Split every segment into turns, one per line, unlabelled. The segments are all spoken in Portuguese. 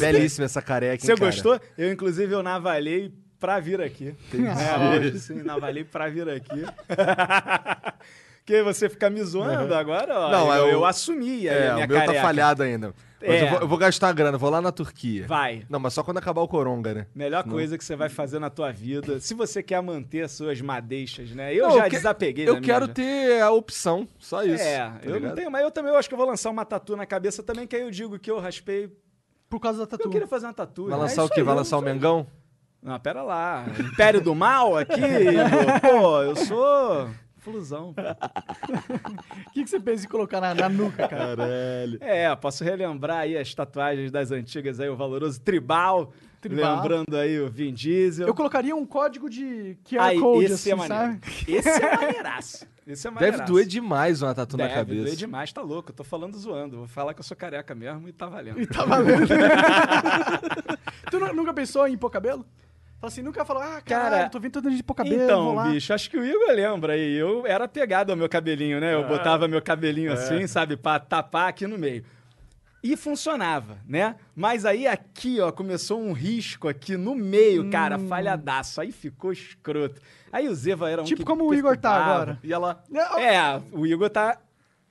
Belíssima essa careca, hein,
Você
cara?
gostou? Eu, inclusive, eu navalhei pra vir aqui. É, hoje sim, navalei pra vir aqui. que você fica me zoando agora, ó.
Não,
eu,
eu-
eu assumi a
É, o
minha
meu
careca.
tá falhado ainda. Mas
É.
eu, vou, eu vou gastar a grana, vou lá na Turquia.
Vai.
Não, mas só quando acabar o Coronga, né?
Melhor
Não.
coisa que você vai fazer na tua vida, se você quer manter suas madeixas, né? Eu
Não,
já
que-
desapeguei
Eu
da minha
quero
já.
ter a opção, só isso.
É,
tá
eu não
ligado?
tenho, mas eu também eu acho que eu vou lançar uma tatu na cabeça também, que aí eu digo que eu raspei.
Por causa da
Eu
tatu.
queria fazer uma tatu.
Vai
né?
lançar
É
o
isso
quê?
aí,
Vai
eu
lançar o
sou-
Mengão?
Não, pera lá. Império do Mal aqui? pô, eu sou. Flusão. pô.
O que, que você pensa em colocar na, na nuca, cara?
Caralho.
É, posso relembrar aí as tatuagens das antigas aí, o valoroso Tribal.
Tribal.
Lembrando aí o Vin Diesel.
Eu colocaria um código de QR
Aí,
Code,
esse
assim,
é maneiro.
sabe?
Esse é maneiraço. Esse é maneiraço.
Deve doer demais uma tatu na
Deve
cabeça.
doer demais, tá louco. Eu tô falando zoando. Vou falar que eu sou careca mesmo e tá valendo.
E tá valendo. tu nu- nunca pensou em pôr cabelo? Fala assim, nunca falou, ah, cara,
Cara,
tô vendo todo dia de pôr cabelo, vou lá.
Então, bicho, acho que o Igor lembra aí. Eu era pegado ao meu cabelinho, né? Eu botava meu cabelinho assim, sabe, pra tapar aqui no meio. E funcionava, né? Mas aí aqui, ó, começou um risco aqui no meio, cara,
Hum.
falhadaço. Aí ficou escroto. Aí o Zeva era um
Tipo
que
como o Igor tá
perturbava.
agora.
E ela.
Não,
É, o Igor tá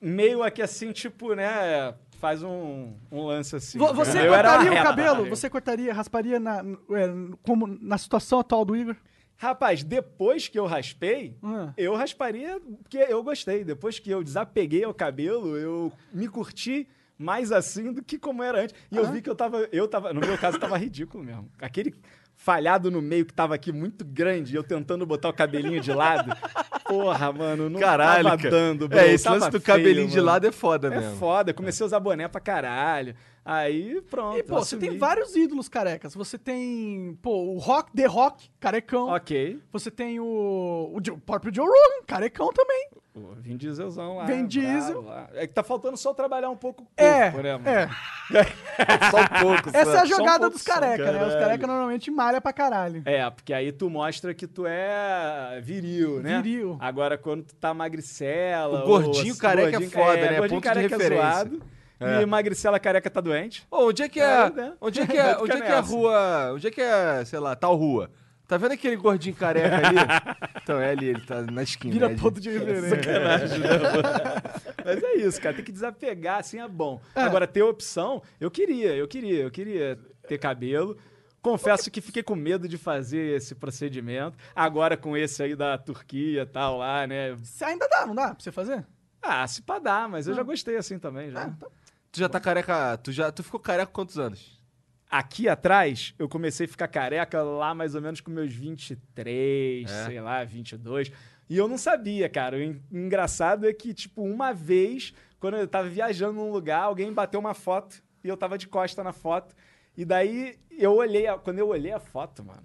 meio aqui assim, tipo, né? Faz um, um lance assim.
vo- Você
Eu era
cortaria o
reto, tá
cabelo?
ligado?
Você cortaria, rasparia na, é, como, na situação atual do Igor?
Rapaz, depois que eu raspei,
Ah.
eu rasparia porque eu gostei. Depois que eu desapeguei o cabelo, eu me curti mais assim do que como era antes. E eu vi que eu tava, eu tava, no meu caso, tava ridículo mesmo. Aquele falhado no meio que tava aqui muito grande, eu tentando botar o cabelinho de lado. Porra, mano, não
Caralho.
tava
cara.
dando, bro.
é, esse
Tava
lance do
feio,
cabelinho de
mano.
lado é foda
É
mesmo.
foda, comecei a usar boné pra caralho. Aí, pronto.
E, pô, você
assumi.
tem vários ídolos carecas. Você tem, pô, o Rock, The Rock, carecão.
Ok.
Você tem o, o, Joe- o próprio Joe Rogan, carecão também.
Pô, Vin Dieselzão lá.
Vin Diesel.
bravo lá. É que tá faltando só trabalhar um pouco o corpo,
É,
né, mano?
é.
Só um pouco.
Essa é a
sabe?
só um
jogada
pouco
dos
só,
carecas, né? Os
caralho.
carecas normalmente malha pra caralho.
É, porque aí tu mostra que tu é viril, né?
Viril.
Agora, quando tu tá magricela...
O
ou-
gordinho careca é foda, né? Ponto de
Gordinho careca é
referência.
zoado.
É.
E magricela careca tá doente.
Ô, onde é que
É,
é.
né?
Onde é que
Vai
é,
ficar
onde é, que é a
nessa.
rua. Onde é que é, sei lá, tal rua? Tá vendo aquele gordinho careca ali? então é ali, ele tá na esquina.
Vira
é, gente.
ponto de referência.
É.
Mas é isso, cara. Tem que desapegar, assim é bom. Agora, ter opção, eu queria, eu queria, eu queria ter cabelo. Confesso que fiquei com medo de fazer esse procedimento. Agora com esse aí da Turquia e tal lá, né?
Você ainda dá, não dá pra você fazer?
Ah, se pá dá, mas eu já gostei assim também, já.
Tu já tá careca. Tu, já, tu ficou careca com quantos anos?
Aqui atrás, eu comecei a ficar careca lá mais ou menos com meus 23,
É.
sei lá, 22. E eu não sabia, cara. O en- engraçado é que, tipo, uma vez, quando eu tava viajando num lugar, alguém bateu uma foto e eu tava de costa na foto. E daí, eu olhei, a- quando eu olhei a foto, mano,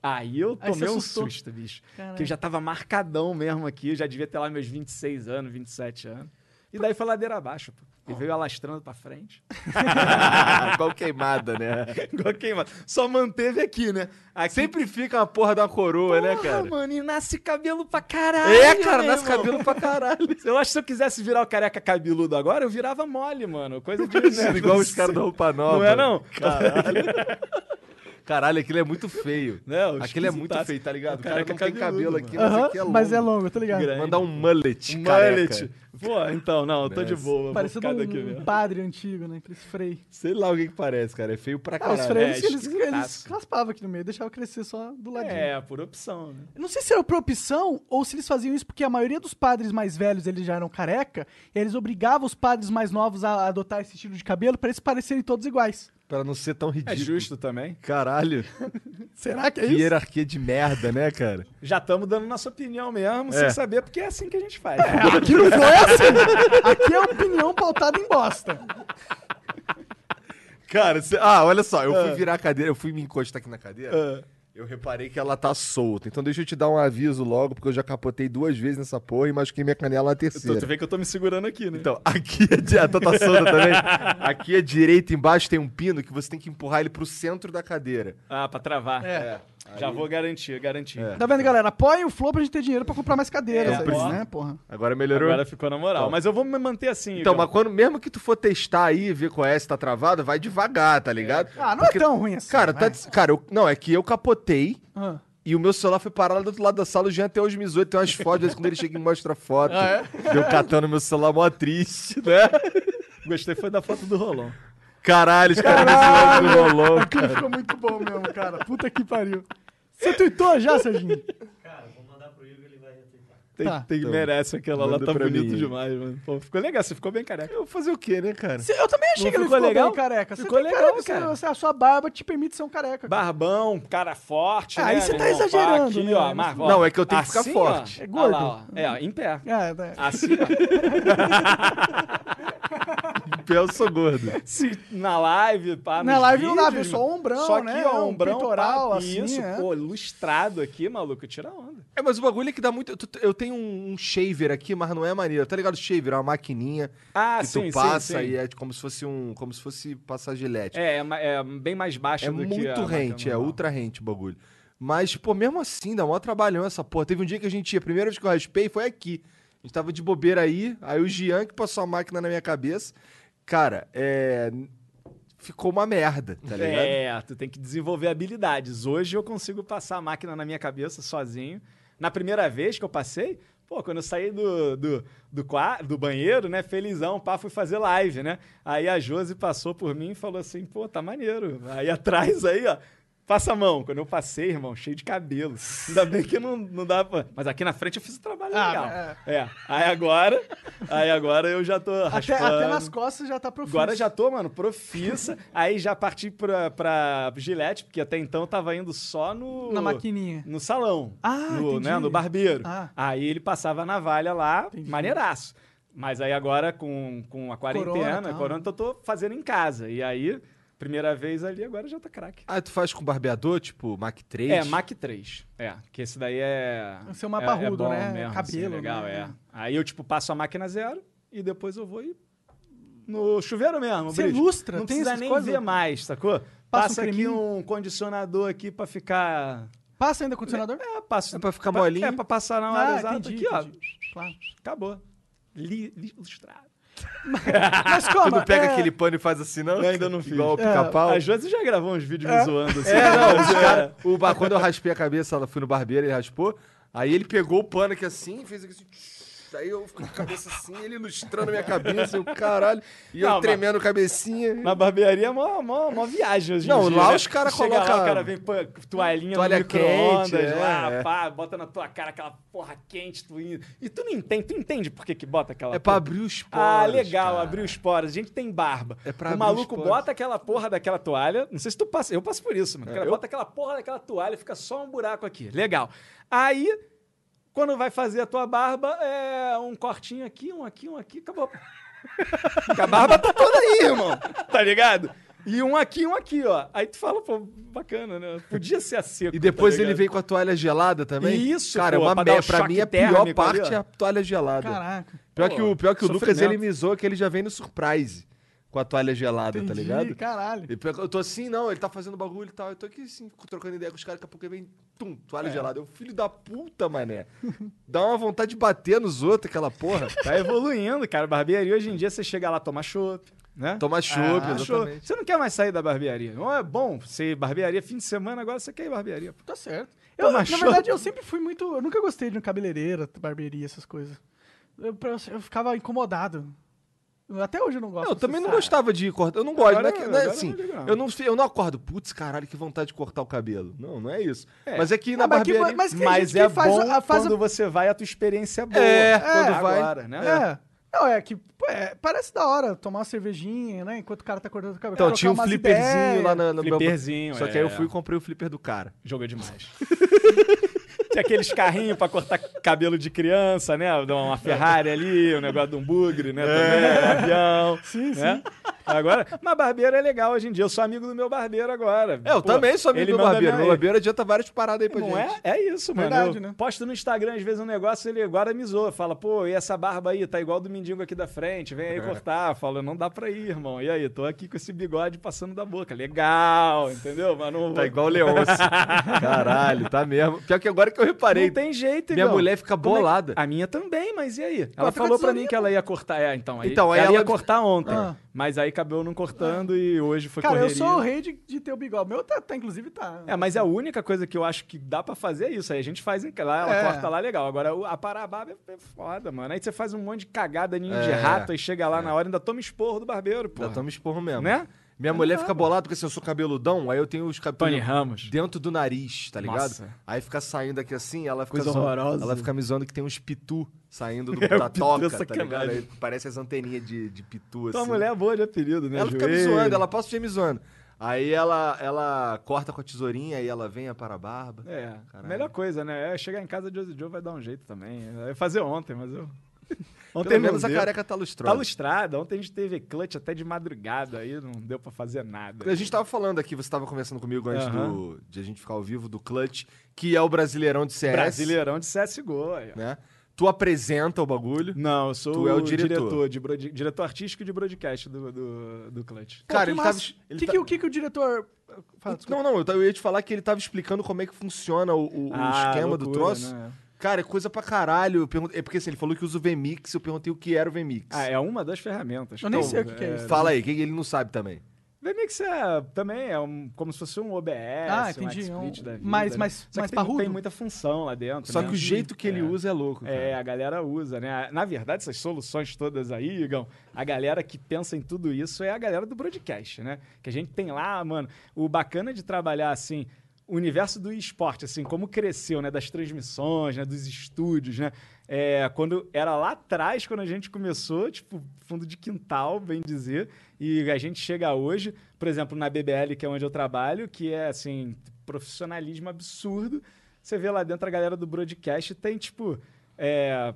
aí eu
Aí você
tomei um
assustou.
susto, bicho.
Caralho.
Que eu já tava marcadão mesmo aqui, eu já devia ter lá meus 26 anos, 27 anos. E daí foi ladeira abaixo, pô. E veio alastrando pra frente.
Igual queimada, né?
Igual queimado. Só manteve aqui, né? Aqui,
Sempre fica uma porra da coroa, né,
Porra,
cara?
mano, e nasce cabelo pra caralho.
É, cara,
meu
nasce
irmão.
cabelo pra caralho.
Eu acho que se eu quisesse virar o careca cabeludo agora, eu virava mole, mano. Coisa de. né,
Igual
não
os caras da
sei.
roupa nova.
Não é, não?
Caralho, aquilo é muito feio.
Não,
aquilo é muito
esquisitaço.
feio, tá ligado? O cara
Careca
não tem cabelo
cabeludo,
aqui,
Aham,
mas aqui é longo.
mas é longo, tá ligado?
Grande.
Mandar um mullet,
Mullet.
careca.
Pô, então, não, eu tô de
Parece-
boa.
Parecendo
Parecendo aqui
um, um
mesmo.
padre antigo, né? Aqueles frei.
Sei lá o que que parece, cara. É feio pra
Ah,
caralho.
os
freio-
É.
freios,
é
eles, eles
esquisitaço.
raspavam aqui no meio, deixavam crescer só do ladinho.
É, por opção, né?
Eu Não sei se era por opção ou se eles faziam isso porque a maioria dos padres mais velhos eles já eram careca e eles obrigavam os padres mais novos a adotar esse estilo de cabelo pra eles parecerem todos iguais.
Pra não ser tão
É
ridículo.
justo também.
Caralho.
Será que é
Que
isso?
hierarquia de merda, né, cara?
Já estamos dando nossa opinião mesmo,
É.
sem saber, porque é assim que a gente faz.
Aqui é não é foi assim. Aqui é opinião pautada em bosta.
Cara, cê- ah, olha só, eu fui
Ah.
virar a cadeira, eu fui me encostar aqui na cadeira,
Ah,
eu reparei que ela tá solta. Então deixa eu te dar um aviso logo, porque eu já capotei duas vezes nessa porra e machuquei minha canela na
tu, tu
terceira.
vê que eu tô me segurando aqui, né?
Então, aqui é di- a tua tá solta também. Aqui à direita embaixo tem um pino que você tem que empurrar ele pro centro da cadeira.
Ah, pra travar.
É.
Já vou garantir, garantir.
É.
Tá vendo, galera? Apoiem o Flow pra gente ter dinheiro pra comprar mais cadeiras.
É,
aí,
precisa.
né, porra?
Agora melhorou?
Agora ficou na moral. Mas eu vou me manter assim.
Então,
Igão.
mas quando, mesmo que tu for testar aí e ver qual é, se tá travado, vai devagar, tá ligado?
Ah, não é tão ruim assim.
Cara, tá,
vai.
des- cara eu- não, é que eu capotei
Ah.
e o meu celular foi parado do outro lado da sala, o Jean até hoje me zoa, tem umas fotos, às vezes quando ele chega e me mostra foto. Deu catando meu celular mó triste, né?
Gostei foi da foto do Rolon.
Caralho, os caras me zoando no rolão.
Aquilo ficou muito bom mesmo, cara. Puta que pariu. Você tuitou já, Serginho?
Cara, vou mandar pro Igor, ele vai retweetar.
Tem,
Tá.
tem-
Então,
merece aquela lá,
manda
tá
pra
bonito
mim.
demais, mano. Pô, ficou legal, você ficou bem careca.
Eu vou fazer o quê, né, cara?
Você- Eu também achei
Não
que ele
ficou
ficou
legal?
bem careca. Você
Ficou
tem
legal,
você-
cara.
você- a sua barba te permite ser um careca. cara.
Barbão, cara forte,
Ah,
né?
aí você tá
meu irmão? Pá,
exagerando,
aqui,
né?
ó, mar- ó,
Não, é que eu tenho que ficar
assim,
forte.
Ó,
É gordo.
Ó lá, ó. É, ó, em pé.
É, né?
Assim, ó.
Pé, eu sou gordo.
Se- na live, pá,
Na
nos
live não dá,
vídeos,
viu? Só
mano.
ombrão,
Só aqui,
né?
É
ó,
Um
ombrão,
peitoral,
pá,
assim,
Isso,
é.
pô, lustrado aqui, maluco, tira onda.
É, mas o bagulho é que dá muito... tu- tu- Eu tenho um um shaver aqui, mas não é maneiro. Tá ligado? Shaver é uma maquininha
Ah,
que
sim,
tu passa
sim, sim.
e é como se fosse um... Como se fosse passar gilete.
É, é, ma- é bem mais baixa
É
do
muito
que a marca
rente, é
normal.
ultra rente o bagulho. Mas, pô, mesmo assim, dá mó trabalhão essa porra. Teve um dia que a gente ia, a primeira vez que eu raspei foi aqui. A gente tava de bobeira aí, aí o Jean que passou a máquina na minha cabeça. Cara, é. Ficou uma merda, tá ligado?
É, tu tem que desenvolver habilidades. Hoje eu consigo passar a máquina na minha cabeça sozinho. Na primeira vez que eu passei, pô, quando eu saí do, do, do, qua- do banheiro, né, felizão, pá, fui fazer live, né? Aí a Josi passou por mim e falou assim, pô, tá maneiro. Aí atrás, aí, ó, passa a mão. Quando eu passei, irmão, cheio de cabelo. Ainda bem que não, não dá pra... Mas aqui na frente eu fiz o trabalho
Ah,
legal.
mas
É, aí agora, aí agora eu já tô
Até,
raspando.
até nas costas já tá profundo.
Agora já tô, mano, profissa. aí já parti pra, pra Gillette, porque até então eu tava indo só no.
Na maquininha.
No salão.
Ah,
no,
entendi.
né, no barbeiro.
Ah.
Aí ele passava a navalha lá,
Entendi.
maneiraço. Mas aí agora com, com a
Corona,
quarentena,
tal.
corona, então eu tô fazendo em casa. E aí, primeira vez ali, agora já tá craque.
Ah, tu faz com barbeador, tipo, Mac 3?
É, Mac 3. É, que esse daí é.
Esse é o
um
mais parrudo, né? Cabelo,
legal,
né?
é. Aí eu, tipo, passo a máquina zero e depois eu vou e. No chuveiro mesmo.
Você é
Brito.
lustra,
Não
tem
precisa
essas
nem
coisas?
ver mais, sacou? Passa
um
aqui
creminho.
um condicionador aqui pra ficar.
Passa ainda condicionador?
É, passa,
É pra ficar molinho?
É, pra passar na hora
Ah,
exata
entendi,
aqui,
entendi. Claro.
ó. Acabou. Li, li- lustrado.
Mas como?
Tu não pega
é,
aquele pano e faz assim, não?
Eu ainda não fiz.
Igual o
É.
pica-pau.
A Josi já gravou uns vídeos me zoando assim.
É, não, os
É.
cara, o, ba- quando eu raspei a cabeça, ela fui no barbeiro, ele raspou. Aí ele pegou o pano aqui assim, fez aqui assim. tch, Aí eu fico com a cabeça assim, ele ilustrando a minha cabeça, eu caralho. E
Não,
eu
mas-
tremendo a cabecinha.
Na barbearia é mó, mó, mó viagem hoje em
Não,
dia,
lá
né?
os cara
Chega Lá,
coloca-
o cara vem pô, toalhinha
Toalha
no micro-ondas
quente,
lá,
é.
pá, bota na tua cara aquela porra quente. Tu... in- E tu não entende, tu entende por que que bota aquela
É pra
porra?
abrir os poros.
Ah, legal,
cara.
abrir os poros. A gente tem barba.
É pra
o
abrir
maluco
os poros.
bota aquela porra daquela toalha. Não sei se tu passa. Eu passo por isso,
É,
mano. O cara Bota aquela porra daquela toalha, fica só um buraco aqui. Legal. Aí, quando vai fazer a tua barba, é um cortinho aqui, um aqui, um aqui, acabou. Porque a barba tá toda aí, irmão. Tá ligado? E um aqui, um aqui, ó. Aí tu fala, pô, bacana, né? Podia ser a seco.
E depois
tá
ele
ligado?
veio com a toalha gelada também.
Isso,
cara, é
pô,
uma
pra dar
merda.
o
pra um
choque
mim a pior
térmico ali,
parte
ó.
é a toalha gelada.
Caraca.
Pior que o, pior que o
Pô,
Lucas, ele
sofrimento.
me zoa que ele já vem no surprise com a toalha gelada, tá
Entendi,
ligado?
Caralho.
E pior que Eu tô assim, não, ele tá fazendo bagulho e tal. Eu tô aqui assim, trocando ideia com os caras, daqui a pouco ele vem, tum, toalha
É.
gelada. Eu, filho da puta, mané. Dá uma vontade de bater nos outros, aquela porra.
Tá evoluindo, cara. Barbearia hoje em dia você chega lá, toma chopp, né?
Tomar chopp,
Ah, show.
exatamente.
Você não quer mais sair da barbearia. Não é bom ser barbearia fim de semana, agora você quer ir barbearia. pô.
Tá certo.
Toma
Eu, na
chopp.
verdade, eu sempre fui muito. Eu nunca gostei de um cabeleireira, barbearia, essas coisas. Eu, pra- eu ficava incomodado. Até hoje eu não gosto.
Eu
você
também não
sabe.
gostava de cortar. Eu não gosto,
Agora-
não é que- não é
agora
assim.
eu não digo não.
Eu não, fi- eu não acordo, putz, caralho, que vontade de cortar o cabelo. Não, não é isso.
É.
Mas é que na
Ah, mas que-
barbearia.
mas tem
Mas
gente
é
que faz
bom
a- faz a-
quando você vai, a tua experiência é boa.
É,
quando
é.
vai. Agora, né?
É. Não, é que pô, é, parece da hora tomar uma cervejinha, né? Enquanto o cara tá cortando o cabelo.
Então,
trocar
tinha um
umas
flipperzinho
ideias.
lá na- no meu.
Flipperzinho,
Só que
é.
aí eu fui e comprei o flipper do cara.
Jogou demais. Tinha aqueles carrinhos pra cortar cabelo de criança, um né? Uma Ferrari ali, o negócio de um bugre, né? Também, um avião. Sim, sim. Agora, mas barbeiro é legal hoje em dia. Eu sou amigo do meu barbeiro agora.
É, eu
Pô,
também sou amigo
ele
do meu
manda
barbeiro.
minha-
Meu barbeiro adianta várias paradas aí pra
Não
gente.
é? É isso, mano.
Verdade,
eu
né?
posto no Instagram, às vezes, um negócio, ele agora me zoa. Fala, pô, e essa barba aí? Tá igual do mendigo aqui da frente, vem
É.
aí cortar. Fala, não dá pra ir, irmão. E aí, tô aqui com esse bigode passando da boca. Legal, entendeu? Mas não,
Tá igual o Leôncio. Caralho, tá mesmo. Pior que agora que eu reparei.
não tem jeito,
Minha
irmão.
mulher fica
Como é que-
bolada.
A minha também, mas e aí?
Ela
Ela
fica
falou pra mim
desanimada.
que ela ia cortar. É, então, aí,
Então, aí
ela,
ela-
ia cortar ontem.
Ah.
Mas aí acabou não cortando e hoje foi
Cara,
correria.
eu sou o rei de, de ter o bigode. Meu tá, tá, inclusive, tá.
É, mas a única coisa que eu acho que dá pra fazer é isso. Aí a gente faz em lá, ela
É.
corta lá legal. Agora o- a parababa é é foda, mano. Aí você faz um monte de cagada ninho de
É.
rato e chega lá na hora e ainda toma esporro do barbeiro, pô.
Já toma tá esporro mesmo.
Né?
Minha mulher fica bolada porque assim, eu sou cabeludão, aí eu tenho os
Tony
cabelos
Ramos.
dentro do nariz, tá ligado?
Nossa.
Aí fica saindo aqui assim, ela fica
Coisa
zoando-
horrorosa.
Ela fica me zoando que tem uns pitu saindo do,
É,
da
o pitu é
toca, tá
sacanagem.
ligado? Aí parece as anteninhas de, de pitu, assim.
Tua mulher é boa de apelido, né?
Ela fica me
Joelho.
zoando, ela passa o dia me zoando. Aí ela, ela corta com a tesourinha e ela vem para a barba.
É,
Caralho.
melhor coisa, né? É chegar em casa de Josie Joe vai dar um jeito também. Eu ia fazer ontem, mas eu. Ontem
Pelo
não
menos a
deu.
careca tá
Tá
lustrada.
lustrada. Ontem a gente teve clutch até de madrugada, aí não deu pra fazer nada.
A gente tava falando aqui, você tava conversando comigo antes
Aham.
do, de a gente ficar ao vivo, do Clutch, que é o Brasileirão de CS.
Brasileirão de CSGO. Aí, ó.
Né? Tu apresenta o bagulho.
Não, eu sou
Tu é o diretor.
de brod- diretor artístico de broadcast do, do, do Clutch.
Pô,
cara,
que
ele
massa.
tava- ele
que,
tá-
que, o que, que o diretor. ah, Fala, desculpa.
Não, não, eu, ta- eu ia te falar que ele tava explicando como é que funciona o, o- o
Ah,
esquema do
loucura,
troço.
né?
Cara, é coisa pra caralho. Eu perguntei, é porque assim, ele falou que usa o VMix, eu perguntei o que era o VMix.
Ah, é uma das ferramentas.
Eu nem
Então,
sei o que que é isso.
Fala aí, que ele não sabe também.
VMix é, também é um, como se fosse um OBS,
Ah,
um
entendi,
XSplit
é um-
da vida.
mais-
né?
mais-
Só que
mais
tem-
parrudo?
Tem muita função lá dentro.
Só
né?
que o jeito que ele
É.
usa é louco. Cara.
É, a galera usa, né? Na verdade, essas soluções todas aí, Igão, a galera que pensa em tudo isso é a galera do broadcast, né? Que a gente tem lá, mano, o bacana de trabalhar assim. O universo do esporte, assim, como cresceu, né? Das transmissões, né? Dos estúdios, né? É, quando era lá atrás, quando a gente começou, tipo, fundo de quintal, bem dizer, e a gente chega hoje, por exemplo, na BBL, que é onde eu trabalho, que é, assim, profissionalismo absurdo. Você vê lá dentro a galera do broadcast tem, tipo, é,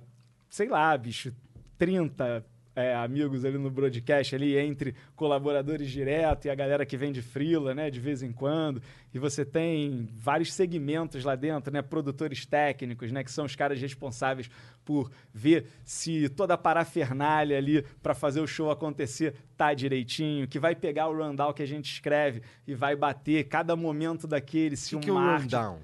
sei lá, bicho, 30 é, amigos ali no broadcast, ali entre colaboradores direto e a galera que vem de frila, né, de vez em quando. E você tem vários segmentos lá dentro, né, produtores técnicos, né, que são os caras responsáveis por ver se toda a parafernália ali para fazer o show acontecer tá direitinho, que vai pegar o rundown que a gente escreve e vai bater cada momento daquele, se
O que,
um
que é o
marketing-
rundown?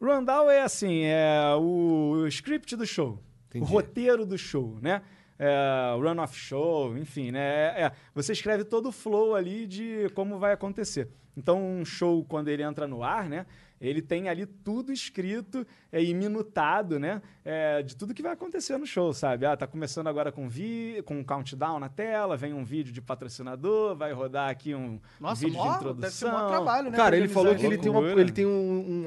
Rundown é assim, é o, o script do show,
Entendi.
o roteiro do show, né? É, o run-off show, enfim, né? É, é, você escreve todo o flow ali de como vai acontecer. Então, um show, quando ele entra no ar, né? Ele tem ali tudo escrito é, e minutado, né? É, de tudo que vai acontecer no show, sabe? Ah, tá começando agora com, vi com um countdown na tela, vem um vídeo de patrocinador, vai rodar aqui um
Nossa,
vídeo de
mó,
introdução.
deve ser mó trabalho, né?
Cara,
pra
ele
organizar
falou
isso.
que ele tem, uma-
Loucura.
ele tem um,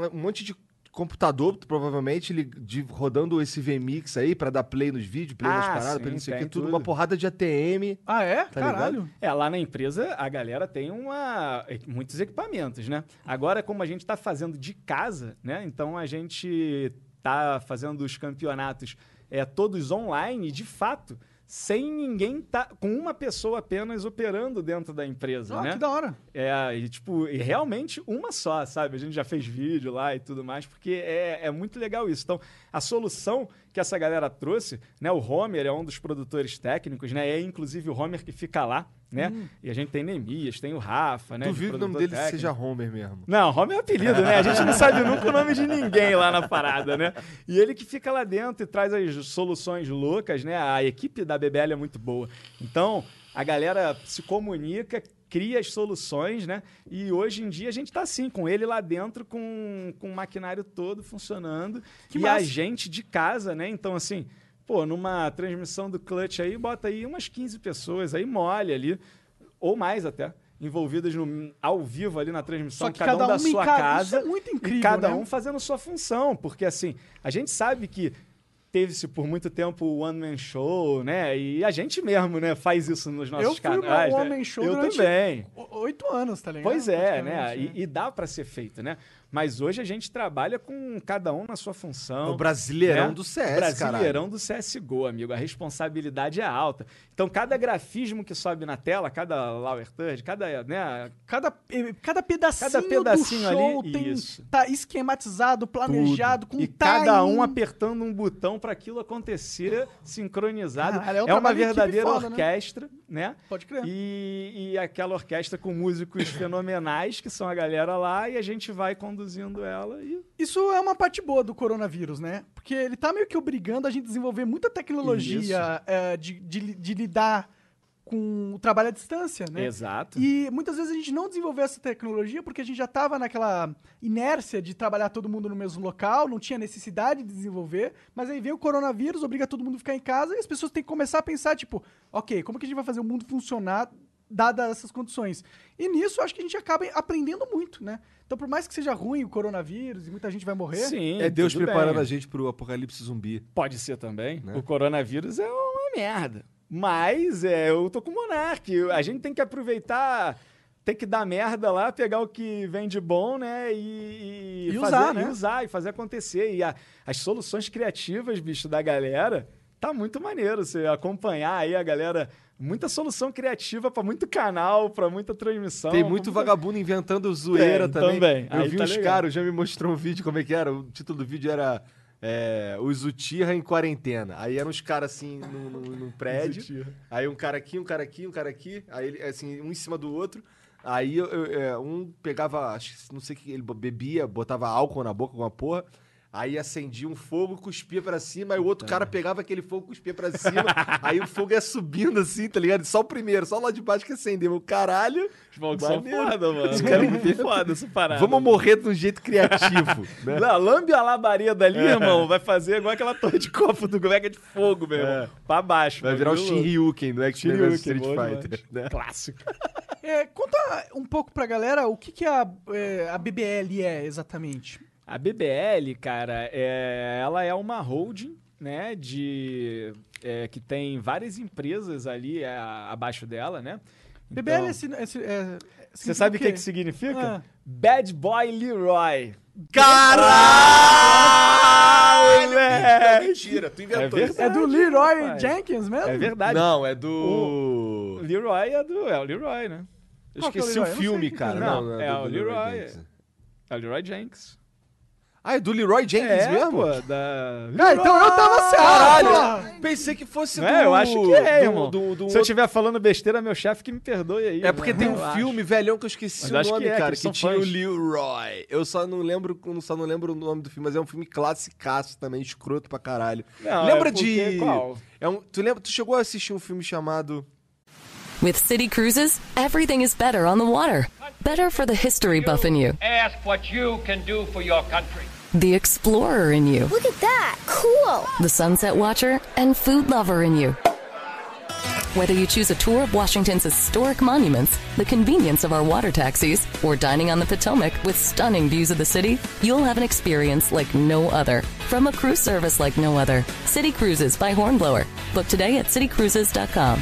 um- um monte de computador, provavelmente, ele de- rodando esse VMix aí pra dar play nos vídeos, play nas
Ah,
paradas,
sim,
play não sei o que,
tem
tudo,
tudo.
uma porrada de ATM.
Ah, é?
Tá
Caralho.
É, lá na empresa a galera tem uma, muitos equipamentos, né? Agora, como a gente está fazendo de casa, né? Então a gente está fazendo os campeonatos é, todos online, de fato, sem ninguém tá com uma pessoa apenas operando dentro da empresa,
Ah,
né?
que da hora.
É, e tipo, e realmente uma só, sabe? A gente já fez vídeo lá e tudo mais, porque é, é muito legal isso. Então, a solução que essa galera trouxe, né? O Homer é um dos produtores técnicos, né? É inclusive o Homer que fica lá, né? E a gente tem Neemias, tem o Rafa, né? de
Duvido Hum. que o nome
produtor
dele
técnico.
seja Homer mesmo.
Não, Homer é apelido, né? A gente não sabe nunca o nome de ninguém lá na parada, né? E ele que fica lá dentro e traz as soluções loucas, né? A equipe da BBL é muito boa. Então, a galera se comunica, cria as soluções, né? E hoje em dia a gente tá assim, com ele lá dentro, com, com o maquinário todo funcionando.
Que
e
massa.
a gente de casa, né? Então, assim... Pô, numa transmissão do clutch aí, bota aí umas 15 pessoas, aí molha ali ou mais até, envolvidas no, ao vivo ali na transmissão,
Só que
cada, um
cada
da
uma em
sua
cada-
casa.
isso é muito é incrível,
E cada
né?
um fazendo sua função, porque assim, a gente sabe que teve-se por muito tempo o One Man Show, né? E a gente mesmo, né, faz isso nos nossos
Eu fui um
canais. né?
One Man Show
Eu
durante-
também.
O- Oito anos, tá ligado?
Pois é, né?
Praticamente,
E, e dá pra ser feito, né? Mas hoje a gente trabalha com cada um na sua função.
O é brasileirão
né?
do CS,
Brasileirão do CSGO, amigo. A responsabilidade é alta. Então, cada grafismo que sobe na tela, cada Lower Third, cada, né,
Cada, eh, cada pedacinho,
Cada pedacinho
do show
ali,
tem,
isso.
tá esquematizado, planejado, com
e
timing.
cada um apertando um botão para aquilo acontecer sincronizado.
Caralho, é
uma
um trabalho de equipe
verdadeira
foda, né? É.
orquestra, né?
Pode crer.
E, e aquela orquestra com músicos fenomenais, que são a galera lá, e a gente vai conduzindo ela e
Isso é uma parte boa do coronavírus, né? Porque ele tá meio que obrigando a gente a desenvolver muita tecnologia eh, de, de li- de lidar com o trabalho à distância, né?
Exato.
E muitas vezes a gente não desenvolveu essa tecnologia porque a gente já estava naquela inércia de trabalhar todo mundo no mesmo local, não tinha necessidade de desenvolver, mas aí veio o coronavírus, obriga todo mundo a ficar em casa e as pessoas têm que começar a pensar, tipo, ok, como que a gente vai fazer o mundo funcionar dadas essas condições? E nisso eu acho que a gente acaba aprendendo muito, né? Então por mais que seja ruim o coronavírus e muita gente vai morrer,
Sim,
É Deus
tudo
preparando
bem.
a gente pro apocalipse zumbi.
Pode ser também.
Né?
O coronavírus é uma merda. Mas é, eu tô com o Monark. Eu- A gente tem que aproveitar, tem que dar merda lá, pegar o que vem de bom, né? E,
E
fazer,
usar, né?
E usar, e fazer acontecer. E a- as soluções criativas, bicho, da galera, tá muito maneiro. Você acompanhar aí a galera. Muita solução criativa pra muito canal, pra muita transmissão.
Tem
pra
muito
muita-
vagabundo inventando zoeira
Então, Tem,
também.
também.
Eu
Aí
vi
tá
uns
legal.
caras, já me mostrou um vídeo, como é que era? O título do vídeo era é, Os Utirra em Quarentena. Aí eram uns caras assim num, num- num prédio.
Utirra.
Aí um cara aqui, um cara aqui, um cara aqui. Aí ele, assim, um em cima do outro. Aí eu- eu- é, um pegava, acho que não sei o que, ele bebia, botava álcool na boca, alguma porra. Aí acendia um fogo, cuspia pra cima, aí o outro cara pegava aquele fogo, cuspia pra cima, aí o fogo ia subindo assim, tá ligado? Só o primeiro, só lá de baixo que acendeu. O caralho,
Os malucos são
Maneiro.
foda, mano.
Os caras
muito foda essa parada.
Vamos morrer de um jeito criativo. né?
Não, lambe a labareda ali, irmão. Vai fazer igual aquela torre de copo do Greg de fogo, meu irmão. Pra baixo.
Vai virar o
bagulho louco.
Shinryuken do X-Men vs Street
Shinryuken, bom
Fighter. né?
Clássico.
é, conta um pouco pra galera o que, que a, é, a BBL é exatamente.
A BBL, cara, é, ela é uma holding, né, de é, que tem várias empresas ali é, abaixo dela, né?
BBL
Então,
é, sin- é sin- é-
Você sabe o que, que
significa
significa?
Ah.
Bad Boy Leroy.
Caralho!
moleque!
mentira, tu
Ah, É
isso.
É do
Verdade,
Leroy
rapaz.
Jenkins mesmo?
É verdade.
Não, é do.
Leroy é do. É o Leroy, né?
Eu
Qual que é o
esqueci o
Leroy? Eu não sei
filme,
o que
cara.
que é. Não, é o
do
Leroy.
Jenkins.
É o Leroy Jenks.
Ah, é do Leroy Jenkins
é,
mesmo?
pô, da.
Ah, então eu tava certo. porra.
Caralho! Pensei que fosse
Não
do.
é, eu acho que é,
do- do-
irmão.
do
Se eu
outro-
estiver falando besteira, meu chefe que me perdoe aí.
É porque
né?
tem
Eu
um
acho.
filme velhão que eu esqueci
Mas
o
acho
nome,
que é, que
cara,
eles
que,
são
tinha o
fãs.
Leroy. Eu só não lembro, só não lembro o nome do filme, mas é um filme classicaço também, escroto pra caralho.
Não,
lembra
é porque-
de
qual?
É um, tu lembra, tu chegou a assistir um filme chamado
With City Cruises, everything is better on the water. Better for the history buff in you,
Ask what you can do for your country.
the explorer in you,
Look at that! Cool!
the sunset watcher, and food lover in you. Whether you choose a tour of Washington's historic monuments, the convenience of our water taxis, or dining on the Potomac with stunning views of the city, you'll have an experience like no other. From a cruise service like no other, City Cruises by Hornblower. Book today at citycruises.com.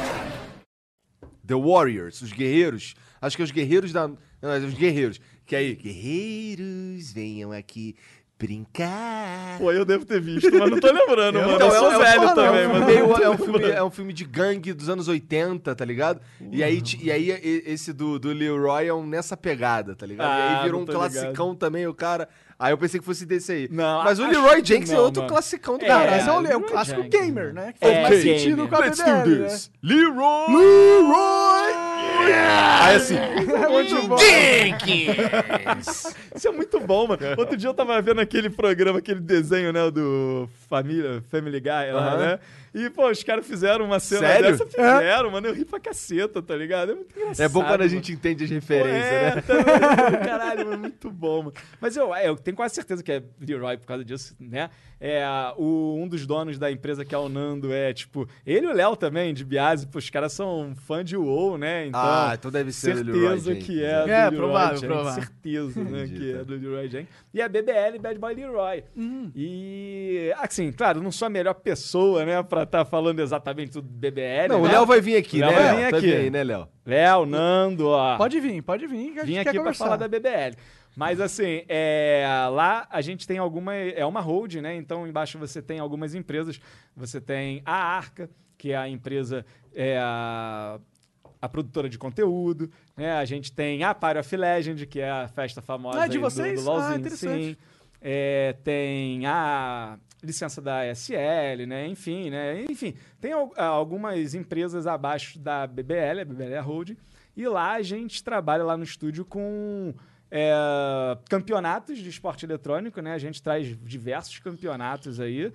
The Warriors, os guerreiros. Acho que é os guerreiros da. Não, é os guerreiros. Que aí, guerreiros, venham aqui brincar.
Pô, eu devo ter visto, mas não tô lembrando, mano.
Então,
eu sou
é um-
velho
é um-
também,
é um
mano.
filme- é um filme- é um filme de gangue dos anos 80, tá ligado? E aí, ti- e aí e- esse do, do Leroy é um nessa pegada, tá ligado? e
Ah,
aí virou
não
um
tô
classicão também, o cara. Aí eu pensei que fosse desse aí.
Não,
Mas o
acho
Leroy
que
Jenkins é
não,
outro
mano.
classicão do
É,
Cara, esse é o,
caralho.
é o
Leroy
clássico
Jenkins, né?
gamer, né? Que faz
É,
mais sentido
gamer.
com a
Let's do
BBL, né?
this! Leroy! Leroy! Aí assim,
Muito bom.
Isso é muito bom, mano. Outro dia eu tava vendo aquele programa, aquele desenho, né, do Família, Family Guy lá,
Aham.
né? E, pô, os caras fizeram uma cena
Sério?
dessa, fizeram, mano. Eu ri pra caceta, tá ligado? É muito engraçado.
é bom quando a
mano.
gente entende as
Pô,
referências,
é,
né?
tá ligado? caralho, mano, muito bom, mano. Mas eu, é, eu tenho quase certeza que é Leroy por causa disso, né? É, o, um dos donos da empresa que é o Nando é, tipo, ele e o Léo também, de Biase, pô, os caras são um fã de WoW, né? Então,
Ah, então deve ser do
certeza
Leroy Jenkins,
que é,
né? É,
do Leroy
provável,
Jenkins,
provável.
Certeza, né,
Entendi,
que
tá.
é do Leroy Jenkins. E a BBL, Bad Boy Leroy.
Hum.
E, assim, claro, não sou a melhor pessoa, né, pra estar falando exatamente tudo do BBL.
Não, o
né?
Léo vai vir aqui,
Léo
né,
vai
Léo?
vir
Tá
aqui.
bem aí, né, Léo?
Léo, Nando, ó
Pode vir, pode vir, que a gente
vim
quer
aqui pra
conversar.
falar da BBL. Mas assim, é, lá a gente tem alguma. É uma hold, né? Então embaixo você tem algumas empresas. Você tem a Arca, que é a empresa. É, a, a produtora de conteúdo, né? A gente tem a Party of Legend, que é a festa famosa
Ah, é de
aí do-
vocês?
do, LoLzinho,
Ah, interessante.
sim. É, tem a licença da SL, né? Enfim, né? Enfim, tem al- algumas empresas abaixo da BBL, a BBL é a Hold, e lá a gente trabalha lá no estúdio com é, campeonatos de esporte eletrônico, né? A gente traz diversos campeonatos aí.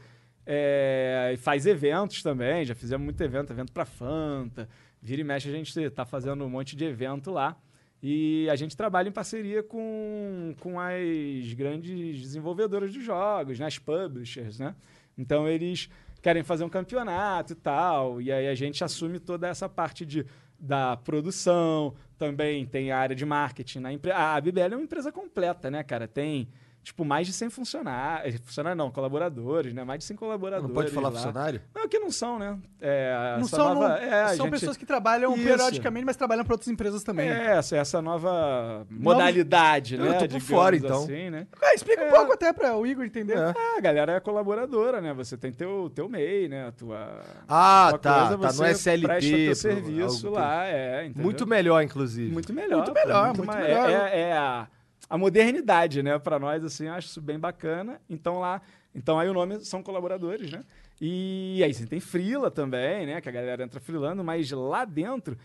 é, e faz eventos também, já fizemos muito evento, evento pra Fanta. Vira e mexe, a gente tá fazendo um monte de evento lá. E a gente trabalha em parceria com, com as grandes desenvolvedoras de jogos, né? as publishers, né? Então eles querem fazer um campeonato e tal, e aí a gente assume toda essa parte de, da produção, também tem a área de marketing. Na empre... A BBL é uma empresa completa, né, cara? Tem, tipo, mais de 100 funcionários, funcionários não, colaboradores, né? Mais de 100 colaboradores
Não pode falar
lá.
funcionário?
Não, que não são, né? É,
Não
essa
são,
nova-
não.
é, a
são
gente-
pessoas que trabalham
Isso.
periodicamente, mas trabalham para outras empresas também.
é, essa, essa nova modalidade,
Eu
né?
tô por
digamos
fora, então.
assim, né?
É, explica um pouco até para o Igor entender.
É.
Ah, a galera é colaboradora, né? Você tem teu, teu MEI, né? A tua.
Ah,
tua
tá,
coisa,
tá,
você
no SLT,
Presta teu
pro-
serviço
algo-
lá, é. entendeu?
Muito melhor, inclusive.
Muito melhor.
Muito melhor,
pô,
muito
ma-
melhor.
É, é- é a, a modernidade, né? Pra nós, assim, eu acho isso bem bacana. Então lá. Então aí o nome são colaboradores, né? E aí você tem Frila também, né? Que a galera entra frilando, mas lá dentro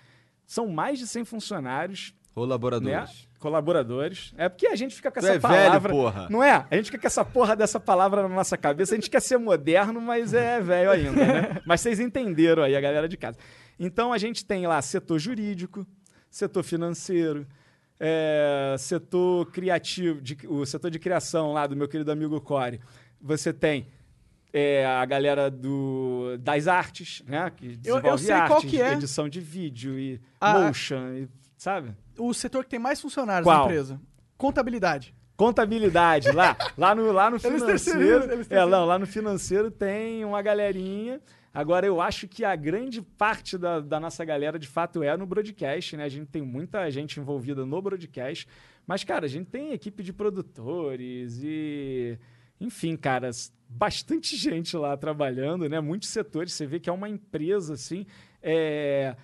são mais de 100 funcionários né?
Colaboradores.
Colaboradores. É porque a gente fica com
Tu
essa
é velho,
palavra.
porra.
Não é? A gente fica com essa porra dessa palavra na nossa cabeça. A gente quer ser moderno, mas é velho ainda, né? Mas vocês entenderam aí, a galera de casa. Então a gente tem lá setor jurídico, setor financeiro, é, setor criativo, de- o setor de criação lá do meu querido amigo Core. Você tem. é, a galera do, das artes, né? Que
Eu- eu
desenvolve
sei qual
artes,
que é.
edição de vídeo e
Ah.
motion, e, sabe?
O setor que tem mais funcionários
Qual?
na empresa. Contabilidade.
contabilidade lá, lá no lá no financeiro,
terceirizam, eles
é, lá, lá no financeiro tem uma galerinha. Agora eu acho que a grande parte da, da nossa galera de fato é no broadcast, né? A gente tem muita gente envolvida no broadcast, mas cara, a gente tem equipe de produtores e enfim, cara, s- bastante gente lá trabalhando, né? Muitos setores, você vê que é uma empresa assim, é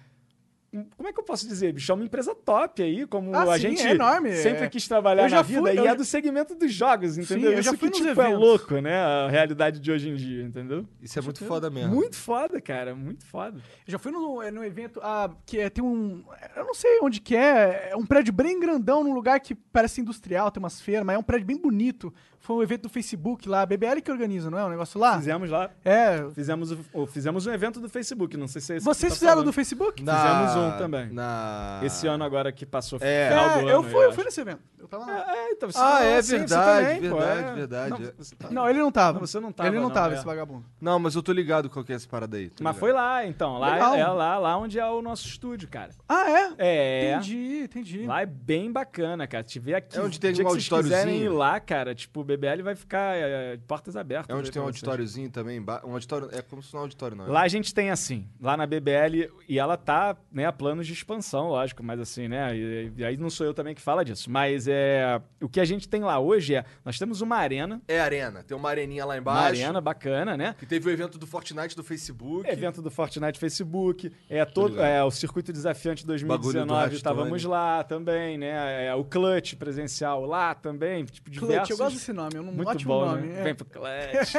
como é que eu posso dizer, bicho? É uma empresa top aí, como
Ah,
a
sim,
gente
é enorme,
sempre
é.
quis trabalhar
Eu já
na
fui,
vida e
eu
é
já-
do segmento dos jogos, entendeu?
Sim, eu já
Isso
fui
que,
nos
tipo, é
eventos.
louco, né? A realidade de hoje em dia, entendeu?
Isso é muito foda mesmo.
Muito foda, cara. Muito foda.
Eu já fui no, é, no evento ah, que é- tem um. Eu não sei onde que é. É um prédio bem grandão, num lugar que parece industrial, tem umas feiras, mas é um prédio bem bonito. Foi um evento do Facebook lá, a BBL que organiza, não é? Um negócio lá?
Fizemos lá.
É.
Fizemos, o- o- fizemos um evento do Facebook. Não sei se é esse que
Vocês
você tá
fizeram
falando.
do Facebook?
Na-
Fizemos um também.
Na...
Esse ano agora que passou
É.
final
É,
do
eu
ano.
fui, eu
acho.
fui nesse evento. Eu tava lá.
É, então, você
Ah, é
sim, você
verdade,
também, pô,
verdade,
é.
verdade.
Não, você tá-
Não, ele não tava.
Não, você não tava,
Ele não
não,
tava,
é.
esse vagabundo.
Não, mas eu tô ligado qual que é essa parada aí. tô
Mas
ligado.
foi lá, então.
Legal.
Lá, é lá, lá onde é o nosso estúdio, cara.
Ah, é?
É.
Entendi, entendi.
Lá é bem bacana, cara. Tiver aqui.
É onde tem
dia
um
que vocês
auditóriozinho.
quiserem ir lá, cara, tipo, o BBL vai ficar é, de portas abertas.
É onde
aí
tem um
pra vocês.
auditóriozinho também. emba- Um auditório... É como se não um auditório, não. é?
Lá a gente tem assim, lá na BBL, e ela tá, né, a planos de expansão, lógico, mas assim, né, e, e aí não sou eu também que fala disso, mas é, o que a gente tem lá hoje é, nós temos uma arena,
É arena. Tem uma areninha lá
uma
embaixo.
arena bacana, né,
Que teve o evento do Fortnite do Facebook.
Evento do Fortnite Facebook, é todo
ligado.
é, o Circuito Desafiante
Bagulho do
2019, estávamos
Hearthstone.
lá também, né? É, o Clutch presencial lá também, tipo
Clutch,
diversos.
eu gosto desse nome, é um
Muito
ótimo
bom,
nome.
né?
é.
Vem pro Clutch.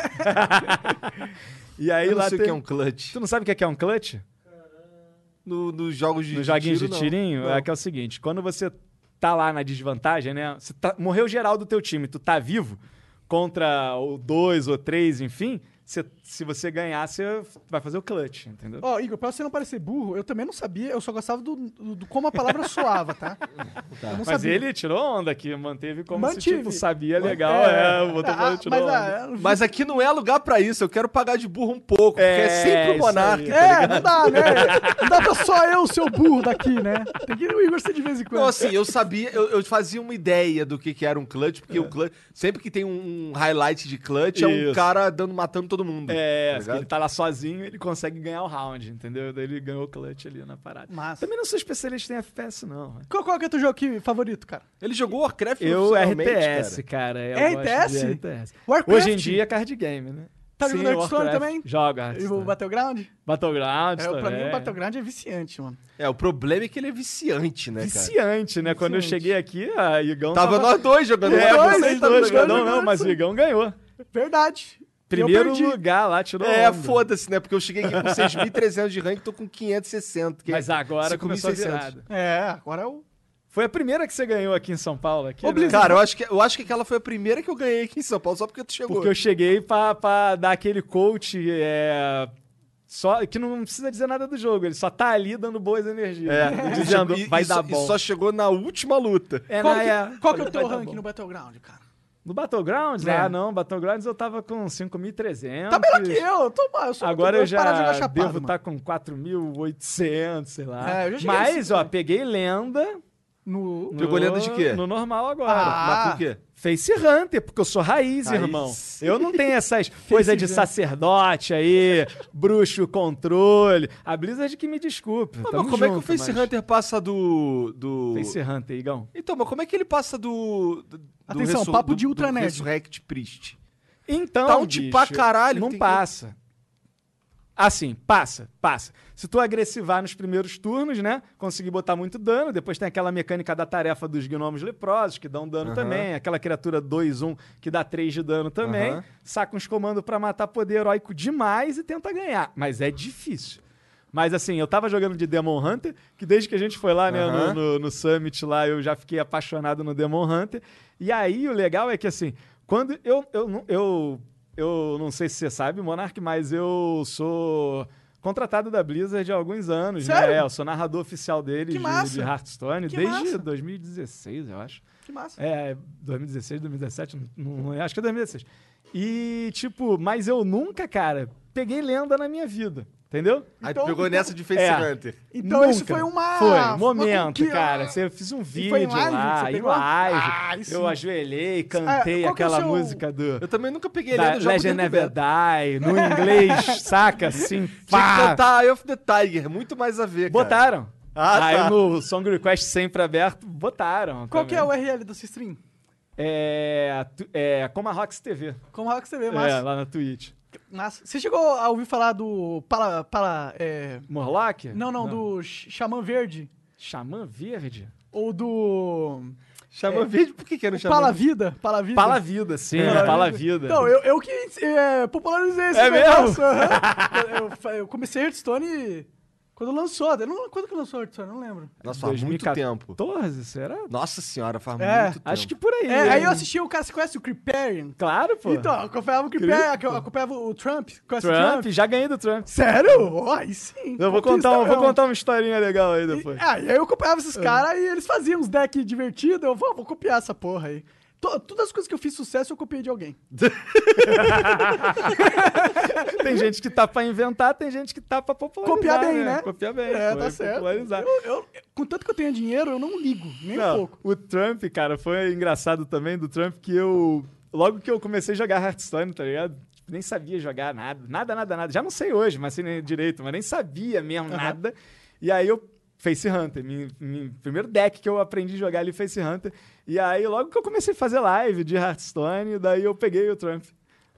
e aí
Eu não
lá
sei o
tem...
que é um clutch.
Tu não sabe o que é que é um Clutch?
no- nos jogos de
Nos joguinhos
tiro,
de
não.
tirinho,
Não.
é que é o seguinte: quando você tá lá na desvantagem, né? Você tá- morreu geral do teu time, tu tá vivo contra o dois ou três, enfim. você- se você ganhar, você vai fazer o clutch, entendeu?
Ó, Igor, pra você não parecer burro, eu também não sabia, eu só gostava do, do- do como a palavra soava, tá? Eu não
Mas ele tirou onda aqui, manteve como se
Mantive.
tipo, sabia
Man-
legal.
é.
É, botou
Ah,
falando, tirou
mas,
onda.
ah,
Mas aqui não é lugar pra isso. Eu quero pagar de burro um pouco,
É,
porque é sempre o
isso
monarca.
aí.
tá
É,
ligado?
não dá, né? Não dá pra só eu ser o burro daqui, né? Tem que ir o Igor ser de vez em quando.
Não, assim, eu sabia, eu, eu fazia uma ideia do que, que era um clutch, porque o clutch, sempre que tem um, um highlight de clutch, é um
É. Isso.
cara dando, matando todo mundo.
É,
tá
porque
ligado?
ele tá lá sozinho, ele consegue ganhar o round, entendeu? Daí ele ganhou o clutch ali na parada.
Massa.
Também não sou especialista em FPS, não.
Qual, qual que é o teu jogo que- favorito, cara?
Ele jogou Warcraft
Eu,
profissionalmente,
RTS,
cara.
cara. eu
É
gosto de
RTS?
RTS.
Warcraft?
Hoje em dia é card game, né?
Tá jogando Hearthstone
Warcraft.
também?
Joga.
E o
Hearthstone.
Battleground?
Battleground
É, pra mim o
também.
Battleground é viciante, mano.
É, o problema é que ele é viciante, né, cara?
Viciante, né? Quando eu
Viciante.
cheguei aqui, a Igão
Tava
tava...
nós dois jogando
É,
Warcraft.
dois,
vocês
tava
dois,
jogando
não, não,
Hearthstone.
mas o Igão ganhou.
Verdade. E
Primeiro
eu perdi.
lugar lá, tirou
É,
onda.
foda-se, né? Porque eu cheguei aqui com 6.300 de rank, tô com 560. que é
Mas agora começou a
5.600.
virada.
É, agora é o...
Foi a primeira que você ganhou aqui em São Paulo? Aqui,
Ô,
né?
Blizzard,
Cara, eu acho, que, eu acho que aquela foi a primeira que eu ganhei aqui em São Paulo, só porque tu chegou.
Porque eu cheguei pra, pra dar aquele coach é, só, que não precisa dizer nada do jogo, ele só tá ali dando boas energias.
É,
dizendo,
e-
vai
e
dar
só-
bom.
E só chegou na última luta.
É,
Qual,
na-
que, qual que é o
Vai
teu
dar
rank
bom.
no Battleground, cara?
No Battlegrounds?
É.
Ah, não. Battlegrounds eu tava com 5.300.
Tá melhor que eu, eu tô eu sou muito
Agora
bom
eu
de parar de
já
jogar chapado,
devo tá
mano.
estar com 4.800, sei lá.
É, eu já cheguei
Mas,
nesse
ó,
também.
peguei lenda.
No...
Pegou
no-
lenda de quê?
No normal agora.
Ah.
Mas por quê?
Face Hunter, porque eu sou raiz,
Raiz.
irmão. Eu não tenho essas coisas de sacerdote aí, bruxo controle. A Blizzard que me desculpe.
Mas,
tamo
como é que o
junto,
Face
mas-
Hunter passa do. do...
Face Hunter, Igão.
Então, mas como é que ele passa do. do do
Atenção,
Resur-
papo
do-
de ultra
do
nerd.
Resurrect Priest.
Então,
Tá um de pra
bicho,
caralho,
não
tem que-
passa. Assim, passa, passa. Se tu agressivar nos primeiros turnos, né? Conseguir botar muito dano. Depois tem aquela mecânica da tarefa dos gnomos leprosos, que dão dano
Aham.
também. Aquela criatura 2-1 que dá 3 de dano também.
Aham.
Saca uns comandos pra matar poder heróico demais e tenta ganhar. Mas é difícil. Mas assim, eu tava jogando de Demon Hunter, que desde que a gente foi lá, né,
Aham.
no,
Uhum.
no- no Summit lá, eu já fiquei apaixonado no Demon Hunter. E aí o legal é que assim, quando eu eu não- eu, eu não sei se você sabe, Monark, mas eu sou contratado da Blizzard há alguns anos,
Sério?
né? É, eu sou narrador oficial deles de,
Que massa.
de Hearthstone
Que
desde
massa.
2016, eu acho.
Que massa.
É, 2016, 2017, não, não- acho que é 2016. E, tipo, mas eu nunca, cara, peguei lenda na minha vida, entendeu?
Aí tu
Então-
pegou
então-
nessa de Face
É.
Hunter.
Então
Nunca.
isso foi uma...
Foi,
uma
um momento,
conquista.
cara. Você- Eu fiz um vídeo
foi em live que
lá,
você
em
pegou?
live.
Ah, isso
eu
sim.
ajoelhei,
Ah, qual que
cantei
é o
aquela
seu-
música do.
Eu também nunca peguei
Da
ele do jogo.
Legend é Never Die, no inglês, saca? Assim,
Tinha que
pá.
cantar Eye of the Tiger, muito mais a ver. cara.
Botaram.
Ah,
Aí
tá.
no Song Request sempre aberto, botaram.
Qual que é o
também.
URL da sua stream?
É. tu- É. Como a Rox TV.
Como Rock TV,
É,
massa.
lá na Twitch.
Massa. Você chegou a ouvir falar do... Pala... Pala... É...
Morlock?
Não, não, do X- Xamã Verde.
Xamã Verde?
Ou do...
É.
Chama verde, por que que era um
O
chama
Pala Vida. Pala Vida.
Pala Vida, sim.
Pala
Pala
Vida.
Vida.
Não, eu, eu que é, popularizei esse
É
negócio. aham. eu, eu fa- eu comecei Hearthstone quando lançou. Eu não, quando que lançou Hearthstone? Eu não lembro.
Nossa, faz muito tempo.
14, será?
Nossa senhora, faz
É,
muito tempo.
Acho que por aí.
É,
né?
aí eu assisti o cara, você conhece o Creeperian?
Claro, Tá, pô.
Então, eu acompanhava o Creeperian, eu acompanhava o Trump. Conhece o
Trump,
Trump?
já ganhei do Trump.
Sério? Ó, aí sim.
Eu vou
conquista
contar, um- vou
mesmo.
contar uma historinha legal aí
E,
depois.
é, e aí eu acompanhava esses caras e eles faziam uns decks divertidos. Eu vou, vou copiar essa porra aí. To- Todas as coisas que eu fiz sucesso, eu copiei de alguém.
Tem gente que tá pra inventar, tem gente que tá pra popularizar.
Copiar bem, né?
Copiar bem.
É,
pô,
tá certo.
Popularizar.
Eu, eu- contanto que eu tenha dinheiro, eu não ligo, nem um
Não,
pouco.
O Trump, cara, foi engraçado também do Trump que eu. Logo que eu comecei a jogar Hearthstone, tá ligado? Tipo, Nem sabia jogar nada, nada, nada, nada. Já não sei hoje, mas assim, nem direito, mas nem sabia mesmo nada. E aí eu. Face Hunter, mi- mi- primeiro deck que eu aprendi a jogar ali, Face Hunter. E aí, logo que eu comecei a fazer live de Hearthstone, daí eu peguei o Trump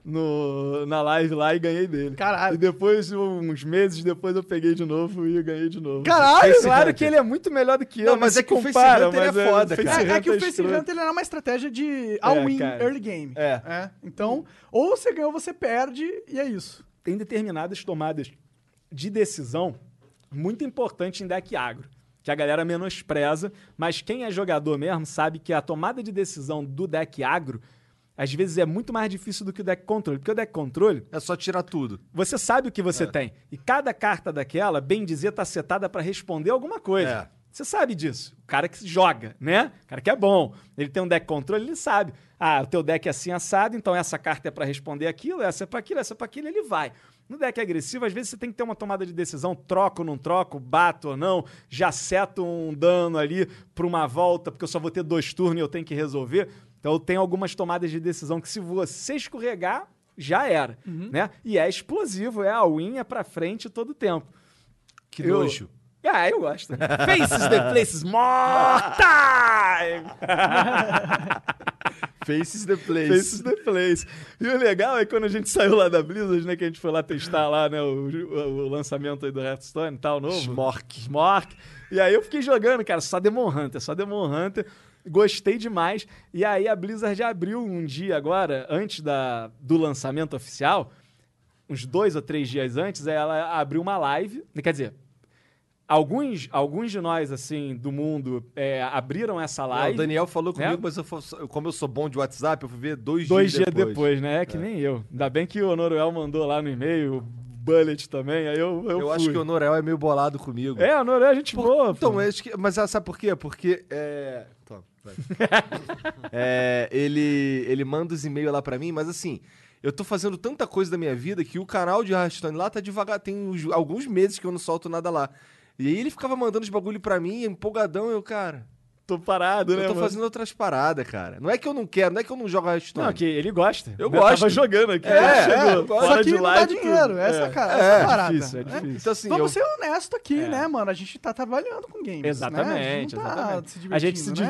no, na live lá e ganhei dele.
Caralho.
E depois, uns meses depois, eu peguei de novo e ganhei de novo.
Caralho!
Face Claro
Hunter.
que ele é muito melhor do que
Não,
eu,
mas
se
é que o Face
compara,
Hunter, ele
mas
é foda,
Face
cara.
É, é que o
Hunter
Face
tá escroto. É,
Hunter ele era uma estratégia de all-in
cara.
early game.
É.
Então, ou você ganhou, você perde, e é isso.
Tem determinadas tomadas de decisão muito importante em deck agro, que a galera menospreza, mas quem é jogador mesmo sabe que a tomada de decisão do deck agro às vezes é muito mais difícil do que o deck controle, porque o deck controle
É só tirar tudo.
você sabe o que você tem. E cada carta daquela, bem dizer, está setada para responder alguma coisa.
É.
Você sabe disso. O cara que joga, né? O cara que é bom. Ele tem um deck controle, ele sabe. Ah, o teu deck é assim assado, então essa carta é para responder aquilo, essa é para aquilo, essa é para aquilo, ele vai. No deck agressivo, às vezes você tem que ter uma tomada de decisão, troco ou não troco, bato ou não, já seto um dano ali para uma volta, porque eu só vou ter dois turnos e eu tenho que resolver. Então tem algumas tomadas de decisão que se você escorregar, já era, né? E é explosivo, é a unha pra frente todo tempo.
Que
Eu-
nojo.
Ah, eu gosto. Faces the places morta!
Faces the place.
Faces the place. E o legal é que quando a gente saiu lá da Blizzard, né? Que a gente foi lá testar lá, né? O, o- o lançamento aí do Hearthstone e tal, novo.
Smork.
Smork. E aí eu fiquei jogando, cara, só Demon Hunter, só Demon Hunter. Gostei demais. E aí a Blizzard abriu um dia agora, antes da, do lançamento oficial, uns dois ou três dias antes, aí ela abriu uma live. Quer dizer, alguns, alguns de nós, assim, do mundo, é, abriram essa
Não,
live.
o Daniel falou comigo,
É?
mas eu, fo- como eu sou bom de WhatsApp, eu fui ver dois,
Dois
dias,
dias depois, né? É que nem eu. Ainda bem que o Noruel mandou lá no e-mail, o Bullet também, aí eu, eu,
Eu, acho
fui.
que o Norel é meio bolado comigo.
É, o Noruel a gente boa,
Então,
pô.
eu acho que- mas ah, sabe por quê? Porque é, tá, vai. É, ele, ele manda os e-mails lá pra mim, mas assim, eu tô fazendo tanta coisa da minha vida que o canal de Hearthstone lá tá devagar, tem uns- alguns meses que eu não solto nada lá. E aí ele ficava mandando os bagulho pra mim, empolgadão, eu, cara,
Tô parado, né,
eu tô
mano?
fazendo outras paradas, cara. Não é que eu não quero, não é que eu não jogo Hearthstone.
Não, que ele gosta.
Eu
né?
gosto.
Tava jogando aqui.
É,
ele
é, eu
chegou.
gosto.
fora
Só que
de
não dá
live, tudo.
dinheiro, essa, cara, essa
é
parada.
difícil, é
né?
difícil. É.
Então assim,
Vamos
eu-
ser honesto aqui, né, mano? A gente tá trabalhando com games. né?
Exatamente,
A gente não tá
exatamente.
se
a gente se
divertindo,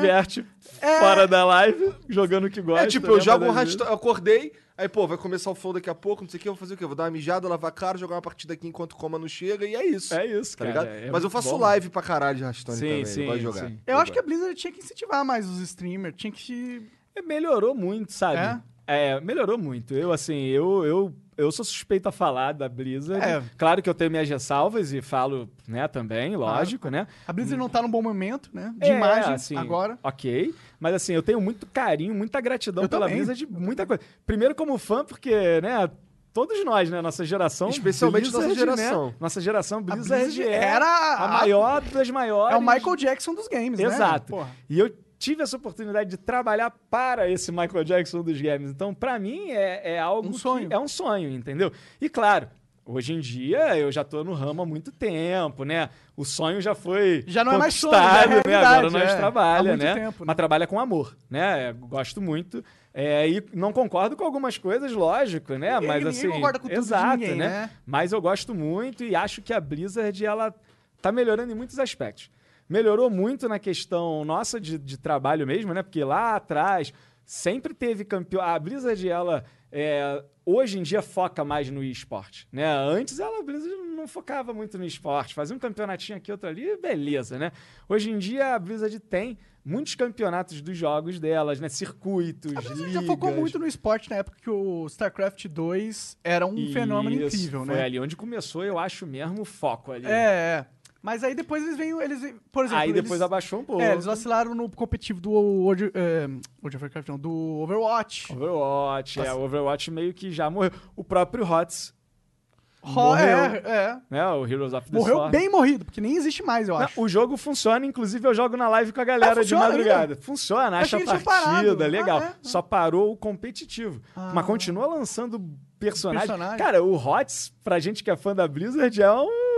né?
diverte fora da live, jogando o que gosta.
É tipo, eu
né,
jogo um
mas às
Hearthstone, eu acordei, aí pô, vai começar o flow daqui a pouco, não sei o que, eu vou fazer o quê? Eu Vou dar uma mijada, lavar a cara, jogar uma partida aqui enquanto o coma não chega, e é isso.
É isso,
tá
cara,
ligado?
é
Mas eu
muito
faço
bom.
live pra caralho de Hearthstone
Sim,
também,
sim,
vai jogar.
sim.
Eu acho que a Blizzard tinha que incentivar mais os streamers, tinha que.
É, Melhorou muito, sabe? É? melhorou muito. Eu, assim, eu, eu, eu sou suspeito a falar da Blizzard.
É.
Claro que eu tenho minhas ressalvas e falo, né, também, lógico, né?
A Blizzard não tá num bom momento, né? De
É,
imagem
assim,
agora.
Ok. Mas assim, eu tenho muito carinho, muita gratidão
Eu
pela
também.
Blizzard de muita coisa. Primeiro como fã, porque, né, todos nós, né, nossa geração.
Especialmente nossa
Blizzard,
geração.
Né, nossa geração
A
Blizzard,
Blizzard
é
era
a
a-
maior das maiores.
É o Michael Jackson dos games, né?
Exato.
Porra.
E eu tive essa oportunidade de trabalhar para esse Michael Jackson dos games. Então, pra mim, é, é algo.
Um
que-
sonho.
é um sonho, entendeu? E claro. Hoje em dia eu já tô no ramo há muito tempo, né? O sonho já foi
Já não é mais sonho,
conquistado,
já é
né? Agora
realidade,
nós
é.
trabalha,
Há muito
né?
tempo, né?
Mas trabalha com amor, né? Eu Gosto muito. É, e não concordo com algumas coisas, lógico, né?
Ninguém-
Mas
ninguém
assim,
concorda com tudo de
exato,
ninguém,
né?
né?
Mas eu gosto muito e acho que a Blizzard ela tá melhorando em muitos aspectos. Melhorou muito na questão nossa de, de trabalho mesmo, né? Porque lá atrás sempre teve campeão. A Blizzard ela é, hoje em dia foca mais no esporte, né? Antes ela a Blizzard não focava muito no esporte, fazia um campeonatinho aqui outro ali, beleza, né? Hoje em dia a Blizzard tem muitos campeonatos dos jogos delas, né? Circuitos,
A Blizzard já
ligas.
focou muito no esporte na época que o StarCraft 2 era um fenômeno
Isso,
incrível,
foi
né?
ali onde começou, eu acho mesmo o foco ali.
É, é. Mas aí depois eles vêm. Eles, vêm- é por exemplo,
Aí depois
eles,
abaixou um pouco.
É, eles vacilaram no competitivo do World, eh, World of Warcraft, não, do Overwatch.
Overwatch, é, o Overwatch meio que já morreu. O próprio HOTS,
Ro-
morreu.
É, é.
né, o Heroes of the
Morreu
Storm.
bem morrido, porque nem existe mais, eu
Não,
acho.
o jogo funciona, inclusive eu jogo na live com a galera
Ah,
de
funciona
madrugada. Funciona, acha
Achei que ele tinha
partida,
parado.
legal.
Ah, é?
Só parou o competitivo. Mas continua lançando personagem.
Personagem.
Cara, o HOTS, pra gente que é fã da Blizzard, é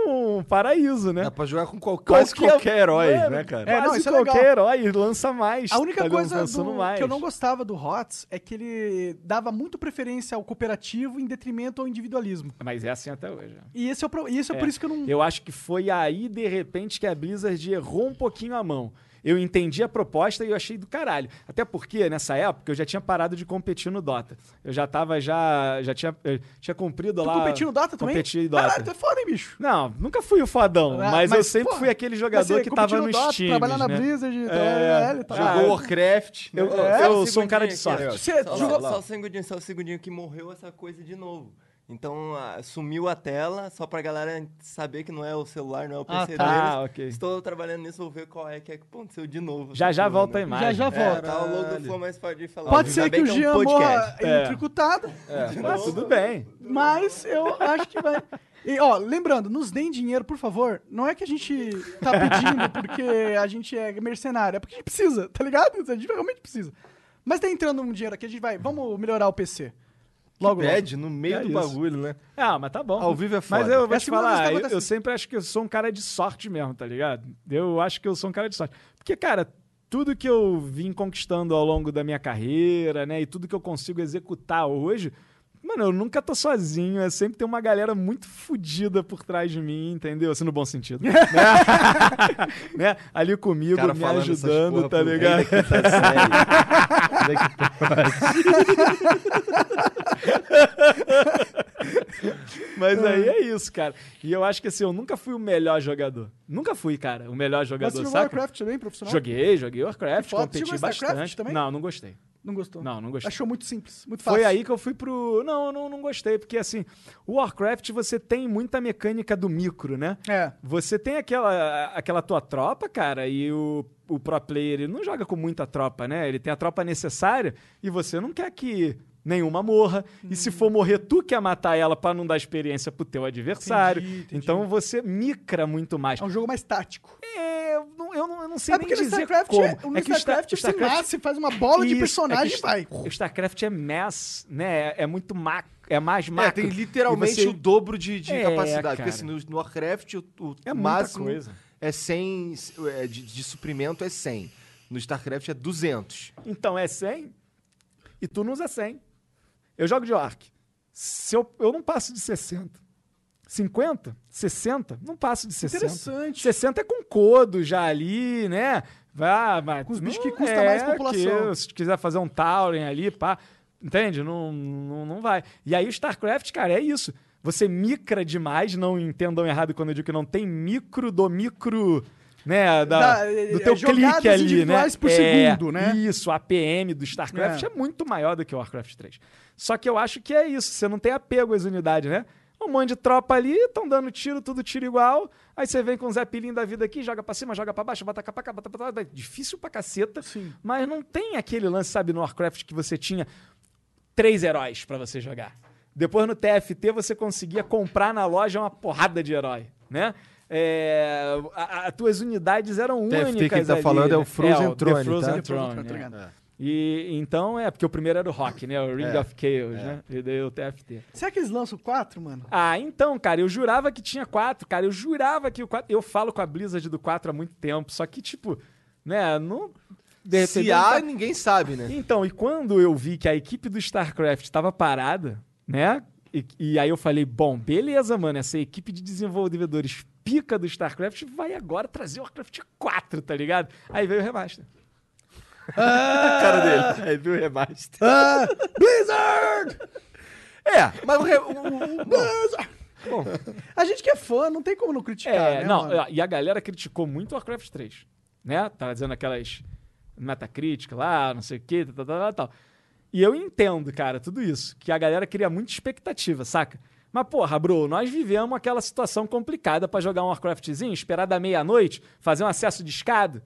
um paraíso, né?
Dá É pra jogar com qual- quase qualquer, um é herói,
Mano,
né, cara?
É,
é um Quase
não, isso é
qualquer
legal.
herói lança mais.
A única
tá ligado?
coisa
Lançando
do-
mais.
que eu não gostava do HOTS é que ele dava muito preferência ao cooperativo em detrimento ao individualismo.
Mas é assim até hoje. né?
E esse é, o pro- e esse é, por isso que eu não.
Eu acho que foi aí, de repente, que a Blizzard errou um pouquinho a mão. Eu entendi a proposta e eu achei do caralho. Até porque, nessa época, eu já tinha parado de competir no Dota. Eu já tava, já. Já tinha, eu tinha cumprido
Tu
lá.
competiu no Dota também?
Competi em
Caralho, tu
Dota.
é foda, hein, bicho?
Não, nunca fui o fodão,
Ah,
mas, eu
mas,
sempre
pô,
fui aquele jogador
Mas você
que
competiu
tava
no
nos
Dota,
times.
trabalhar na
né?
Blizzard,
É,
trabalhar na L, tá. É,
Jogou Warcraft.
Eu,
né?
eu sou um cara de sorte.
Você
Só,
jogou-
só o segundinho, só o segundinho que morreu essa coisa de novo.
Então ah, sumiu a tela, só pra galera saber que não é o celular, não é o PC
Ah,
deles.
tá. Ah, ok.
Estou trabalhando nisso, vou ver qual é que é que aconteceu de novo.
Já
essa
já
semana.
volta a imagem.
já
É,
volta.
tá o logo do Flow, mas pode falar.
Pode
Ainda
ser que
bem
o
é um
Jean
podcast.
morra
É.
eletrocutado,
É, mas tudo bem.
mas eu acho que vai. E, ó, lembrando, nos deem dinheiro, por favor. Não é que a gente tá pedindo porque a gente é mercenário, é porque a gente precisa, tá ligado? A gente realmente precisa. Mas tá entrando um dinheiro aqui, a gente vai. Vamos melhorar o PC. Logo, logo.
Pede no meio
É
do
isso.
bagulho, né?
Ah, mas tá bom.
Ao vivo é foda.
Mas eu vou
É a
te
segunda vez que
falar, eu,
acontece
eu
isso.
sempre acho que eu sou um cara de sorte mesmo, tá ligado? Eu acho que eu sou um cara de sorte. Porque, cara, tudo que eu vim conquistando ao longo da minha carreira, né, e tudo que eu consigo executar hoje, mano, eu nunca tô sozinho. É sempre tem uma galera muito fodida por trás de mim, entendeu? Assim, no bom sentido. né? Né? Ali comigo,
Cara
me
falando essas
ajudando,
porra
tá
pro rei da
ligado?
quinta série. Como é que
Mas aí é isso, cara. E eu acho que assim, eu nunca fui o melhor jogador. Nunca fui, cara, o melhor
Mas você
jogador,
jogou
saca?
Warcraft também, profissional?
Joguei, joguei Warcraft,
Foda,
competi
chegou a
bastante.
StarCraft também?
Não, não gostei.
Não gostou?
Não, não gostei.
Achou muito simples, muito fácil.
Foi aí que eu fui pro. Não, eu não, não gostei, porque assim, o Warcraft você tem muita mecânica do micro, né?
É.
Você tem aquela, aquela tua tropa, cara, e o, o pro player ele não joga com muita tropa, né? Ele tem a tropa necessária e você não quer que nenhuma morra. E se
Hum.
for morrer, tu quer matar ela pra não dar experiência pro teu adversário.
Entendi, entendi.
Então você micra muito mais.
É um jogo mais tático.
É, eu não, eu não, eu não sei
É
nem
porque no
dizer
StarCraft,
como.
é- no
que o Star-
StarCraft,
o StarCraft
você nasce, faz uma bola de
isso,
personagem
é
e
que
vai.
O StarCraft é mass, né? É, é muito mac, é mais
É,
macro.
tem literalmente
E você-
o dobro de, de
É,
capacidade.
cara.
Porque assim, no, no Warcraft, o, o
É muita
máximo
coisa.
é 100, é, de, de suprimento é 100. No StarCraft é 200.
Então é 100 e tu não usa 100. Eu jogo de orc. Se eu, eu não passo de 60. 50? 60? Não passo de 60.
Interessante.
60 é com codo já ali, né? Vá, mas
Com os
não
bichos que custa
é
mais população.
que- se quiser fazer um Tauren ali, pá. Entende? Não, não, não vai. E aí o StarCraft, cara, é isso. Você micra demais, não entendam errado quando eu digo que não tem micro do micro, né? Da,
Da-
do
é,
teu
jogadas
clique ali, né?
individuais por segundo, né?
Isso, a APM do StarCraft é.
É.
muito maior do que o Warcraft 3. Só que eu acho que é isso, você não tem apego às unidades, né? Um monte de tropa ali, estão dando tiro, tudo tiro igual. Aí você vem com o Zé Pilinho da vida aqui, joga pra cima, joga pra baixo, bota cá pra cá, bota pra lá. É difícil pra caceta. Mas não tem aquele lance, sabe, no Warcraft que você tinha três heróis pra você jogar. Depois no TFT você conseguia comprar na loja uma porrada de herói, né? É, a- a- as tuas unidades eram
TFT que
únicas
ele tá
ali,
falando é o
né?
Frozen
o The
Throne,
Frozen
tá?
Throne,
Frozen Throne, tá
é.
ligado?
É.
E então é, porque o primeiro era o Rock, né? O Ring
É,
of Chaos, né? E daí o TFT.
Será que eles lançam quatro, mano?
Ah, então, cara, eu jurava que tinha quatro, cara. Eu jurava que o quatro. Eu falo com a Blizzard do 4 há muito tempo, só que, tipo, né, não. de repente
Se
não
há,
tá-
ninguém sabe, né?
Então, e quando eu vi que a equipe do StarCraft tava parada, né? E, e aí eu falei, bom, beleza, mano, essa equipe de desenvolvedores pica do StarCraft vai agora trazer o Warcraft 4, tá ligado? Aí veio o remaster. Ah.
A cara dele. Aí viu é o remaster. Blizzard! É, mas o, re- o- o- bom,
A gente que é fã, não tem como não criticar,
É,
né,
não,
mano?
e a galera criticou muito o Warcraft 3, né? Tava dizendo aquelas metacrítica lá, não sei o quê, tá, tal, tal, tal, tal. E eu entendo, cara, tudo isso, que a galera cria muita expectativa, saca? Mas, porra, bro, nós vivemos aquela situação complicada pra jogar um Warcraftzinho, esperar da meia-noite, fazer um acesso de escada,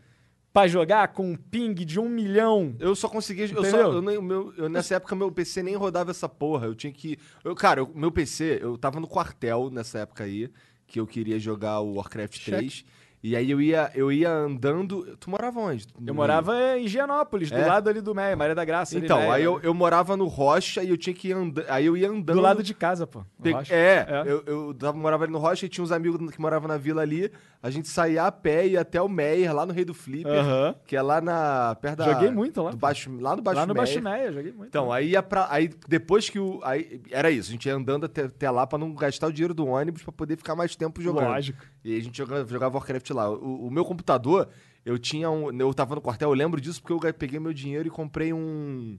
pra jogar com um ping de um milhão.
eu só consegui. Eu só,
Entendeu?
eu, nem- o meu, eu- nessa época, meu PC nem rodava essa porra. Eu tinha que. Eu, cara, eu- meu PC, eu tava no quartel nessa época aí, que eu queria jogar o Warcraft 3. E aí eu ia, eu ia andando. Tu morava onde?
Eu morava em Higienópolis, do
Uhum. É?
lado ali do Meia, Maria da Graça. ali,
Então,
Meia,
aí eu, eu morava no Rocha e eu tinha que andar. Aí eu ia andando.
né? Do lado de casa, pô. eu
Pe-
acho.
É, eu, eu tava- morava ali no Rocha e tinha uns amigos que moravam na vila ali. A gente saía a pé e ia até o Meyer, lá no Rei do Flipper,
Aham.
que é lá na. Perto da,
Joguei muito lá.
do baixo, lá no Baixo
Lá no
Meyer.
Baixo Meia, joguei muito.
Então, aí ia pra. Aí depois que o. Aí, era isso, a gente ia andando até, até lá pra não gastar o dinheiro do ônibus pra poder ficar mais tempo jogando.
Lógico.
E a gente jogava, jogava Warcraft lá. O, o meu computador, eu tinha um. Eu tava no quartel, eu lembro disso porque eu ga- peguei meu dinheiro e comprei um.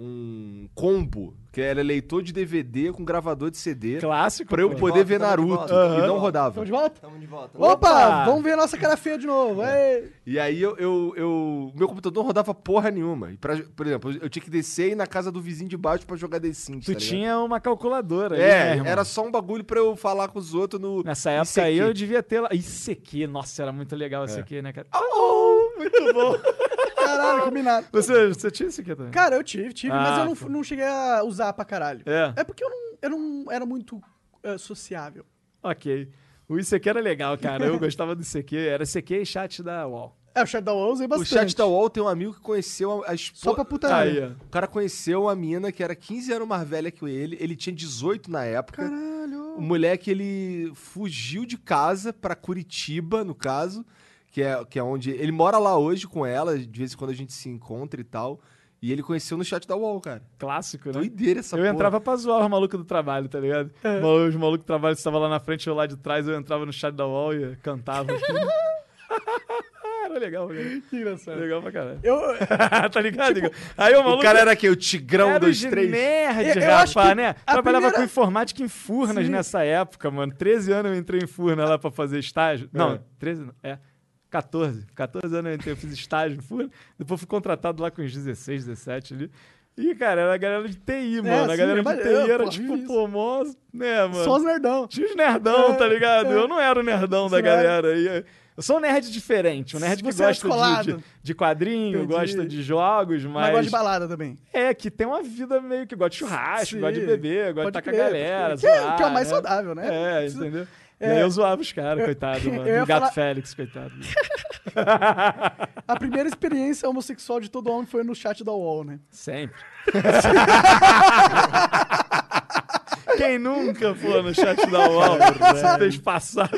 um combo, que era eleitor de DVD com gravador de CD.
Clássico,
Pra eu
pô. Então,
poder ver
Tamo de
Naruto.
volta, tamo de
E não
volta.
rodava.
Tamo de volta?
Tamo de volta.
Opa,
Opa! É.
vamos ver a nossa cara feia de novo. Ei.
E aí eu, eu, eu- Meu computador não rodava porra nenhuma. E pra- por exemplo, eu tinha que descer e ir na casa do vizinho de baixo pra jogar The Sims.
Tu
tá ligado?
tinha é uma calculadora aí, né,
É,
irmão?
era só um bagulho pra eu falar com os outros no.
Nessa
ICQ.
época aí eu devia ter lá. Isso aqui, nossa, era muito legal isso aqui, né, cara?
É. Oh, Muito bom.
Caralho, combinado.
Você, você tinha isso aqui também?
Cara, eu tive, tive, mas
Ah,
eu não,
pô.
fu- não cheguei a usar pra caralho.
É.
É porque eu não, eu não era muito eh, sociável.
Ok. O isso aqui era legal, cara. Eu gostava do isso aqui. Era isso aqui e chat da UOL.
É, o chat da UOL eu usei
O
bastante.
chat da UOL tem um amigo que conheceu a, a esposa.
Só pra
Ah,
Aí,
putaria.
ó.
O cara conheceu uma mina que era 15 anos mais velha que ele, ele tinha 18 na época. Caralho! O moleque, ele fugiu de casa pra Curitiba, no caso, que é, que é onde... Ele mora lá hoje com ela, de vez em quando a gente se encontra e tal. E ele conheceu no chat da UOL, cara.
Clássico, né?
Doideira essa
eu
porra. É.
entrava pra zoar os malucos do trabalho, tá ligado? Os malucos do trabalho estavam lá na frente, eu lá de trás, eu entrava no chat da UOL e cantava. era legal, cara.
Que engraçado.
Legal pra caralho.
Eu,
tá ligado? Igor? aí o maluco...
Tipo, O cara era que? O Tigrão
Era os
23?
nerd,
Eu- eu acho
rapaz,
que
né?
a
Trabalhava
primeira-
com informática em Furnas nessa época, mano. 13 anos eu entrei em Furnas lá pra fazer estágio. Não, 13 não, é. 14. 14 anos eu entrei, eu fiz estágio em Furnas. Depois fui contratado lá com uns 16, 17 ali. E, cara, era a galera de TI, mano. a
É, sim,
galera de
mas-
TI
eu,
era,
pô,
tipo,
vivi isso.
pô, mó, né, mano?
só os nerdão.
Tinha os nerdão,
É,
tá ligado?
é.
Eu não era o nerdão da
Você não era.
galera. E Eu sou um nerd diferente, um nerd que
Você era
gosta de- de,
descolado.
de, quadrinho,
Entendi.
gosta de jogos,
Mas gosto de balada também.
é, que tem uma vida meio que gosta de churrasco,
Sim.
gosta Ah, de beber, gosta de
Pode
estar com a
crer,
galera.
pode crer. Que é-
zoar,
que é o mais
né?
saudável, né?
É,
Não precisa-
entendeu?
É.
E aí eu zoava os caras, coitado,
eu
mano.
ia
O gato
falar-
Félix, coitado.
A primeira experiência homossexual de todo homem foi no chat da UOL, né?
Sempre. Quem nunca foi no chat da
É
UOL? né? se fez passar.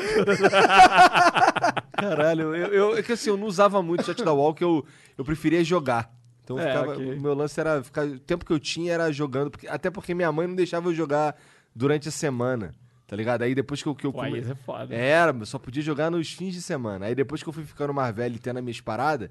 Caralho, eu, eu- é que assim, eu não usava muito o chat da UOL, que eu, eu preferia jogar. Então eu
É,
ficava-
ok.
o meu lance era ficar. O tempo que eu tinha era jogando, porque- até porque minha mãe não deixava eu jogar durante a semana, tá ligado? Aí depois que eu. Que eu
Pô, aí
come-
isso é foda.
Era, eu só podia jogar nos fins de semana. Aí depois que eu fui ficando mais velho e tendo as minhas paradas,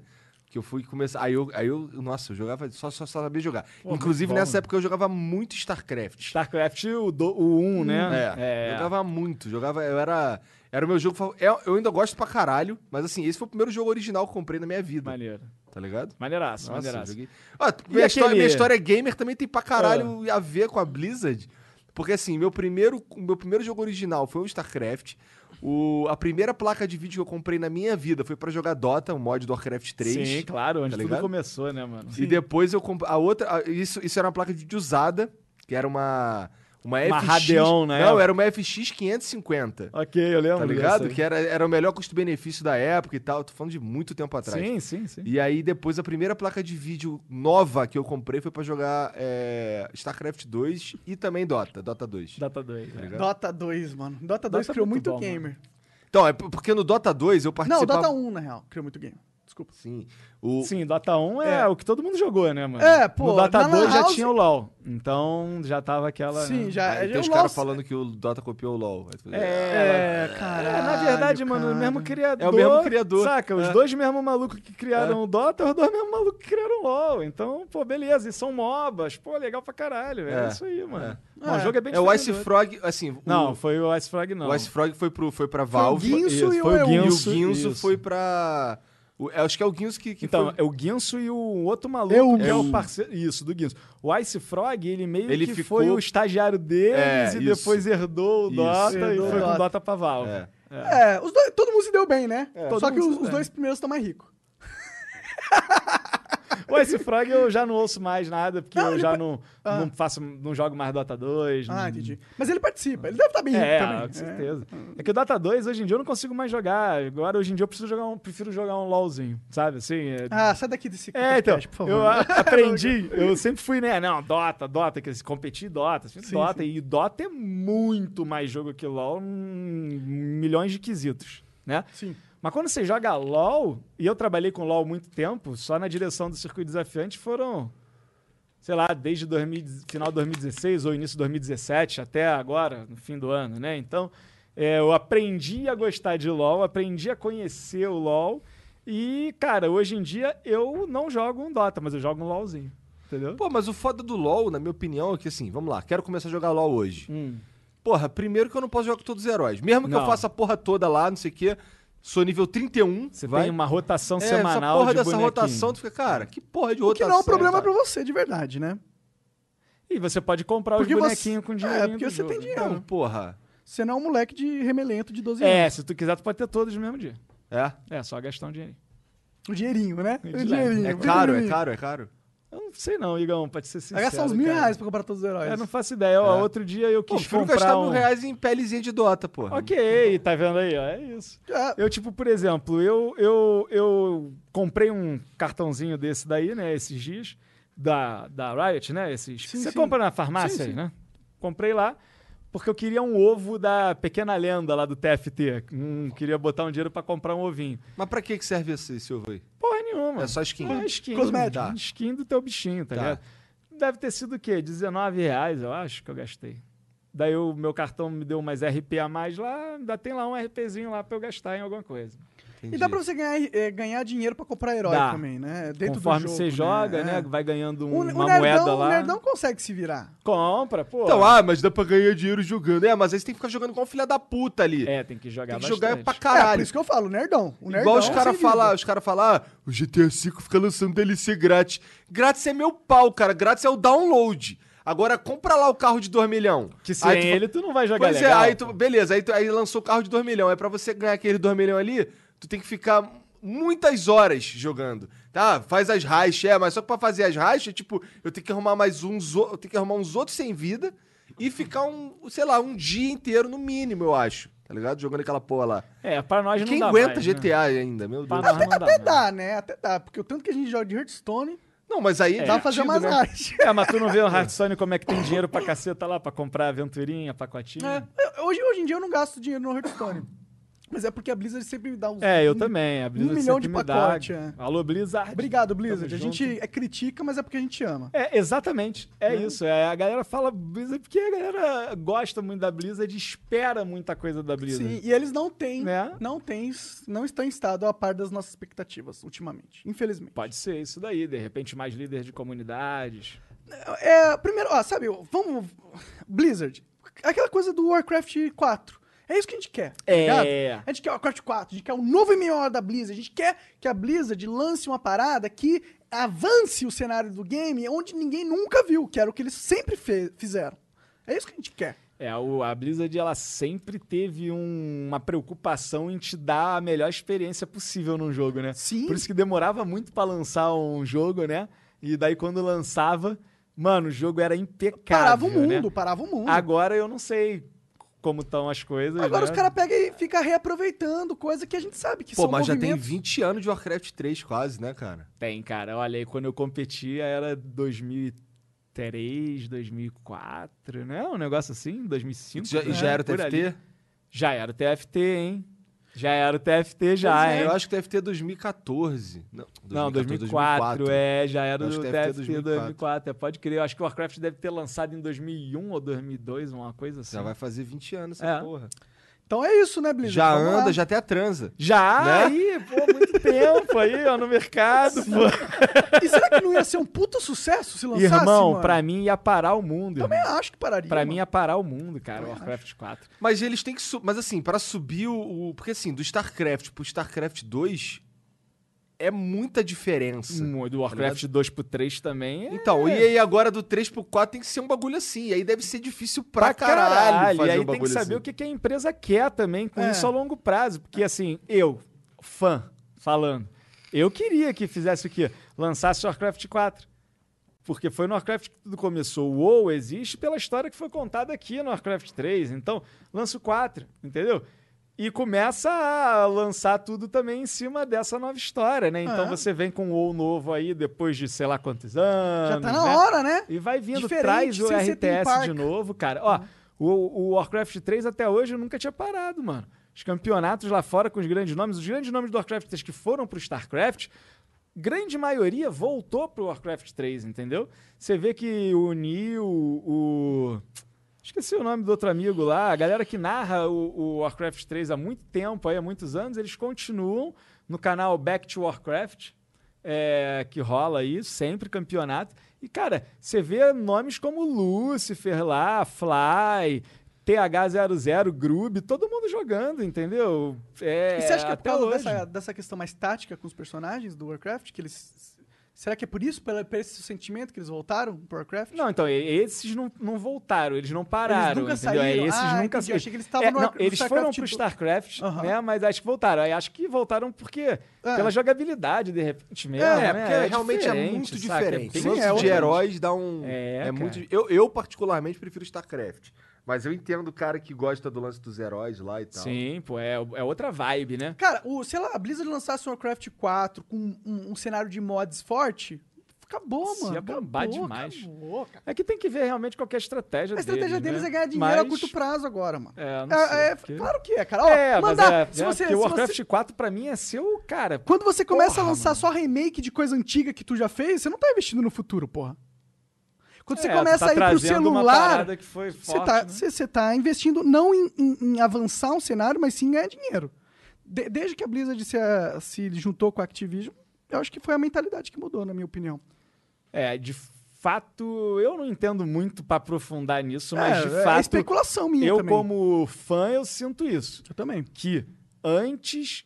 que eu fui começar. Aí eu, aí eu nossa, eu jogava, só, só, só sabia jogar. Inclusive
muito bom,
nessa
mano.
época eu jogava muito StarCraft.
StarCraft, É o, do, o 1,
Hum,
né?
É, Jogava muito, jogava. Eu era. Era o meu jogo favorito. Eu ainda gosto pra caralho, mas assim, esse foi o primeiro jogo original que eu comprei na minha vida.
Maneiro.
Tá ligado?
Maneiraço,
Nossa, eu
maneiraço.
joguei. Ah, minha, história,
aquele- Ah.
minha história gamer também tem pra caralho a ver com a Blizzard. Porque assim, meu primeiro, o meu primeiro jogo original foi o StarCraft. O, a primeira placa de vídeo que eu comprei na minha vida foi pra jogar Dota, um mod do Warcraft 3.
Sim, claro, onde
tá
tudo
ligado?
começou, né, mano?
E depois eu comprei. A outra. a- isso, isso era uma placa de vídeo usada, que era uma. Uma,
Uma
FX.
Radeon, né?
Não, era uma FX 550.
Ok, eu lembro.
Tá
dessa
ligado?
aí.
é
Que era, era o melhor custo-benefício da época e tal. Tô falando de muito tempo atrás.
Sim, sim, sim.
E aí, depois, a primeira placa de vídeo nova que eu comprei foi pra jogar é, StarCraft 2 e também Dota, Dota 2.
Data
tá
2. né?
ligado?
Dota 2, mano. Dota 2
Dota é
criou
muito
muito,
bom,
gamer.
Então, é p- porque no Dota 2 eu
Não,
participava...
Dota 1, na real, criou muito gamer. Desculpa.
Sim. O...
Sim, Dota 1 é,
É.
o que todo mundo jogou, né, mano?
É, pô,
No Dota
na Lan
2 já
House-
tinha o LOL. Então já tava aquela. né?
Sim, já.
Aí Ah, tem
já
os
é, eu
caras
lanço-
falando que o Dota copiou o LoL. Aí tu fala,
É, caralho.
É, na verdade, mano, o mesmo criador.
É o mesmo criador.
Saca? Os
É.
dois mesmo malucos que criaram o Dota, os dois mesmo malucos que criaram o LoL. Então, pô, beleza. E são MOBAs. Pô, legal pra caralho. É,
É.
isso aí, mano.
É.
Bom, o jogo é bem
É o
diferente
Ice
do outro.
Frog, assim... o-
Não, foi o Ice Frog, não.
O Ice Frog foi, pro, foi pra
o
Valve.
Guinso
Isso,
e o
foi
Eun.
Guinso.
Guinso,
E o Guinso
isso.
foi pra... o- eu acho que é o Guinso que, que
Então,
foi-
é o Guinso e o outro maluco
Eu,
que é o
meu.
parceiro. Isso, do Guinso. O Ice Frog, ele meio
Ele
que
ficou-
foi o estagiário deles
É,
e
isso.
depois herdou o
Isso.
Dota
Herdou
e
o
foi com o
Dota.
Dota pra Valve.
É.
É, os dois, todo mundo se deu bem, né?
É. todo
Só que
mundo
os,
se
os
deu.
dois primeiros estão mais ricos.
O Ice Frog eu já não ouço mais nada, porque eu já não,
Ah.
não faço, não jogo mais Dota 2. não-
Ah, entendi. Mas ele participa, ele deve estar bem rico
Hum. É,
também. né?
com certeza. É. que o Dota 2 hoje em dia eu não consigo mais jogar. Agora hoje em dia eu preciso jogar um, prefiro jogar um LoLzinho, sabe? Assim, é-
Ah, sai daqui desse
É, então,
podcast, por favor.
eu a- aprendi, eu sempre fui, né, não, Dota, Dota, que se competir Dota, sempre
Sim,
Dota,
sim.
e Dota é muito mais jogo que LoL, hum, milhões de quesitos, né?
Sim.
Mas quando você joga LoL, e eu trabalhei com LoL muito tempo, só na direção do circuito desafiante foram, sei lá, desde 2000, final de 2016 ou início de 2017 até agora, no fim do ano, né? Então, é, eu aprendi a gostar de LoL, aprendi a conhecer o LoL. E, cara, hoje em dia eu não jogo um Dota, mas eu jogo um LoLzinho. Entendeu?
Pô, mas o foda do LoL, na minha opinião, é que assim, vamos lá, quero começar a jogar LoL hoje. Porra, primeiro que eu não posso jogar com todos os heróis. Mesmo que eu
Hum. Não.
faça a porra toda lá, não sei o quê, sou nível 31.
Você
vai.
tem uma rotação
É,
semanal
Essa porra
de
dessa
bonequinho.
rotação, tu fica, cara, que porra de
O que
Tá
rotação.
não é um problema
cara?
pra você, de verdade, né?
E você pode comprar
Porque
os
você-
bonequinhos com dinheiro.
É, porque você tem dinheiro.
Não, porra.
Você não é um moleque de remelento de 12
É,
anos.
se tu quiser, tu pode ter todos no mesmo dia.
É?
É, só gastar um dinheirinho.
O dinheirinho, né?
De
O dinheirinho.
É
o
caro, é
pequenininho.
caro, é caro.
Eu não sei não, Igão, pra te ser
Vai
sincero.
gastar uns mil
cara.
reais pra comprar todos os heróis.
Eu não faço ideia. Ó, Outro dia eu
Pô,
quis
prefiro
comprar
gastar
um...
mil reais em pelezinha de Dota, porra.
Ok, tá vendo aí? Ó, é isso.
É.
Eu, tipo, por exemplo, eu, eu, eu comprei um cartãozinho desse daí, né? Esses dias, da, da Riot, né? Esses,
Sim,
você
sim.
compra na farmácia,
Sim, sim.
né? Comprei lá, porque eu queria um ovo da pequena lenda lá do TFT. Hum, queria botar um dinheiro pra comprar um ovinho.
Mas pra que que serve esse, esse ovo aí?
Porra nenhuma.
É só skin.
É skin.
né?
Cosmético. Tá.
Skin do teu bichinho, tá,
Tá.
ligado? Deve ter sido o quê? 19 reais, eu acho, que eu gastei. Daí o meu cartão me deu umas RP a mais lá, ainda tem lá um RPzinho lá pra eu gastar em alguma coisa.
E dá pra você ganhar, eh, ganhar dinheiro pra comprar herói
Dá.
também, né? Dentro
Conforme
do jogo,
você
né?
joga, né?
É.
Vai ganhando um-
O,
uma
o nerdão,
moeda
o
lá.
nerdão consegue se virar.
Compra, pô.
Então, ah, mas dá pra ganhar dinheiro jogando. É, mas aí você tem que ficar jogando igual um filho da puta ali.
é, tem que jogar
tem que
bastante.
jogar pra
É, por
caralho.
isso que eu falo, o nerdão. O nerdão
Igual os
se
caras
vira.
falam, os caras falam, ah, o GTA V fica lançando DLC grátis. Grátis é meu pau, cara. Grátis é o download. Agora compra lá o carro de 2 milhão.
Que sem
Aí tu fa-
ele tu não vai jogar
Pois
legal.
é, aí tu,
pô.
beleza, aí, tu, aí lançou o carro de 2 milhões. É pra você ganhar aquele 2 milhões ali, tu tem que ficar muitas horas jogando. Tá, faz as rachas, é, mas só que pra fazer as rachas, tipo, eu tenho que arrumar mais uns, o- eu tenho que arrumar uns outros sem vida e ficar um, sei lá, um dia inteiro no mínimo, eu acho. Tá ligado? Jogando aquela porra lá.
É, pra nós não
Quem
dá
aguenta
mais, né?
GTA ainda, meu Deus. Ah,
Pra
do
nós
céu.
não dá
Até
mais.
dá, né? Até dá. Porque o tanto que a gente joga de Hearthstone,
Não, mas aí é
dá pra fazer
divertido,
umas
né?
artes.
É, mas tu não vê o Hearthstone como é que tem dinheiro pra caceta lá, pra comprar aventurinha, pacotinho?
É, eu- hoje, hoje em dia eu não gasto dinheiro no Hearthstone. Mas é porque a Blizzard sempre me dá uns.
É, eu
um-
também. A Blizzard
milhão
sempre
de
me dá.
pacote, é.
Alô, Blizzard.
Obrigado, Blizzard.
Tamo
a gente Né? é, critica, mas é porque a gente ama.
É, exatamente. É isso. É, a galera fala Blizzard porque a galera gosta muito da Blizzard e espera muita coisa da Blizzard.
Sim, e eles não têm,
Né?
não têm, não estão em estado a par das nossas expectativas ultimamente, infelizmente.
Pode ser isso daí, de repente mais líderes de comunidades.
É, primeiro, ó, sabe, vamos. Blizzard. Aquela coisa do Warcraft 4. É isso que a gente quer. tá
É.
ligado? A gente quer o Warcraft 4, a gente quer um novo MMO da Blizzard. A gente quer que a Blizzard lance uma parada que avance o cenário do game onde ninguém nunca viu, que era o que eles sempre fe- fizeram. É isso que a gente quer.
É, o- a Blizzard ela sempre teve um- uma preocupação em te dar a melhor experiência possível num jogo, né?
Sim.
Por isso que demorava muito pra lançar um jogo, né? E daí quando lançava, mano, o jogo era impecável.
Parava o
né?
mundo, parava o mundo.
Agora eu não sei como estão as coisas.
Agora
né?
os caras pegam e ficam reaproveitando coisa que a gente sabe que
Pô,
são
mas já tem
movimentos...
20 anos de Warcraft 3 quase, né, cara?
Tem, cara. Olha aí, quando eu competia era 2003, 2004, né? Um negócio assim, 2005.
E já, e
né?
já era o
Por ali.
TFT?
Já era o TFT, hein? Já era o TFT, já,
Pois é,
hein?
Eu acho que o TFT é 2014. Não,
Não, 2004, é, já era
Eu
o
acho
TFT
que deve ter
2004.
2004,
é, pode crer. Eu acho que o Warcraft deve ter lançado em 2001 ou 2002, uma coisa assim.
Já vai fazer 20 anos essa
É.
porra.
Então é isso, né, Blizzard?
Já
Vamos lá.
anda, já até a transa.
Já
Né?
aí, pô, muito tempo aí, ó, no mercado, pô.
E será que não ia ser um puta sucesso se lançasse,
Irmão,
mano?
pra mim ia parar o mundo.
Também
irmão.
acho que pararia.
Pra
mano.
mim ia parar o mundo, cara, o Warcraft 4.
Mas eles têm que. su- Mas assim, pra subir o, o- Porque assim, do StarCraft pro StarCraft 2 é muita diferença.
Hum, Do Warcraft 2 pro 3 também. é-
Então, e aí agora do 3 pro 4 tem que ser um bagulho assim. E aí deve ser difícil pra, caralho, fazer
e aí
um
tem
bagulho
que saber
assim.
o que, que a empresa quer também com
É.
isso a longo prazo. Porque, assim, eu, fã, falando, eu queria que fizesse o quê? Lançasse Warcraft 4. Porque foi no Warcraft que tudo começou. O WoW existe pela história que foi contada aqui no Warcraft 3. Então, lança o 4, entendeu? E começa a lançar tudo também em cima dessa nova história, né? Então
É.
você vem com o WoW novo aí depois de sei lá quantos anos.
Já tá na
né?
hora, né?
E vai vindo,
Diferente,
traz o
sem ser theme
RTS
park.
de novo, cara. Ó, o, o Warcraft 3 até hoje eu nunca tinha parado, mano. Os campeonatos lá fora com os grandes nomes, os grandes nomes do Warcraft 3 que foram pro StarCraft, grande maioria voltou pro Warcraft 3, entendeu? Você vê que o Neil, o... Esqueci o nome do outro amigo lá, a galera que narra o, o Warcraft 3 há muito tempo, aí, há muitos anos, eles continuam no canal Back to Warcraft, é, que rola aí, sempre campeonato. E, cara, você vê nomes como Lúcifer lá, Fly, TH00, Grub, todo mundo jogando, entendeu? É,
E você acha que é por
até
causa
hoje.
dessa, dessa questão mais tática com os personagens do Warcraft? Que eles. Será que é por isso, pela- por esse sentimento que eles voltaram pro Warcraft?
Não, então, e- esses não, não voltaram, eles não pararam.
nunca
entendeu? É,
saíram?
Esses
Ah,
nunca
entendi,
saíram. É,
achei que eles estavam no
não,
Ar- no
Eles
StarCraft
foram pro
do-
StarCraft,
Aham.
né? Mas acho que voltaram. Aí acho que voltaram porque
É.
pela jogabilidade, de repente mesmo.
É,
né?
porque realmente é muito
saca? tipo
diferente.
bem
O lance de
diferente.
heróis dá um.
É,
É,
cara.
muito. Eu, eu, particularmente, prefiro StarCraft. Mas eu entendo o cara que gosta do lance dos heróis lá e tal.
Sim, pô, é, é outra vibe, né?
Cara, o, se ela, a Blizzard lançasse um Warcraft 4 com um, um cenário de mods forte, acabou,
Se
mano.
acabar
acabou,
demais.
Acabou, cara.
É que tem que ver realmente qual que é a estratégia
A estratégia deles,
né?
é ganhar dinheiro a
Mas-
curto prazo agora, mano.
É, não sei,
É, é,
porque-
Claro que é, cara. Ó,
é,
mandar.
mas é,
se
é,
você,
porque o
se
Warcraft
você-
4 pra mim é seu, cara.
Quando você começa
Porra,
a lançar só remake de coisa antiga que tu já fez, você não tá investindo no futuro, porra. Quando você
É,
começa
tá
a ir pro
trazendo uma
celular,
parada que foi
você
forte,
tá,
né?
você- você tá investindo não em, em- em avançar um cenário, mas sim em ganhar dinheiro. De- desde que a Blizzard se, a- se juntou com a Activision, eu acho que foi a mentalidade que mudou, na minha opinião.
É, de fato, eu não entendo muito pra aprofundar nisso, mas
É,
de
é
fato.
especulação minha
eu,
também.
como fã, eu sinto isso.
Eu também.
Que antes.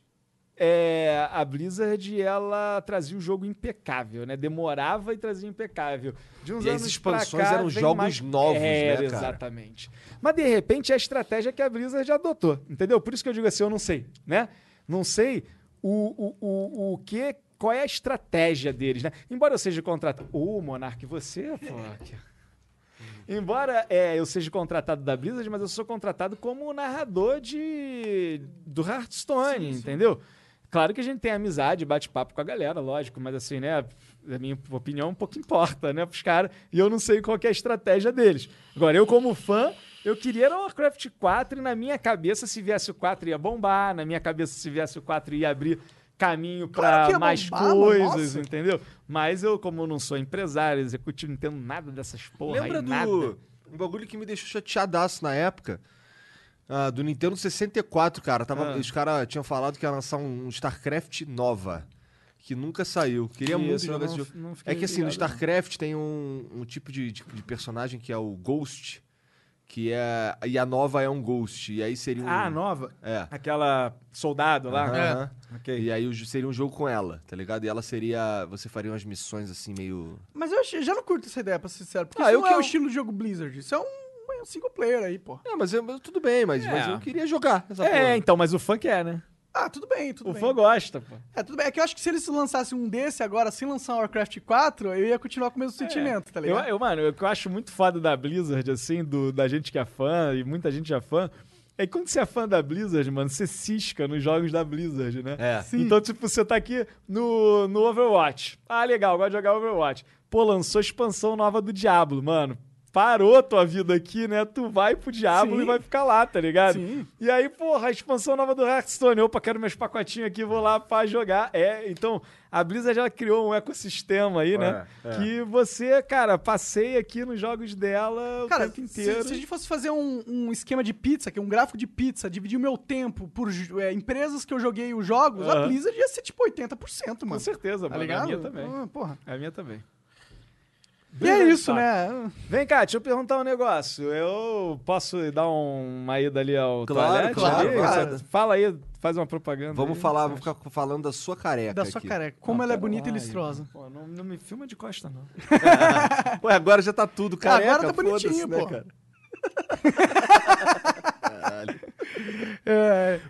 é, a Blizzard ela trazia o jogo impecável, né? Demorava e trazia impecável. De uns
E as
anos pra
expansões
cá,
eram
vem
jogos
mais-
novos, né,
Era,
cara?
Exatamente. Mas de repente é a estratégia que a Blizzard adotou, entendeu? Por isso que eu digo assim, eu não sei, né? Não sei o, o, o, o que, qual é a estratégia deles, né? Embora eu seja contratado... Ô, Monark, você, é pô... Embora é, eu seja contratado da Blizzard, mas eu sou contratado como narrador de do Hearthstone, entendeu? Claro que a gente tem amizade, bate-papo com a galera, lógico, mas assim, né? A minha opinião um pouco importa, né, pros caras. E eu não sei qual que é a estratégia deles. Agora, eu como fã, eu queria era o Warcraft 4 e na minha cabeça, se viesse o 4 ia bombar, na minha cabeça, se viesse o 4 ia abrir caminho
Claro
pra
que ia
mais
bombar, mano,
coisas,
nossa.
entendeu? Mas eu, como não sou empresário, executivo, não entendo nada dessas porra
Lembra
aí,
do.
nada.
Um bagulho que me deixou chateadaço na época. ah, do Nintendo 64, cara. Tava,
Ah.
Os caras tinham falado que ia lançar um, um StarCraft nova. Que nunca saiu. Queria
Isso,
muito
eu
jogar
não-
esse jogo.
não
É
fiquei
que assim, no
ligado, não.
StarCraft tem um, um tipo de, de- de personagem que é o Ghost. Que é. E a nova é um Ghost. E aí seria um.
Ah, nova?
É.
Aquela soldado lá?
Aham.
Ok.
É, E aí o jo- seria um jogo com ela, tá ligado? E ela seria. Você faria umas missões assim meio.
Mas eu achei- já não curto essa ideia, pra ser sincero, porque
Ah,
isso
eu
não
que
é o
eu-
estilo de jogo Blizzard. Isso é um, é um single player aí, pô.
É, mas, eu- mas tudo bem, mas,
É.
mas eu queria jogar essa
É,
porra.
então, mas o fã quer, né?
Ah, tudo bem, tudo
o
bem.
fã gosta, pô.
É, tudo bem. É que eu acho que se eles lançassem um desse agora, sem lançar um Warcraft 4, eu ia continuar com o mesmo sentimento, tá
É, Eu,
ligado?
eu, mano, o que eu acho muito foda da Blizzard, assim, do, da gente que é fã, e muita gente é fã, é que quando você é fã da Blizzard, mano, você cisca nos jogos da Blizzard, né?
É.
Sim.
Então, tipo, você tá aqui no, no Overwatch. Ah, legal, gosto de jogar Overwatch. Pô, lançou a expansão nova do Diablo, mano. Parou tua vida aqui, né? Tu vai pro Diablo
Sim.
e vai ficar lá, tá ligado?
Sim.
E aí, porra, a expansão nova do Hearthstone. Opa, quero meus pacotinhos aqui, vou lá pra jogar. É, então, a Blizzard ela criou um ecossistema aí, né?
É, é.
Que você, cara, passeia aqui nos jogos dela o
Cara,
tempo
se,
inteiro.
se a gente fosse fazer um, um esquema de pizza, que é um gráfico de pizza, dividir o meu tempo por ju- é, empresas que eu joguei os jogos, a
Aham.
Blizzard ia ser tipo 80%, mano.
Com certeza,
tá
mano.
ligado?
A minha também.
Ah, porra.
A minha também.
E é isso,
Tá.
né?
Vem cá, deixa eu perguntar um negócio. Eu posso dar uma ida ali ao
Claro,
toalete?
claro,
ali?
claro.
Fala aí, faz uma propaganda.
Vamos
aí,
falar,
você
vamos
acha?
ficar falando da sua careca.
Da sua
aqui. Ah,
careca. Como ela é bonita e
um Tá. Ai,
listrosa.
Pô, não, não me filma de costa, não.
Ué, agora já tá tudo careca.
Agora tá
foda-se,
bonitinho,
né,
pô.
cara? Caralho.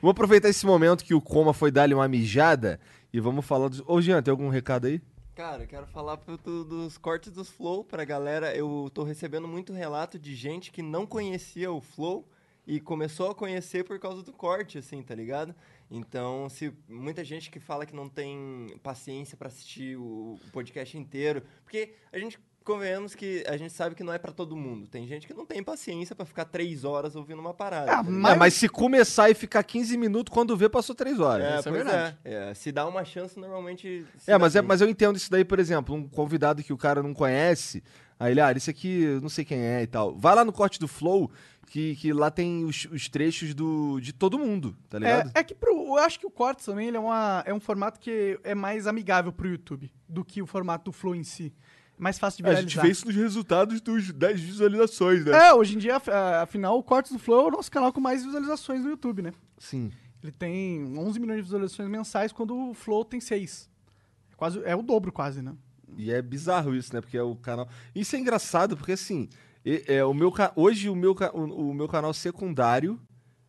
Vou É. aproveitar esse momento que o Coma foi dar-lhe uma mijada e vamos falar dos. Ô, Jean, tem algum recado aí?
Cara, eu quero falar pro- do- dos cortes dos Flow pra galera. Eu tô recebendo muito relato de gente que não conhecia o Flow e começou a conhecer por causa do corte, assim, tá ligado? Então, se muita gente que fala que não tem paciência pra assistir o o podcast inteiro, porque a gente convenhamos que a gente sabe que não é pra todo mundo. Tem gente que não tem paciência pra ficar três horas ouvindo uma parada.
Ah,
tá ligado?
mas... se começar e ficar 15 minutos, quando vê, passou 3 horas.
É,
Isso é
pois
verdade.
é. É, se dá uma chance, normalmente. se
É,
dá
mas, é,
bem.
mas eu entendo isso daí, por exemplo, um convidado que o cara não conhece, aí ele, ah, isso aqui eu não sei quem é e tal. Vai lá no corte do Flow, que, que lá tem os, os trechos do, de todo mundo, tá ligado?
É, é que pro, eu acho que o Cortes também ele é, uma, é um formato que é mais amigável pro YouTube do que o formato do Flow em si. É mais fácil de
a
viralizar.
gente vê isso nos resultados dos 10 visualizações, né?
É, hoje em dia, af- ah, afinal, o Cortes do Flow é o nosso canal com mais visualizações no YouTube, né?
Sim.
Ele tem 11 milhões de visualizações mensais, quando o Flow tem 6. É, quase, é o dobro quase, né?
E é bizarro isso, né? Porque é o canal. Isso é engraçado, porque assim, e- é, o meu ca- hoje o meu, ca- o, o meu canal secundário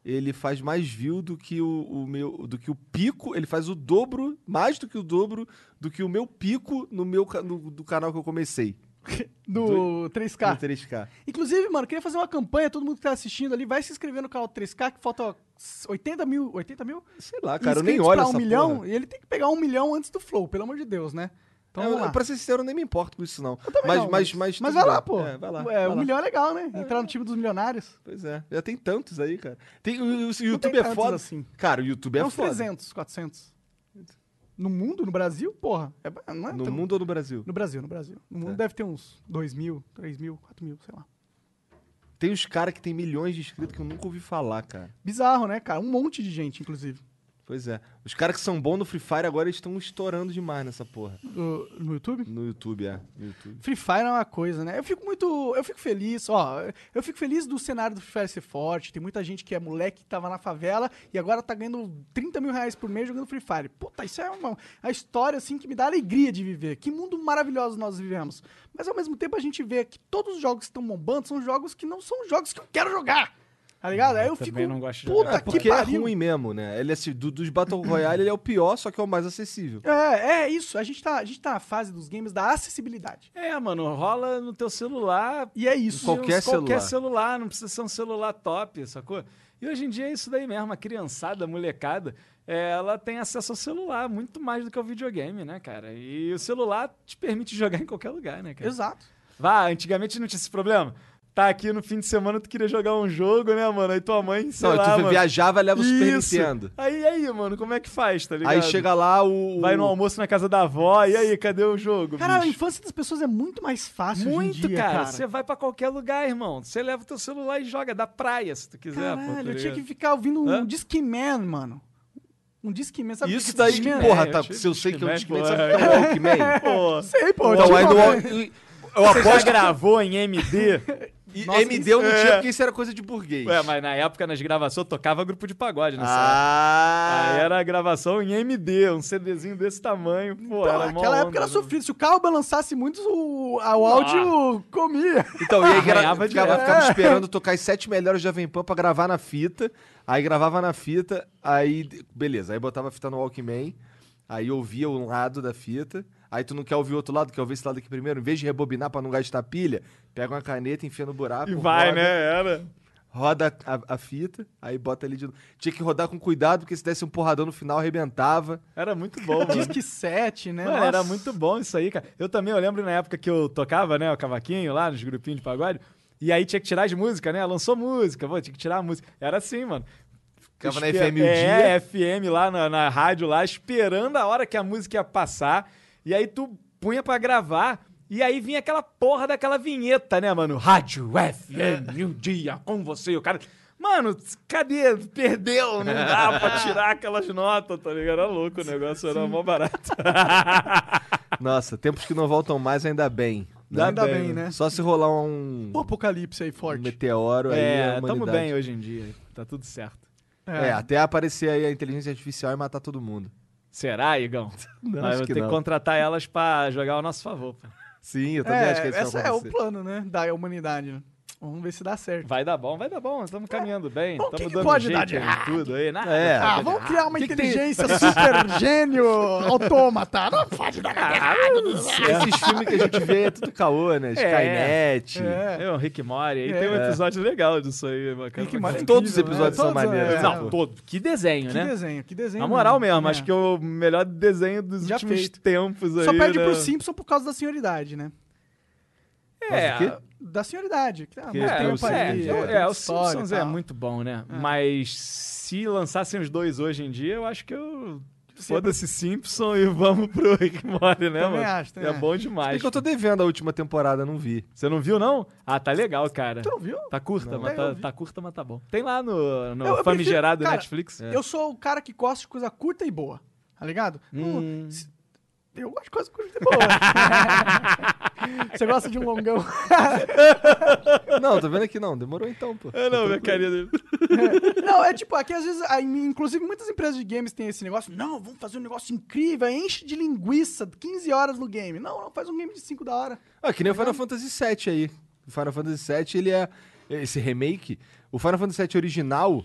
ele faz mais view do que o, o meu do que o pico, ele faz o dobro, mais do que o dobro do que o meu pico no meu ca- no- do canal que eu comecei,
Do
no
3K.
3K.
Inclusive, mano, eu queria fazer uma campanha, todo mundo que tá assistindo ali, vai se inscrever no canal 3K, que falta ó, 80 mil, 80 mil?
Sei lá, cara, eu nem
inscritos
olho
pra
essa
um milhão,
porra.
e ele tem que pegar um milhão antes do Flow, pelo amor de Deus, né? Então,
É,
vamos lá.
pra ser sincero, eu nem me importo com isso não.
Também
Mas
não,
mas mas
mas
tudo
vai lá,
bem.
pô.
É, vai lá.
É,
vai
um
lá.
milhão é legal, né? Entrar no time dos milionários.
Pois é, já tem tantos aí, cara. Tem, o, o- o
tem
YouTube é
tantos
foda.
assim.
Cara, o YouTube é
É uns
foda.
300, 400. No mundo, no Brasil, porra. É, ba- não é
No
tão-
mundo ou no Brasil?
No Brasil, no Brasil. No mundo
Tá.
deve ter uns 2 mil, 3 mil, 4 mil, sei lá.
Tem uns caras que tem milhões de inscritos que eu nunca ouvi falar, cara.
Bizarro, né, cara? Um monte de gente, inclusive,
Pois é. Os caras que são bons no Free Fire agora eles estão estourando demais nessa porra.
no, no YouTube.
No YouTube, é. No YouTube.
Free Fire é uma coisa, né? Eu fico muito. Eu fico feliz, ó. Eu fico feliz do cenário do Free Fire ser forte. Tem muita gente que é moleque, que tava na favela e agora tá ganhando 30 mil reais por mês jogando Free Fire. Puta, isso é uma, a história, assim, que me dá alegria de viver. Que mundo maravilhoso nós vivemos. Mas ao mesmo tempo a gente vê que todos os jogos que estão bombando são jogos que não são jogos que eu quero jogar. Tá ligado? Aí eu
É, também
fico.
não gosto de
puta
jogar.
É porque
Ah, que
é
pariu.
ruim mesmo, né? Ele, assim, do- dos Battle Royale, ele é o pior, só que é o mais acessível.
É, é isso. A gente, tá, a gente tá na fase dos games da acessibilidade.
É, mano, rola no teu celular.
E é isso.
e
Qualquer
uns-
celular.
qualquer celular, não precisa ser um celular top, sacou? E hoje em dia é isso daí mesmo, a criançada, a molecada, é, ela tem acesso ao celular muito mais do que ao videogame, né, cara? E o celular te permite jogar em qualquer lugar, né, cara?
Exato.
Vá, antigamente não tinha esse problema. Tá aqui no fim de semana, tu queria jogar um jogo, né, mano? Aí tua mãe, sei
Não,
lá,
tu
mano.
viajava e leva o Super
Isso.
Nintendo.
Aí, aí, mano, como é que faz, tá ligado?
Aí chega lá o.
Vai no almoço na casa da avó, e aí, cadê o jogo,
Cara, a
bicho?
infância das pessoas é muito mais fácil hoje em
Muito,
dia,
cara. Você vai pra qualquer lugar, irmão. Você leva o teu celular e joga da praia, se tu quiser. pô, tá
Caralho, eu tinha que
ligado?
ficar ouvindo um
Hã?
Discman, mano. Um Discman, sabe? o que
Isso
que é
daí,
Discman?
porra,
eu
tá,
tive
se eu sei que é um
Discman,
Discman,
pô,
sabe
é.
o que é um Walkman?
Pô,
Sei, pô.
Então,
eu
aí
tive
no,
uma-
eu, eu
Você já
aposto que
gravou em MD?
e
Nossa,
MD eu não
isso-
tinha,
é.
porque isso era coisa de burguês.
Ué, mas na época, nas gravações, tocava grupo de pagode, né? sabe?
Ah!
Aí era a gravação em MD, um CDzinho desse tamanho, pô,
Pô,
era mó
Aquela época
onda,
era
né? Ah.
sofrido. Se o carro balançasse muito, o, a- o áudio comia.
Então, e aí gra-
Arranhava
ficava,
direto.
ficava esperando tocar as sete melhores da Jovem Pan pra gravar na fita. Aí gravava na fita, aí... Beleza, aí botava a fita no Walkman, aí ouvia um lado da fita. Aí tu não quer ouvir o outro lado, quer ouvir esse lado aqui primeiro. Em vez de rebobinar pra não gastar pilha, pega uma caneta, enfia no buraco,
E vai,
roda,
né? Era.
roda a, a fita, aí bota ali de novo. Tinha que rodar com cuidado, porque se desse um porradão no final, arrebentava.
Era muito bom, mano.
Disque 7, né?
Mano,
Nossa.
É, era muito bom isso aí, cara. Eu também, eu lembro na época que eu tocava, né, o cavaquinho lá nos grupinhos de pagode. E aí tinha que tirar de música, né? Lançou música, pô, tinha que tirar a música. Era assim, mano.
Ficava na
Espe-
FM o
É,
dia.
FM lá na, na rádio, lá, esperando a hora que a música ia passar. E aí tu punha pra gravar. E aí vinha aquela porra daquela vinheta, né, mano? Rádio FM,
É.
o dia com você, o cara. Mano, cadê? Perdeu, não dá pra tirar aquelas notas, tá ligado? Era louco o negócio, era mó barato.
Nossa, tempos que não voltam mais, ainda bem. né?
Ainda bem, né?
Só se rolar um,
O apocalipse aí
um
forte.
meteoro aí, a
É, tamo
humanidade-
bem hoje em dia. Tá tudo certo.
É, até aparecer aí a inteligência artificial e matar todo mundo.
Será, Igão? Não,
acho
vou
que
ter
não.
que contratar elas pra jogar ao nosso favor. pô.
Sim, eu
É, esse é o plano, né? Da humanidade. né? Vamos ver se dá certo.
Vai dar bom, vai dar bom. Estamos caminhando bem.
Bom, o que
Estamos
que
dando
pode
jeito
dar de
em
errado?
tudo aí, né?
É.
Ah, vamos criar uma
Que que tem?
inteligência super gênio autômata. Não pode dar
ah,
nada errado. não sei.
Esses filmes que a gente vê é tudo caô, né? Skynet.
É.
É o Rick Mori. Aí
É.
tem um episódio legal disso aí, bacana.
Rick and Morty é
Todos os
incrível, né?
episódios são
Todos,
maneiros,
é.
né?
Não, todo. Que desenho,
Que
né?
desenho, que desenho.
Na moral mesmo,
É.
acho que é o melhor desenho dos
Já
últimos
feito.
tempos aí.
Só perde
né?
pro Simpson por causa da senioridade, né? É,
do quê?
da senioridade. Que, ah,
Que
mas tem
É, eu
um país,
sei.
tem
É,
uma
é, o
história e
Simpsons é
tal.
muito bom, né? Mas se lançassem os dois hoje em dia, eu acho que eu. Foda-se Simpson e vamos pro Rick and Morty, né,
Também
mano?
acho, também
é
acho.
bom
Por
demais.
que eu tô devendo a última temporada, não vi.
Você não viu, não? Ah, tá legal, cara.
Tu não viu?
Tá curta,
Não.
mas
É, eu
tá,
vi.
tá curta, mas tá bom. Tem lá no, no
Eu- eu prefiro-
famigerado
cara,
Netflix.
É. Eu sou o cara que gosta de coisa curta e boa, tá ligado? Não-
Hum.
se- Eu gosto de coisa curta e boa. Você gosta de um longão.
Não, tô vendo aqui não. Demorou então, pô.
É,
Eu não, minha carinha dele.
Não, é tipo, aqui às vezes, a- inclusive muitas empresas de games têm esse negócio. Não, vamos fazer um negócio incrível, enche de linguiça, 15 horas no game. Não, não, faz um game de 5 da hora.
Ah, que nem o Final Fantasy VII aí. O Final Fantasy VII, ele é... Esse remake... O Final Fantasy VII original...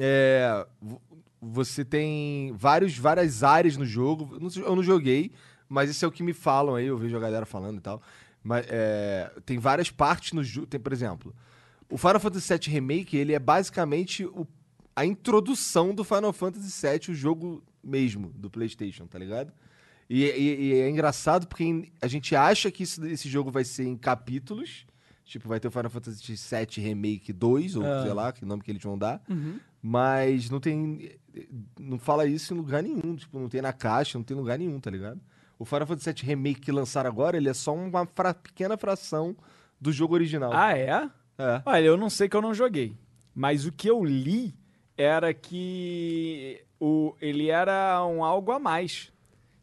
É... vo- Você tem vários, várias áreas no jogo. Eu não- Eu não joguei, mas isso é o que me falam aí. Eu vejo a galera falando e tal. Mas é, tem várias partes no jogo. Tem, por exemplo... O Final Fantasy VII Remake, ele é basicamente o- a introdução do Final Fantasy VII, o jogo mesmo do PlayStation, tá ligado? E, e- e é engraçado porque em- a gente acha que isso- esse jogo vai ser em capítulos. Tipo, vai ter o Final Fantasy VII Remake 2, ou
Ah.
sei lá, que nome que eles vão dar.
Uhum.
Mas não tem. Não fala isso em lugar nenhum. Tipo, não tem na caixa, não tem lugar nenhum, tá ligado? O Final Fantasy VII Remake que lançaram agora, ele é só uma fra- pequena fração do jogo original.
Ah, é?
É.
Olha, eu não sei que eu não joguei. Mas o que eu li era que o, ele era um algo a mais.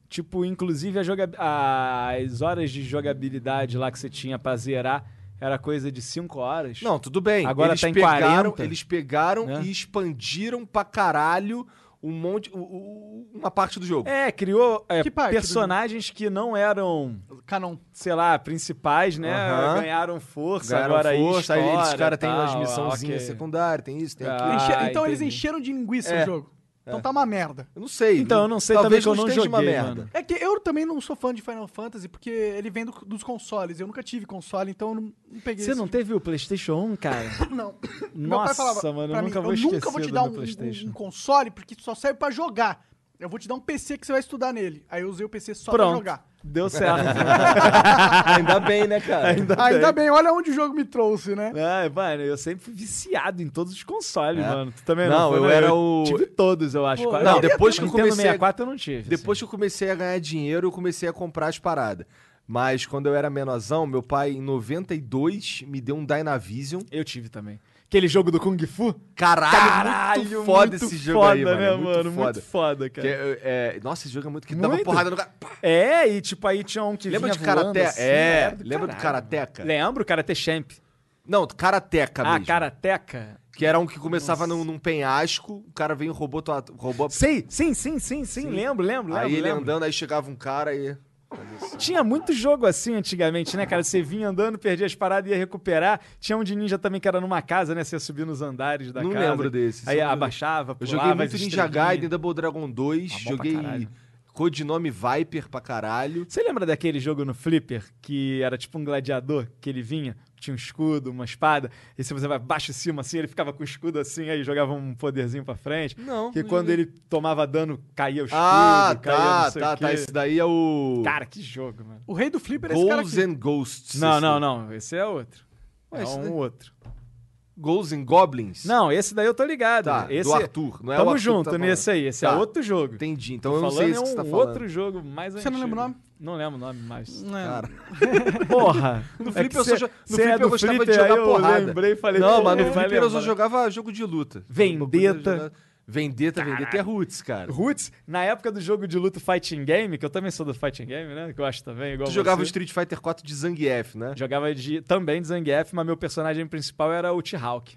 Tipo, inclusive a joga- as horas de jogabilidade lá que você tinha pra zerar era coisa de 5 horas.
Não, tudo bem.
Agora
eles
tá em
pegaram,
40.
Eles pegaram
Né?
e expandiram pra caralho um monte, o- o- uma parte do jogo.
É, criou é,
Que parte do
personagens que não eram,
Canon.
sei lá, principais, né?
Aham.
Ganharam força,
Ganharam
agora
força,
aí
aí
história,
eles, os caras têm umas
tal,
missãozinhas
ok.
secundárias, tem isso, tem
Ah.
aquilo.
Enche- então eles
entendi.
encheram de linguiça
É,
o jogo. Então tá uma merda.
Eu não sei.
Então, eu não sei
talvez
também que eu não
esteja uma
joguei,
merda.
mano.
É que eu também não sou fã de Final Fantasy, porque ele vem do- dos consoles. Eu nunca tive console, então eu não, não peguei
Você
esse
não teve o PlayStation 1, cara?
Não. Meu pai
Nossa,
falava
mano,
pra
eu
mim,
nunca vou
eu
esquecer
nunca vou te
do
dar
meu
um,
PlayStation.
um console porque só serve pra jogar. Eu vou te dar um PC que você vai estudar nele. Aí eu usei o PC só pra
Pronto.
jogar.
Deu certo.
Ainda bem, né, cara?
Ainda bem, olha onde o jogo me trouxe, né?
Ah, mano, eu sempre fui viciado em todos os consoles,
É?
mano. Tu também
Não,
foi,
eu
né?
era o-
Tive todos, eu acho.
Pô,
quase.
não,
depois que eu
Nintendo
comecei a-
64 eu não tive. assim.
Depois que eu comecei a ganhar dinheiro, eu comecei a comprar as paradas. Mas quando eu era menorzão, meu pai, em 92, me deu um Dynavision.
assim. Eu tive também. Aquele jogo do Kung Fu?
Caralho, é muito foda esse jogo aí,
foda,
mano.
né,
é muito
mano?
foda.
Muito foda,
Que
cara.
é- é- nossa, esse jogo é muito... Que dava
Muito?
porrada no cara. Pá!
É, e tipo, aí tinha um que
Lembra
vinha
de
voando
Karateca?
assim,
é,
era do
lembra do
caralho.
Karateca?
Lembro, Karate Champ.
Não, Karateca
Ah,
mesmo.
Karateca.
Que era um que começava num, num penhasco, o cara veio e roubou tua... Roubou a...
Sei, sim, sim, sim, sim, lembro, lembro,
aí
lembro,
ele
lembro.
andando, aí chegava um cara e...
Tinha muito jogo assim antigamente, né, cara? Você vinha andando, perdia as paradas e ia recuperar. Tinha um de ninja também que era numa casa, né? Você ia subir nos andares da
Não
casa.
lembro desse,
Aí
só não-
abaixava,
Eu
pulava,
joguei muito
as
Ninja
estrelinhas.
Gaiden, Double Dragon 2,
Ah, bom pra
joguei
caralho.
codinome Viper pra caralho.
Você lembra daquele jogo no Flipper que era tipo um gladiador que ele vinha, tinha um escudo, uma espada, e se você vai baixo e cima assim, ele ficava com o escudo assim, aí jogava um poderzinho pra frente.
Não,
Que
não
quando
joguei.
ele tomava dano, caía o escudo,
Ah,
caía
tá,
não sei
tá,
o quê.
tá. Esse daí é o...
Cara, que jogo, mano.
O rei do flipper é esse cara
Goals
aqui.
and Ghosts.
Não,
esse
não,
daí.
não. Esse é outro.
Ué,
é
esse
um
daí-
outro.
Goals and Goblins?
Não, esse daí eu tô ligado.
Tá,
esse
do Arthur. Não é o Arthur
Tamo
que tá
junto
falando.
nesse aí. Esse é
Tá.
outro jogo.
Entendi, então eu não
falando
sei esse
é um
que você tá falando.
outro jogo mais
Você não
antigo.
lembra o nome?
Não lembro o nome mais.
É.
Cara.
Porra!
No
É
Flip
que
eu só
cê-
jo- no
cê
Flip
é
eu
do
gostava de
Flipper,
jogar
aí eu
porrada.
lembrei e falei... é
Não, mas no
"Pô, vai
Flipper eu só
lembrar."
jogava jogo de luta.
Vendetta.
Jogar- Vendetta, Vendetta é Roots, cara.
Roots, na época do jogo de luta Fighting Game, que eu também sou do Fighting Game, né? Que eu acho também, igual
Tu jogava o
você.
Street Fighter 4 de Zangief, né?
Jogava de, também de Zangief, mas meu personagem principal era o T-Hawk.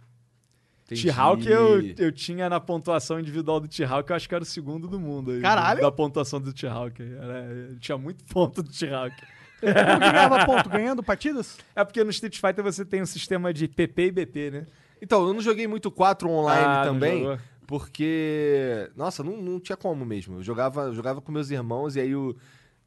Entendi.
T-Hawk eu, eu tinha na pontuação individual do T-Hawk, eu acho que era o segundo do mundo. aí,
Caralho!
Da pontuação do T-Hawk. Era- eu Tinha muito ponto do T-Hawk.
Como que ganhava ponto? Ganhando partidas?
É porque no Street Fighter você tem um sistema de PP e BP, né?
Então, eu não joguei muito 4 online
Ah, não
também,
jogou?
porque... Nossa, não, não tinha como mesmo. Eu jogava, eu jogava com meus irmãos e aí o...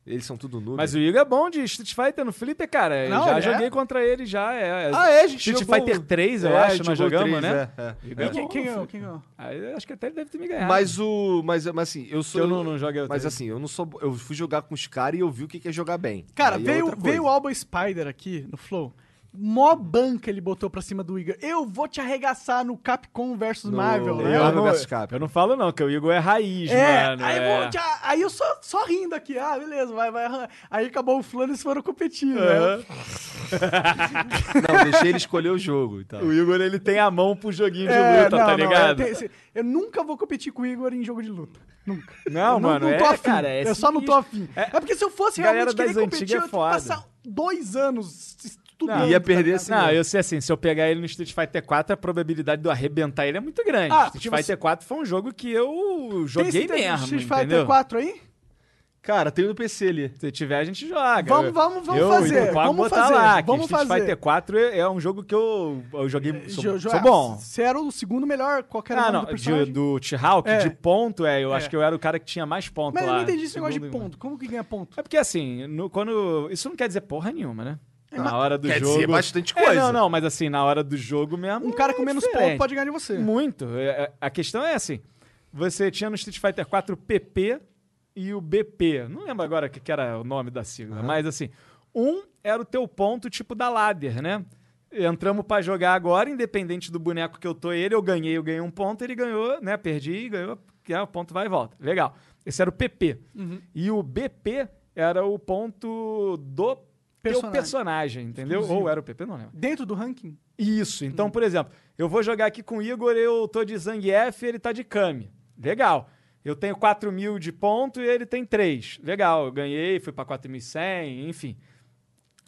Eles são tudo noob.
Mas o Igor é bom de Street Fighter no Flipper, cara. Eu
Não,
já
ele
joguei
é?
contra ele, já. É,
Ah, é, a gente
Street
jogou-
Fighter 3, eu
É, a
acho,
gente
nós
jogou
jogamos,
três,
né?
é, é.
Igor é
E quem,
bom,
quem ganhou?
filho.
Quem ganhou?
Aí eu acho que até ele deve ter me ganhado.
Mas o. Mas, mas assim, eu sou.
Eu não- não joguei o
Mas
três.
assim, eu não sou. Eu fui jogar com os caras e eu vi o que que é jogar bem.
Cara,
Aí é
veio,
outra coisa.
veio o Alba Spider aqui no Flow. Mó banca ele botou pra cima do Igor. Eu vou te arregaçar no Capcom versus Marvel, né?
Eu
eu,
amo
não,
versus Capcom.
eu não falo, não, que o Igor é raiz,
É,
mano.
aí,
é.
vou te- aí eu só, só rindo aqui. Ah, beleza, vai, vai. arran- Aí acabou o fulano e eles foram competir, né?
Aham.
Não, deixei ele escolher o jogo e tal.
O Igor, ele tem a mão pro joguinho de
É,
luta,
não,
tá
não,
ligado?
eu, tenho esse- eu nunca vou competir com o Igor em jogo de luta. Nunca.
Não,
eu
mano,
não tô
é,
afim.
cara, é
eu só não tô afim.
sinistro.
É,
É-
porque se eu fosse
Galera
realmente querer
das
competir, eu
antigas
ia
é
ter que
foda.
passar dois anos estudando.
Não,
Ia
tá
perder
ligado?
esse
Não, eu sei assim, se eu pegar ele no Street Fighter 4, a probabilidade de eu arrebentar ele é muito grande.
Ah, porque
Street
você-
Fighter 4 foi um jogo que eu
Tem esse
joguei mesmo,
Street
entendeu?
Fighter 4 aí?
Cara, tem o do PC ali.
Se tiver, a gente joga.
Vamos- vamos- vamos
eu,
fazer,
Eu pago
vamos
botar
fazer,
lá, que
vamos
Street
fazer. Eh,
Fighter 4 é, é um jogo que eu, eu joguei, sou,
Jo-
sou
Joel,
bom.
Você era o segundo melhor, qualquer
Ah,
um
não,
do
de,
personagem.
do T-Hawk,
É.
de ponto, é, eu acho
É.
que eu era o cara que tinha mais ponto
Mas
lá.
eu não entendi esse negócio de
segundo-
ponto. Como que ganha ponto?
É porque assim, no- quando. Isso não quer dizer porra nenhuma, né?
É, mas-
Na hora do
Quer
jogo.
dizer bastante
É,
coisa.
não, não, mas assim, na hora do jogo mesmo.
Um cara com menos ponto
é diferente.
pode ganhar de você.
Muito. É, é, A questão é assim: você tinha no Street Fighter 4 o PP e o BP. Não lembro agora o que que era o nome da sigla, mas assim, um era o teu ponto tipo da ladder, né? Entramos pra jogar agora, independente do boneco que eu tô ele, eu ganhei, eu ganhei um ponto, ele ganhou, né? Perdi, ganhou, que é o ponto vai e volta. Legal. Esse era o PP. E o BP era o ponto do personagem, teu
Personagem.
personagem entendeu? Ou era o PP, não lembro.
Dentro do ranking?
Isso. Então, por exemplo, eu vou jogar aqui com o Igor, eu tô de Zangief e ele tá de Kami. Legal. Eu tenho 4 mil de ponto e ele tem 3. Legal, eu ganhei, fui pra 4.100, enfim.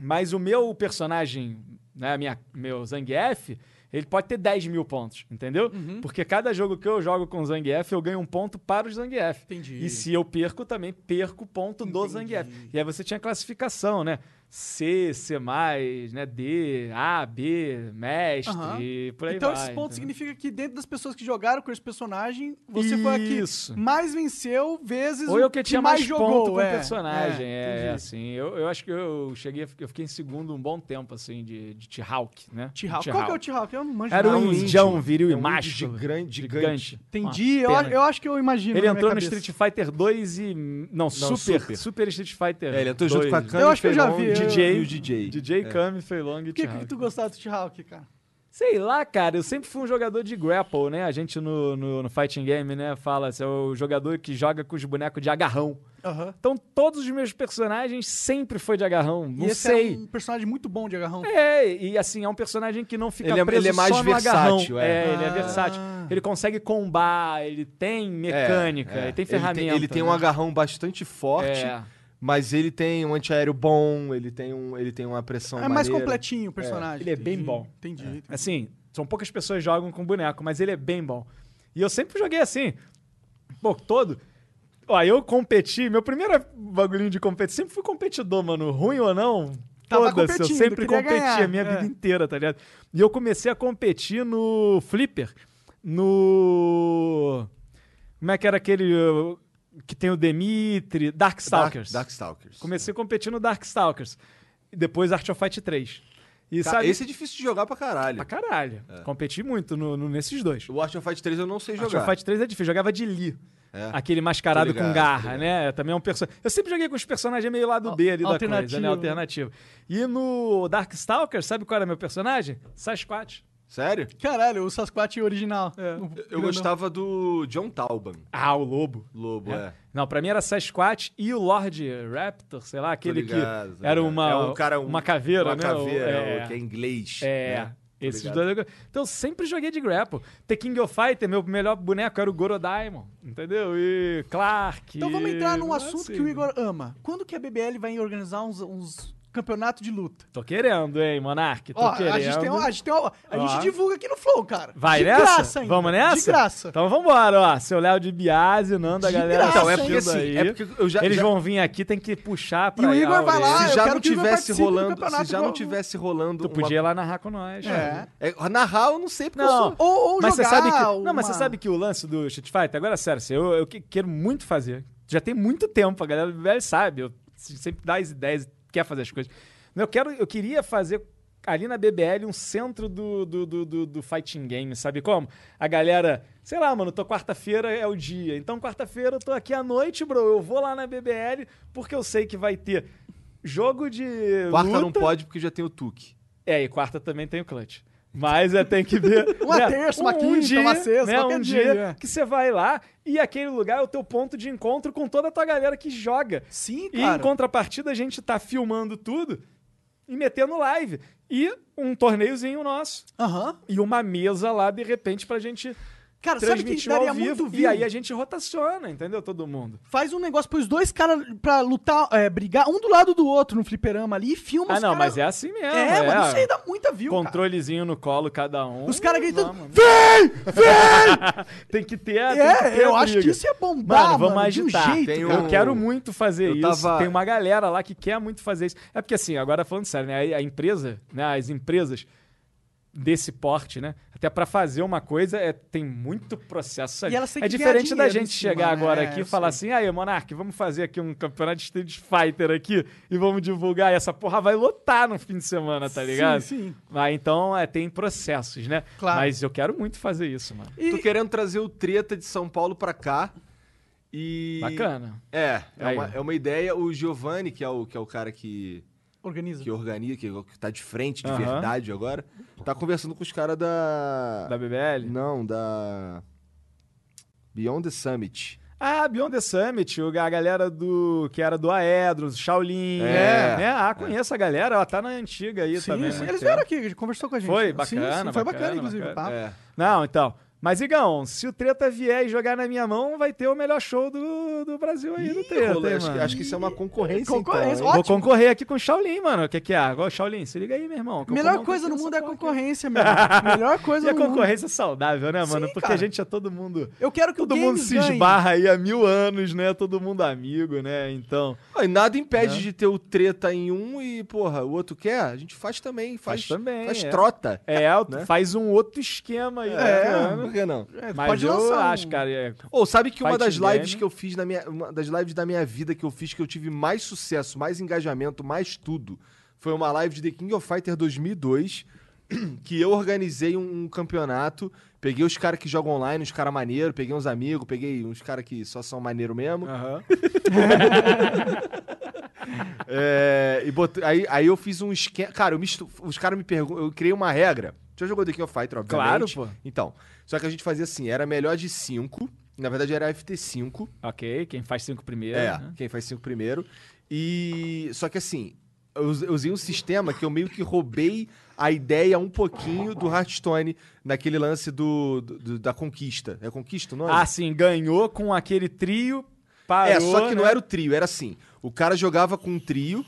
Mas o meu personagem, né, minha, meu Zangief, ele pode ter 10 mil pontos, entendeu? Porque cada jogo que eu jogo com o Zangief, eu ganho um ponto para o Zangief.
Entendi.
E se eu perco, também perco o ponto do Zangief. E aí você tinha classificação, né? C, C+, né? D, A, B, mestre,
Aham.
e por aí
então,
vai. né?
esses pontos
entendeu?
significa que dentro das pessoas que jogaram com esse personagem, você foi a que
Isso.
mais venceu vezes
Ou eu
o
que tinha mais,
jogou.
ponto com o
é,
personagem. É, é
entendi.
assim. Eu, eu acho que eu cheguei, a fi- eu fiquei em segundo um bom tempo, assim, de, de T-Hawk, né?
T-Hawk. Qual
T-Hawk.
que é o T-Hawk? Eu não manjo
Era
nada.
um indião viril
É
e
um
macho.
índio gigante- gigante.
Entendi,
Uma
eu,
pena.
eu acho que eu imagino.
Ele
na minha
entrou no
cabeça.
Street Fighter 2 e... Não, Super.
Super.
Super, Street Fighter
É, ele entrou junto
2.
com a Kami,
Eu acho que eu já
Feilong,
vi, é. eu-
DJ um e o É. DJ.
DJ Kami, Feilong e
Por que,
T-Hawk.
que tu gostava do T-Hawk, cara?
Sei lá, cara, eu sempre fui um jogador de grapple, né? A gente no, no, no Fighting Game, né, fala, você é o jogador que joga com os bonecos de agarrão.
Aham.
Então todos os meus personagens sempre foi de agarrão, não
E esse
sei.
é um personagem muito bom de agarrão.
É, e assim, é um personagem que não fica
Ele é-
preso
ele é mais
só no
versátil,
agarrão.
é.
É, ele é
Ah.
versátil. Ele consegue combar, ele tem mecânica,
É, é.
ele tem
Ele
ferramenta.
tem, ele tem um
né?
agarrão bastante forte,
É.
mas ele tem um antiaéreo bom, ele tem, um, ele tem uma pressão
É mais
maneira.
completinho o personagem.
ele é bem
entendi,
bom.
Entendi. entendi.
Assim, são poucas pessoas que jogam com boneco, mas ele é bem bom. E eu sempre joguei assim, pô, todo. Ó, eu competi, meu primeiro bagulhinho de competir, sempre fui competidor, mano, ruim ou não.
Tava
Todas, eu
competindo,
sempre
queria
competi
ganhar,
a minha
é.
vida inteira, tá ligado? E eu comecei a competir no Flipper, no. Como é que era aquele. uh, Que tem o Demitri, Darkstalkers.
Dark, Darkstalkers.
Comecei a competir no Darkstalkers. E depois Art of Fight 3. E
Ca-
sabe.
Esse é difícil de jogar pra caralho.
Pra caralho. Competi muito no, no- nesses dois.
O Art of Fight 3 É. eu não sei
Art
jogar.
of Fight 3 é difícil. Jogava de Lee.
É.
Aquele
Tô
mascarado
ligado,
com
tô
garra,
ligado.
né? Também é um personagem. Eu sempre joguei com os personagens meio lado B ali da coisa, né?
alternativo.
Alternativo. E no Darkstalker, sabe qual era meu personagem? Sasquatch.
Sério?
Caralho, o Sasquatch original. O
Eu
grandão.
gostava do John Talban,
Ah, o lobo.
Lobo, é.
Não, pra mim era Sasquatch e o Lord Raptor, sei lá, aquele
ligado,
que
tô
era
ligado.
uma,
É um cara- um-
uma caveira,
Uma
né?
caveira,
É.
o que é inglês.
É.
né? Tô
Esses
ligado.
dois. Então eu sempre joguei de grapple. The King of Fighter, meu melhor boneco era o Goro Daimon, entendeu? E Clark.
Então vamos entrar num
e-
assunto
assim,
que o Igor ama. Quando que a BBL vai organizar uns, uns campeonatos de luta?
Tô querendo, hein, Monark? Tô
Ó,
querendo.
a gente tem um- a gente tem um- a gente
Ó.
divulga aqui no Flow, cara.
Vai
de
nessa?
graça ainda.
Vamos nessa?
De graça.
Então vambora, ó. Seu Léo de Biase, Nando, a
De
galera.
graça,
Então, é
hein?
porque
assistindo
assim,
aí.
é porque eu já...
Eles
já-
vão vir aqui, tem que puxar pra
E o
aí a
Igor vai lá,
orelha.
Ah, eu
se já
quero
não
que o Igor
tivesse
participe do
rolando, se
campeonato
já
do-
não tivesse rolando
Tu
uma-
podia ir lá narrar com nós.
É.
É, narrar eu não sei porque eu
Não,
sou...
Ou, ou
mas
jogar
você sabe que
uma...
não mas você sabe que o lance do é Street Fighter agora sério assim, eu, eu que- quero muito fazer já tem muito tempo a galera velho sabe eu sempre dá as ideias, quer fazer as coisas. Eu, quero, eu queria fazer ali na BBL um centro do, do, do, do- do fighting game, sabe como? A galera, sei lá, mano, tô quarta-feira é o dia. Então quarta-feira eu tô aqui à noite, bro. Eu vou lá na BBL porque eu sei que vai ter jogo de
Quarta
luta.
não pode porque já tem o Tuque.
É, e quarta também tem o clutch. Mas é, tem que ver.
Uma terça, uma quinta, uma sexta, qualquer
um
dia, é.
que você vai lá e aquele lugar é o teu ponto de encontro com toda a tua galera que joga.
Sim,
E
cara.
em contrapartida, a gente tá filmando tudo e metendo live. E um torneiozinho nosso.
Aham.
E uma mesa lá, de repente, pra gente
Cara, sabe quem
transmitir
daria
ao vivo.
muito view?
e aí a gente rotaciona, entendeu? Todo mundo.
Faz um negócio pros dois caras pra lutar, é, brigar um do lado do outro no fliperama ali e filma
ah,
os
não,
cara-
mas é assim mesmo.
É, mano, isso aí dá muita view, cara.
Controlezinho no colo, cada um.
Os caras gritando,
Vamos, Tá
vem!
tem que ter a.
É,
tem que ter
eu
a
acho que
briga.
isso ia bombar,
Mano, vamos
mano, de um
agitar.
jeito,
Tem
cara.
um-
Eu quero muito fazer
Eu
isso.
tava-
Tem uma galera lá que quer muito fazer isso. É porque, assim, agora falando sério, né? A a empresa, né? As empresas desse porte, né? Até pra fazer uma coisa, é, tem muito processo ali.
E elas têm
é
que ganhar
diferente da
dinheiro em
gente
cima,
chegar
né?
agora
É,
aqui
eu
e falar assim, aí, Monark, vamos fazer aqui um campeonato de Street Fighter aqui e vamos divulgar. E essa porra vai lotar no fim de semana, tá
Sim,
ligado?
sim.
Mas, então, é, tem processos, né?
Claro.
Mas eu quero muito fazer isso, mano.
Tô querendo trazer o Treta de São Paulo pra cá. E.
Bacana.
É, é
Aí.
uma, é uma ideia. O Giovanni, que é o, que é o cara que,
Organiza.
que organiza, que, que tá de frente de
Aham.
verdade agora, tá conversando com os caras da.
Da BBL?
Não, da. Beyond the Summit.
Ah, Beyond the Summit, o- a galera do que era do Aedros, Shaolin,
É.
né? Ah, conheço a galera, ela tá na antiga aí
Sim,
também.
sim,
muito
eles
tempo.
vieram aqui, conversou com a gente.
Foi
Sim,
bacana,
sim, foi bacana,
bacana,
inclusive, o
bacana.
papo.
É.
Não, então. Mas, Igão, se o Treta vier e jogar na minha mão, vai ter o melhor show do, do Brasil aí do Treta,
rolê,
hein,
acho, que-
mano?
acho que isso é uma concorrência. então,
Concorrência,
hein?
ó.
Vou
ótimo.
concorrer aqui com o Shaolin, mano. O que que é? Agora, Shaolin, se liga aí, meu irmão. que eu
Melhor
comando
coisa
aqui
no
essa
mundo é a
porra aqui.
concorrência, meu. irmão. Melhor coisa
E a
no mundo.
concorrência saudável, né, mano?
Sim,
Porque
cara.
a gente é todo mundo...
Eu quero que
Todo
o
mundo
Games
se
ganhe.
esbarra aí há mil anos, né? Todo mundo amigo, né? Então...
Ah, e nada impede de ter o treta em um e, porra, o outro quer, a gente faz também. Faz,
Faz também,
Faz
é.
trota.
É,
Né? É,
faz um outro esquema aí. né,
Por que não?
É,
Mas
pode
eu
lançar um-
acho, cara. é-
Ou sabe que uma
Fighting
das lives
game.
que eu fiz na minha, uma das lives da minha vida que eu fiz que eu tive mais sucesso, mais engajamento, mais tudo, foi uma live de The King of Fighter 2002 que eu organizei um, um campeonato, peguei os caras que jogam online, uns caras maneiro, peguei uns amigos, peguei uns caras que só são maneiro mesmo.
Ah.
É, e botei- aí, aí eu fiz um esquema. Cara, eu mistu- os caras me perguntam. Eu criei uma regra. Já jogou The King of Fighter, obviamente.
Claro, pô.
Então. Só que a gente fazia assim: era melhor de 5. Na verdade, era FT5.
Ok, quem faz cinco primeiro.
É,
né?
quem faz 5 primeiro. E. Só que assim. Eu us- eu usei um sistema que eu meio que roubei a ideia um pouquinho do Hearthstone naquele lance do, do- do- da conquista. É conquista o nome?
Ah, sim, ganhou com aquele trio. Parou,
É, só que não
né?
era o trio, era assim. O cara jogava com um trio,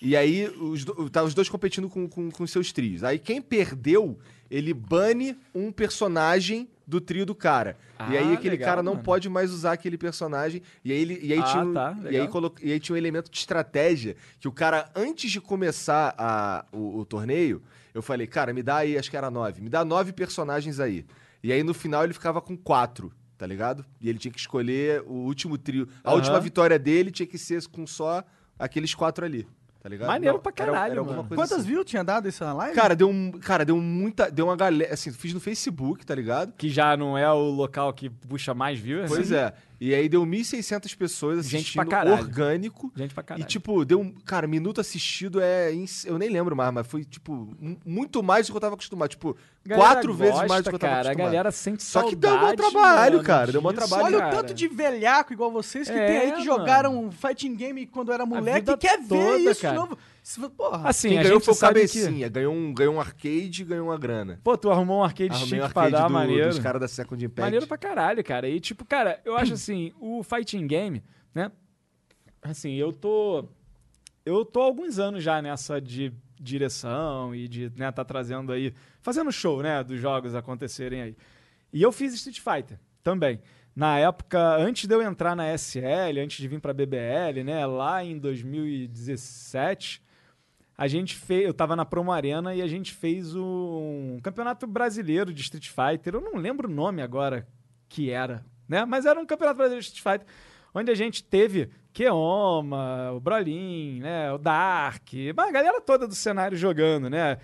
e aí os, do- tá os dois competindo com, com, com seus trios. Aí quem perdeu, ele bane um personagem do trio do cara. e
Ah,
aí aquele
legal,
cara não
mano.
pode mais usar aquele personagem. E aí ele. E aí
Ah,
tinha um,
tá,
e, aí
legal.
colo- e aí tinha um elemento de estratégia que o cara, antes de começar a- o, o torneio, eu falei, cara, me dá aí, acho que era nove, me dá nove personagens aí. E aí no final ele ficava com quatro, tá ligado? E ele tinha que escolher o último trio. A
Aham.
última vitória dele tinha que ser com só aqueles quatro ali, tá ligado?
Maneiro pra
era-
caralho,
era alguma
mano.
coisa
Quantas
assim.
views tinha dado essa live?
Cara, deu, um- cara, deu muita. Deu uma galera. Assim, fiz no Facebook, tá ligado?
Que já não é o local que puxa mais viewers.
Pois
né?
é. E aí deu 1.600 pessoas
Gente pra
assistindo
caralho.
orgânico.
Gente pra caralho.
E, tipo, deu. um- Cara, minuto assistido é. ins- Eu nem lembro mais, mas foi, tipo, mu- muito mais do que eu tava acostumado. Tipo,
Galera
quatro vezes
gosta,
mais do que eu tava
cara,
acostumado.
A galera sente
Só que
saudade,
deu um maior trabalho,
mano,
cara, deu um maior
disso,
trabalho.
Olha o
cara.
tanto de velhaco igual vocês que
É,
tem aí que
mano.
jogaram fighting game quando era moleque e
vida
quer ver
toda,
isso de
cara.
novo. Se- Porra.
Assim,
Quem
a
ganhou
gente
foi o
sabe que-
Cabecinha. Ganhou, um, ganhou um arcade e ganhou uma grana.
Pô, tu arrumou um arcade
Arrumei um
chique pra
arcade
dar,
do-
maneiro.
dos caras da Second Impact.
Maneiro pra caralho, cara. E, tipo, cara, eu acho assim, o fighting game, né? Assim, eu tô. Eu tô há alguns anos já nessa de direção e de, né, tá trazendo aí. Fazendo show, né, dos jogos acontecerem aí. E eu fiz Street Fighter também. Na época, antes de eu entrar na SL, antes de vir pra BBL, né, lá em 2017. A gente fez, eu tava na Promo Arena e a gente fez um campeonato brasileiro de Street Fighter. Eu não lembro o nome agora que era, né? Mas era um campeonato brasileiro de Street Fighter onde a gente teve Keoma, o Brolin, né, o Dark, mas a galera toda do cenário jogando, né?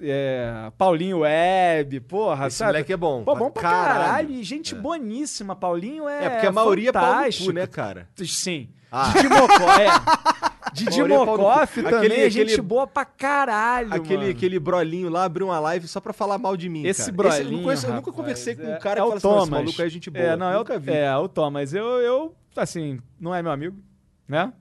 É, Paulinho Web, porra,
Esse
sabe?
moleque é bom
Pô,
pra
bom pra caralho.
caralho.
E gente boníssima. Paulinho é.
É, porque a maioria é pau no cu,
fantástico.
né, cara?
Sim.
Ah.
Didi Mocó, é. Didi
Maioria é pau no cu.
Mocoff também
Aquele-
é gente
aquele-
boa pra caralho.
Aquele,
mano.
aquele brolinho lá abriu uma live só pra falar mal de mim,
Esse
cara.
brolinho,
eu, não conheço- eu nunca
rapaz,
conversei com
é-
um cara que
é o
fala assim, "Não,
Thomas.
esse maluco é gente boa.
É, não,
nunca
é, o,
vi.
é o Thomas. Eu, eu, assim, não é meu amigo, né?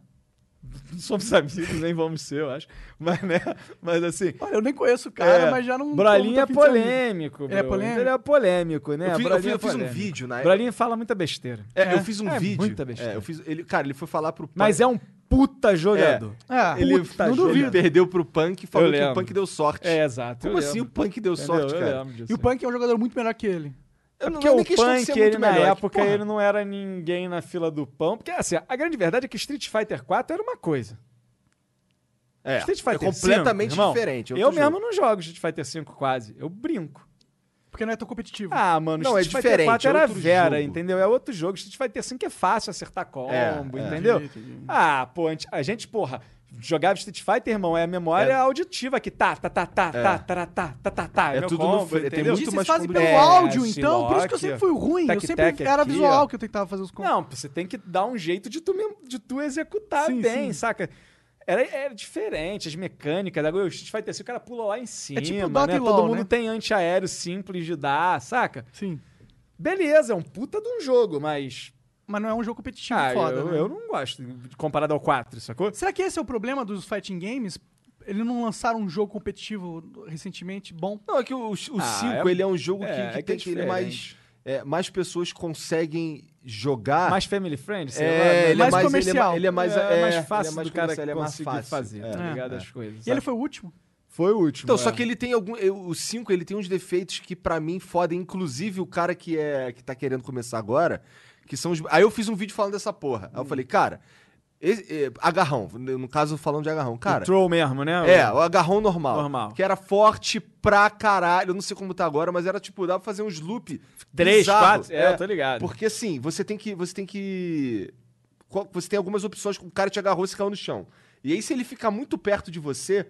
Não somos amigos, nem vamos ser, eu acho. Mas, né? Mas assim.
Olha, eu nem conheço o cara,
é,
mas já não.
Brolinho
tô
é
muito afim de ser amigo.
polêmico.
Ele é
bro.
polêmico?
Ele é polêmico, né?
Eu fiz- eu
Brolinho
fiz-
é
eu fiz um
polêmico.
vídeo na época.
Brolinho fala muita besteira.
É, eu fiz um
é
vídeo.
Muita besteira.
É, eu fiz, ele, cara, ele foi falar pro punk.
Mas é um puta jogador.
Ah,
ele,
puta, não
ele
duvido.
perdeu pro punk e falou
Eu
que
lembro.
o punk deu sorte.
É, exato.
Como
eu
assim
lembro.
o punk deu
Entendeu?
sorte,
Eu
cara?
lembro disso.
E o Punk é um jogador muito melhor que ele.
Eu não
Porque
é
o
nem questão de
Punk,
ser muito
ele, na
melhor, que,
época,
porra.
ele não era ninguém na fila do pão. Porque, assim, a grande verdade é que Street Fighter 4 era uma coisa.
É,
Street
é
Fighter 5,
completamente
irmão,
diferente. é
Eu
outro jogo.
mesmo não jogo Street Fighter 5 quase. Eu brinco.
Porque não é tão competitivo.
Ah, mano,
Não, é
Street Fighter
diferente,
4
é
era
outro
Vera,
jogo.
entendeu? É outro jogo. Street Fighter 5 é fácil acertar combo,
É, é.
entendeu?
Entendi, entendi.
Ah, pô, a gente- a gente, porra, jogava Street Fighter, irmão, é a memória
É.
auditiva que tá, tá, tá, tá, tá, tá, tá, tá, tá, tá.
É
meu
tudo no
combo,
fre- tem
entendeu?
muito
Gente,
mais
vocês fazem pelo
quando-
áudio,
É,
então? Por isso que eu
Silock,
sempre fui ruim. eu
tec-tec
sempre era
aqui,
visual
ó.
que eu tentava fazer os combos.
Não, você tem que dar um jeito de tu, mesmo- de tu executar
Sim,
bem,
sim.
saca? Era, era diferente, as mecânicas. Agora o Street Fighter 5, assim, o cara pula
É
lá em cima,
tipo o Dota
né?
e
Todo
LoL,
mundo
né?
tem antiaéreo simples de dar, saca?
Sim.
Beleza, é um puta de um jogo, mas...
Mas não é um jogo competitivo
Ah,
foda,
eu,
né?
eu não gosto, de- comparado ao 4, sacou?
Será que esse é o problema dos fighting games? Eles não lançaram um jogo competitivo recentemente bom?
Não, é que o 5,
Ah, é-
ele é um jogo que,
é,
que
é que
tem
é
que ele é mais...
diferente.
é, mais pessoas conseguem jogar...
Mais family friend, sei lá.
Ah. é, ele
né?
é
mais
mais ele é
comercial.
ma- Ele é mais,
É,
é, ele
mais
é
fácil do cara
comercial, ele é mais
conseguir
fácil.
fazer, tá
É.
ligado?
É.
As coisas.
E ele foi o último?
foi o último.
Então, só que ele tem algum. eu- O 5 ele tem uns defeitos que pra mim fodem, inclusive o cara que é que tá querendo começar agora, que são os. Aí eu fiz um vídeo falando dessa porra. Aí eu
Hum.
falei, cara, esse- é, agarrão, no caso falando de agarrão, cara.
troll mesmo, né?
É, o agarrão normal.
Normal.
Que era forte pra caralho. Eu não sei como tá agora, mas era tipo, dá pra fazer uns loop.
Três,
bizarro.
quatro, é, eu tô ligado.
Porque assim, você tem que. Você tem que. qual- Você tem algumas opções com o cara te agarrou e você caiu no chão. E aí, se ele ficar muito perto de você,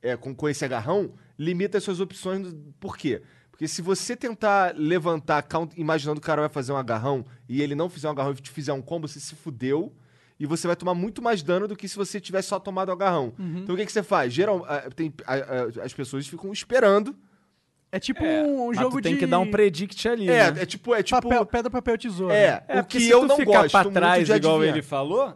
é, com, com esse agarrão, limita as suas opções. no- Por quê? Porque se você tentar levantar, count- imaginando que o cara vai fazer um agarrão, e ele não fizer um agarrão e te fizer um combo, você se fudeu. E você vai tomar muito mais dano do que se você tivesse só tomado o agarrão.
Uhum.
Então o que, que você faz? Geral, ah, tem- ah, ah, as pessoas ficam esperando.
É tipo
É,
um
mas
jogo
tu tem
de...
que dar um predict ali,
É,
né?
é tipo, é tipo.
papel, pedra, papel, tesoura.
É,
É,
o
porque
que
se
eu
tu
não
ficar
gosto.
pra
muito
trás,
de
igual
adivinhar.
ele falou,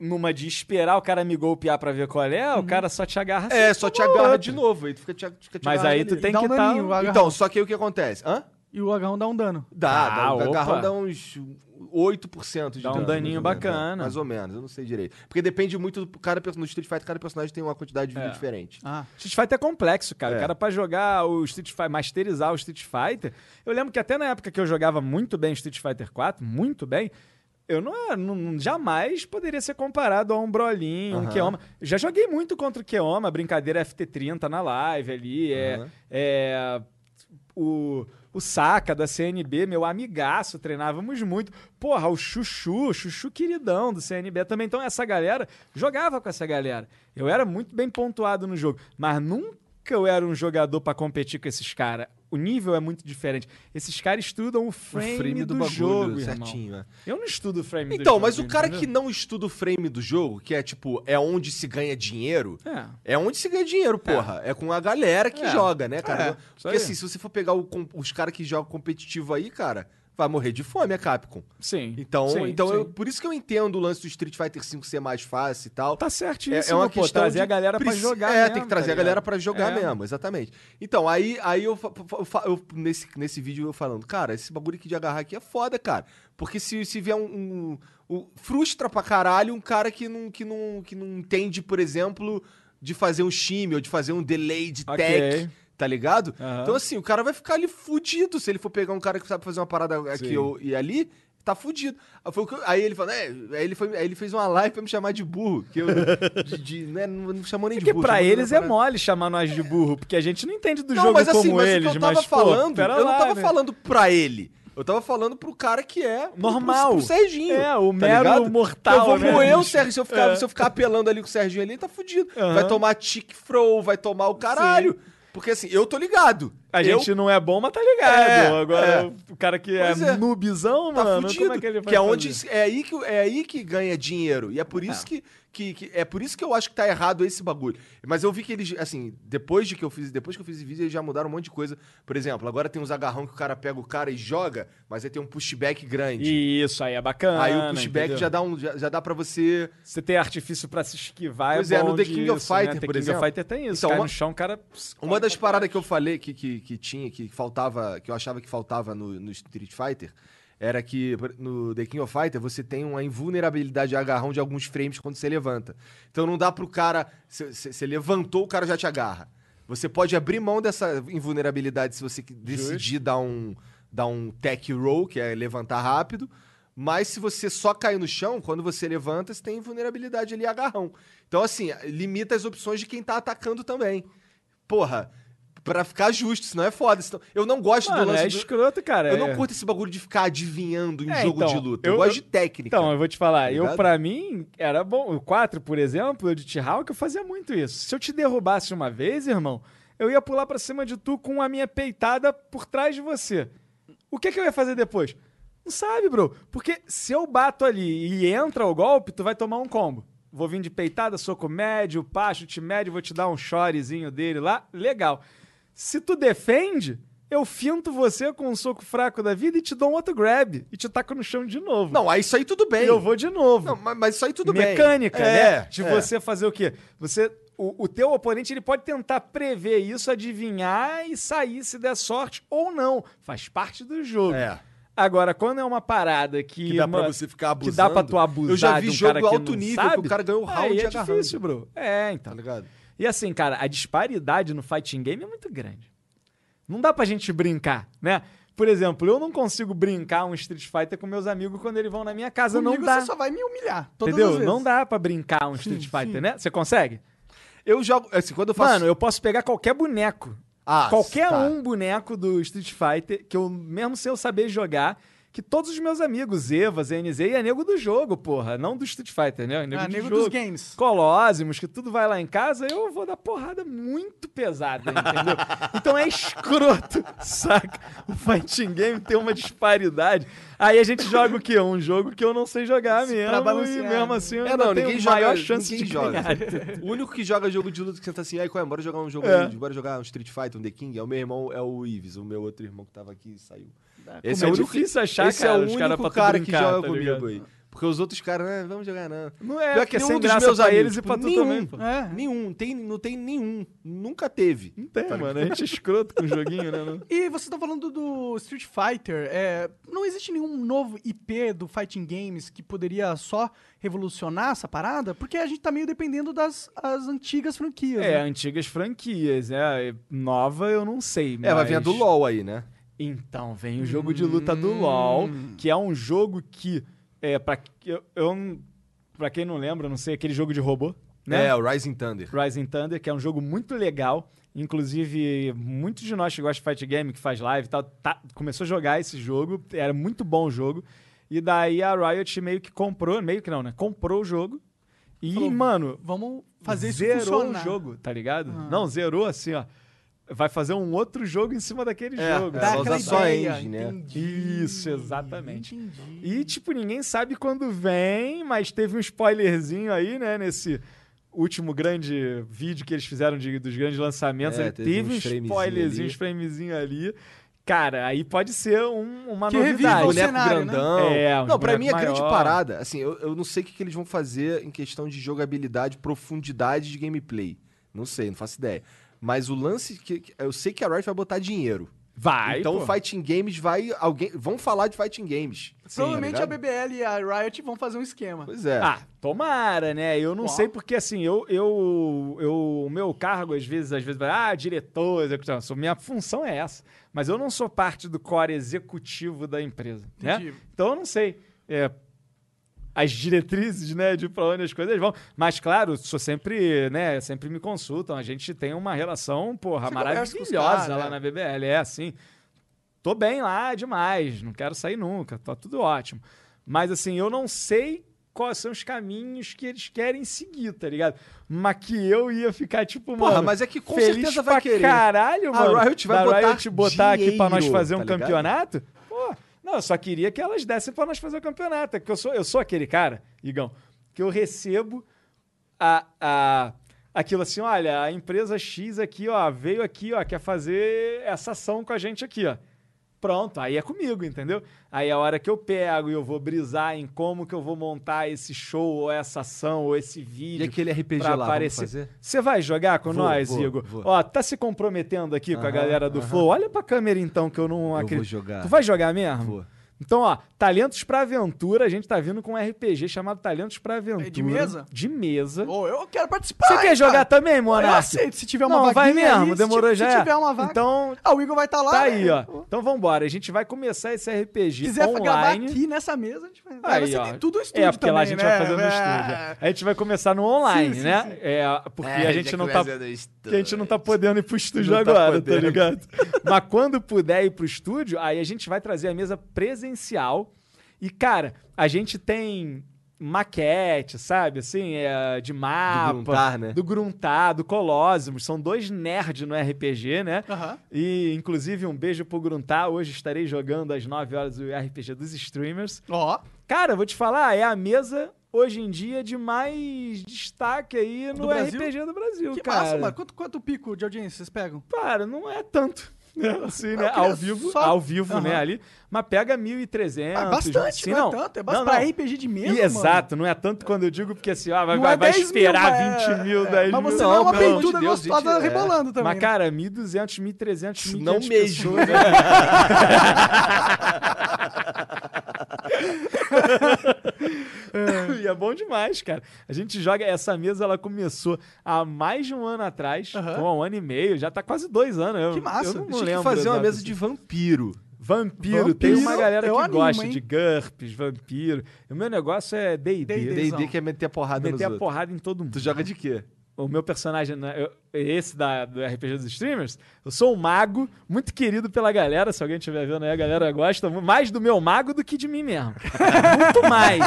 numa de esperar o cara me golpear pra ver qual é, o cara só te agarra
Uhum. É,
assim,
só te
como
agarra
outro.
de novo. Aí tu fica te, fica te
Mas
agarrando
aí
ali.
tu tem
Dá
que tá
um
estar...
daninho, o agarrão.
Então, só que aí o que acontece? Hã?
E o agarrão dá um dano.
Dá,
Ah,
dá, o
opa.
agarrão dá uns 8% de
Dá um
dano,
daninho
mais ou menos,
bacana.
é, Mais ou menos, eu não sei direito. Porque depende muito do cara, no Street Fighter, cada personagem tem uma quantidade de vida
É.
diferente.
Ah.
Street Fighter é complexo, cara.
É.
O cara, pra jogar o Street Fighter, masterizar o Street Fighter. Eu lembro que até na época que eu jogava muito bem Street Fighter 4, muito bem, eu não, era- não- não- jamais poderia ser comparado a um Brolinho, um
Aham.
Keoma. Já joguei muito contra o Keoma, brincadeira FT30 na live ali. É,
Aham.
é, o, o Saca da CNB, meu amigaço, treinávamos muito. Porra, o Chuchu, Chuchu queridão do CNB também. Então essa galera, jogava com essa galera. Eu era muito bem pontuado no jogo, mas nunca eu era um jogador pra competir com esses caras. O nível é muito diferente. Esses caras estudam o frame, do, jogo, irmão.
certinho, né?
Eu não estudo o frame do
Então,
jogo,
mas o cara que
entendeu?
não estuda o frame do jogo, que é tipo, é onde se ganha dinheiro,
É.
É onde se ganha dinheiro, porra. É, com a galera que
É.
joga, né, cara?
É, isso aí.
Porque assim, se você for pegar o com- os caras que jogam competitivo aí, cara, vai morrer de fome a Capcom.
Sim.
Então,
sim,
então
sim.
eu- por isso que eu entendo o lance do Street Fighter V ser mais fácil e tal.
Tá certo
É,
isso,
é uma
pô,
questão
trazer
de
a galera pra
preci-
jogar
É, tem
mesmo,
que trazer
tá
a galera
ligado?
pra jogar
É.
mesmo, exatamente. Então, aí, aí eu, fa- fa- fa- eu- nesse, nesse vídeo eu falando, cara, esse bagulho aqui de agarrar aqui é foda, cara. Porque se, se vier um, um- um- Frustra pra caralho um cara que não, que não, que não entende, por exemplo, de fazer um shimmy ou de fazer um delay de
Ok.
tech. Tá ligado?
Aham.
Então, assim, o cara vai ficar ali fudido. Se ele for pegar um cara que sabe fazer uma parada aqui
Sim.
ou- e ali, tá fudido. Aí, foi o que eu- aí ele falou, é, aí ele, foi, aí ele fez uma live pra me chamar de burro. Que eu. de- de- né, não, não chamou nem
É
de
que
burro.
pra
chamou de
eles é
parada.
mole chamar nós de burro, porque a gente não entende do
Não,
jogo
mas assim,
como
mas
eles,
o que eu tava
mas, pô,
falando,
pera
eu
lá,
não tava
né?
falando pra ele. Eu tava falando pro cara que é pro-
Normal.
Pro, pro Serginho. tá
É, o mero
ligado?
mortal,
Eu vou
né,
moer o
bicho?
Serginho. Se eu, ficar,
É.
se eu ficar apelando ali com o Serginho ali, ele tá fudido.
Aham.
Vai tomar tic fro, vai tomar o caralho. Porque assim, eu tô ligado.
A
Eu-
gente não é bom, mas tá ligado.
É,
Agora, o cara que é,
Pois é.
noobzão,
tá
mano,
fudido.
como é que ele vai
que é
fazer?
onde é aí que é aí que ganha dinheiro e é por isso que, que, que- é por isso que eu acho que tá errado esse bagulho. Mas eu vi que eles assim depois de que eu fiz depois que eu fiz esse vídeo eles já mudaram um monte de coisa. Por exemplo, agora tem uns agarrão que o cara pega o cara e joga, mas aí tem um pushback grande.
Isso, aí é bacana.
aí o pushback
entendeu?
já dá um já, já dá para você
Você tem artifício pra se esquivar,
Pois
é
é,
bom
no The King of
disso, né?
Fighter,
The
por
King
exemplo.
of Fighter tem isso.
Então,
cai
uma-
no chão, o cara...
Uma das paradas que eu falei que, que, que tinha, que faltava, que eu achava que faltava no, no Street Fighter, era que por- no The King of Fighter você tem uma invulnerabilidade de agarrão de alguns frames quando você levanta. Então não dá pro cara. Você levantou, o cara já te agarra. Você pode abrir mão dessa invulnerabilidade se você que- decidir dar um, dar um tech roll, que é levantar rápido. Mas se você só cair no chão, quando você levanta, você tem invulnerabilidade ali, agarrão. Então, assim, limita as opções de quem tá atacando também porra, pra ficar justo, senão é foda. senão- Eu não gosto do
Mano,
lance
é
do-
escroto, cara.
Eu não
é-
curto esse bagulho de ficar adivinhando em
É,
jogo
então,
de luta. Eu,
eu-
gosto de
eu-
técnica.
Então, eu vou te falar, eu
ligado?
pra mim era bom. O 4, por exemplo, eu de T-Hawk, eu fazia muito isso. Se eu te derrubasse uma vez, irmão, eu ia pular pra cima de tu com a minha peitada por trás de você. O que, que eu ia fazer depois? Não sabe, bro. Porque se eu bato ali e entra o golpe, tu vai tomar um combo. Vou vir de peitada, soco médio, pá, chute médio, vou te dar um chorezinho dele lá. Legal. Se tu defende, eu finto você com um soco fraco da vida e te dou um outro grab. E te taco no chão de novo.
Não, aí isso aí tudo bem.
E eu vou de novo.
Não, mas, mas isso aí tudo bem.
Mecânica,
É,
né? De
é.
você fazer o quê? Você, o, o teu oponente ele pode tentar prever isso, adivinhar e sair se der sorte ou não. Faz parte do jogo.
É.
Agora, quando é uma parada que...
Que dá pra
mano,
você ficar
Que
abusando.
dá pra tu abusar
Eu já
de
vi
um
jogo
cara que
alto
não
nível que
sabe,
o cara ganhou o round
aí é
agarrando.
difícil, bro. É, então.
Tá ligado?
E assim, cara, a disparidade no fighting game é muito grande. Não dá pra gente brincar, né? Por exemplo, eu não consigo brincar um Street Fighter com meus amigos quando eles vão na minha casa.
Comigo
não dá.
você só vai me humilhar. Todas as
Entendeu?
vezes.
Não dá pra brincar um Street Fighter, né? Você consegue?
Eu jogo. Assim, quando eu faço.
Mano, eu posso pegar qualquer boneco.
Ah,
qualquer
tá.
um boneco do Street Fighter, que eu, mesmo sem eu saber jogar, que todos os meus amigos, Eva, ZNZ, e é nego do jogo, porra. Não do Street Fighter, né? É nego,
Ah,
do
nego
jogo.
dos games.
Colósimos, que tudo vai lá em casa, eu vou dar porrada muito pesada, entendeu? então é escroto, saca? O fighting game tem uma disparidade. Aí a gente joga o quê? Um jogo que eu não sei jogar mesmo. E
balancear,
mesmo
né?
assim eu
É,
ainda
não,
tenho
ninguém joga.
maior chance
ninguém
de
joga.
ganhar.
O único que joga jogo de luta que senta assim, aí qual é? Bora jogar um jogo
É.
de bora jogar um Street Fighter, um The King. É o meu irmão, é o Ives, o meu outro irmão que tava aqui e saiu.
Como é difícil achar,
esse
cara,
é o
os
único
cara
cara,
pra tu
que
brincar,
joga
tá
comigo
ligado?
aí. Porque os outros caras, né, vamos jogar não.
Não é,
Pior
porque
que
é
nenhum
sem
dos
graça
meus
pra
amigos,
eles e pra tu
nenhum,
também, pô.
É.
Nenhum, tem, não tem nenhum, nunca teve. Tá
Não tem, mano. A gente é escroto com o joguinho, né? não?
E você tá falando do Street Fighter. é, não existe nenhum novo IP do Fighting Games que poderia só revolucionar essa parada? Porque a gente tá meio dependendo das as antigas franquias.
É,
né?
antigas franquias, né? Nova eu não sei,
É, vai vir a do LoL aí, né?
Então, vem o jogo
Hum.
de luta do LoL, que é um jogo que, é, pra, eu, eu, não- pra quem não lembra, eu não sei, aquele jogo de robô, né?
É, o Rising Thunder.
Rising Thunder, que é um jogo muito legal. Inclusive, muitos de nós que gostam de fight game, que faz live e tal, tá- começou a jogar esse jogo. Era muito bom o jogo. E daí a Riot meio que comprou, meio que não, né? Comprou o jogo. E,
Falou,
mano,
Vamos fazer isso
zerou
funcionar. Ah.
o jogo, tá ligado? Não, zerou assim, ó. Vai fazer um outro jogo em cima daquele
É,
jogo.
é,
tá
ela usa
aquela
só a
ideia,
engine, né?
Entendi.
Isso, exatamente.
Entendi.
E, tipo, ninguém sabe quando vem, mas teve um spoilerzinho aí, né, nesse último grande vídeo que eles fizeram de- dos grandes lançamentos.
É,
Ele
teve
teve,
uns
um
framezinho
spoilerzinho,
ali.
uns framezinhos ali. Cara, aí pode ser um- uma
Que reviva
novidade.
o
boneco
cenário, né?
grandão.
É, uns
não, pra
boneco
mim a grande
maior.
parada, assim, eu, eu não sei o que, que eles vão fazer em questão de jogabilidade, profundidade de gameplay. Não sei, não faço ideia. Mas o lance que que- eu sei que a Riot vai botar dinheiro.
Vai,
então
pô.
fighting games vai alguém vão falar de fighting games.
Provavelmente
tá
a
ligado?
BBL e a Riot vão fazer um esquema.
Pois é.
Ah, tomara, né? Eu não
Ó.
sei porque, assim, eu, eu, eu, o meu cargo, às vezes, às vezes, vai, ah, diretor, executivo. Não, Minha função é essa. Mas eu não sou parte do core executivo da empresa, né?
Entendi.
Então eu não sei. é, as diretrizes, né, de pra onde as coisas vão. Mas, claro, sou sempre, né, sempre me consultam. A gente tem uma relação, porra,
Você conversa com os é.
maravilhosa
caras,
lá
né?
na BBL. É assim, tô bem lá demais, não quero sair nunca, tá tudo ótimo. Mas assim, eu não sei quais são os caminhos que eles querem seguir, tá ligado? Mas que eu ia ficar tipo, mano.
Porra, mas é que com
feliz
certeza vai
pra
querer.
Caralho,
A
mano.
Riot vai
da
botar
Riot botar aqui pra nós
dinheiro,
fazer um
tá ligado?
campeonato? Pô, não, eu só queria que elas dessem pra nós fazer o campeonato. é que eu sou, eu sou aquele cara, Igão, que eu recebo a, a, aquilo assim, olha, a empresa X aqui, ó, veio aqui, ó, quer fazer essa ação com a gente aqui, ó. Pronto, aí é comigo, entendeu? Aí é a hora que eu pego e eu vou brisar em como que eu vou montar esse show, ou essa ação, ou esse vídeo.
aquele RPG lá,
pra
vamos
aparecer.
fazer?
Você vai jogar com
Vou,
nós,
vou,
Igor?
vou.
Ó, tá se comprometendo aqui com a
Aham,
galera do
aham.
Flow. Olha pra câmera então, que eu não
vou
acredito.
jogar.
Tu vai jogar mesmo?
Vou.
Então, ó, Talentos pra Aventura, a gente tá vindo com um RPG chamado Talentos pra Aventura.
mesa?
De mesa.
Ô, eu quero participar.
é. Você quer
cara.
jogar também, Monark?
Eu aceito, se tiver uma
Não, vai
vaguinha
mesmo,
aí, se
demorou
ti-
já.
Se
é.
tiver uma vaga.
Então,
Ah, o Igor vai estar lá.
tá aí,
né?
ó. Então vambora, a gente vai começar esse
Se
RPG
quiser
online.
gravar aqui nessa mesa, a gente vai.
Aí,
você
ó.
tem tudo o
É,
estúdio
porque lá a
também,
gente
né?
vai fazer no
É.
estúdio. A gente vai começar no online,
Sim, sim,
né?
sim.
É, porque a gente não tá. Porque a gente não tá podendo ir pro estúdio
Não tá
agora, tá,
podendo.
ligado? Mas quando puder ir pro estúdio, aí a gente vai trazer a mesa presencial. E, cara, a gente tem maquete, sabe? Assim, é, de mapa.
Gruntar, né?
Do Gruntar, do Colosimo. São dois nerds no RPG, né?
Aham.
E, inclusive, um beijo pro Gruntar. Hoje estarei jogando às 9 horas o RPG dos streamers.
Ó,
Cara, vou te falar, é a mesa hoje em dia de mais destaque aí no
Brasil?
RPG do Brasil,
que
cara.
massa, mano. Quanto, quanto pico de audiência vocês pegam?
Cara, não é tanto. né? Assim, né?
Eu queria
Ao vivo,
é só-
ao vivo, né?
Aham.
Ali. Mas pega 1.300.
Ah, bastante,
assim,
não é tanto, é bastante pra RPG de mesa,
E
mano.
Exato, não é tanto quando eu digo, porque assim, ó, vai,
Não
vai,
é
vai
10 mil,
esperar
mas é-
20 mil,
é,
10
mas
mil.
você não é uma
pelo amor de
peituda
Deus, gente,
gostosa
é.
rebolando também.
Mas,
né?
cara, 1.200, 1.300, 1.500
Não mesmo.
pessoas. né? e é bom demais, cara. A gente joga... Essa mesa, ela começou há mais de um ano atrás.
Aham.
Então, há um ano e meio. Já tá quase dois anos. Eu,
Que massa.
Eu não
A
Tinha
lembro
que fazer uma
exato,
mesa
assim.
de vampiro.
Vampiro.
Vampiro,
Tem uma galera que
eu animo,
gosta
hein?
de GURPS, vampiro. O meu negócio é D&D.
D&D.
D&D quer meter a porrada nos
Meter a
outros.
porrada em todo mundo.
é Tu joga de quê?
O meu personagem, né, eu- esse da, do RPG dos streamers, eu sou um mago, muito querido pela galera. Se alguém estiver vendo aí, a galera gosta mu- mais do meu mago do que de mim mesmo. muito mais.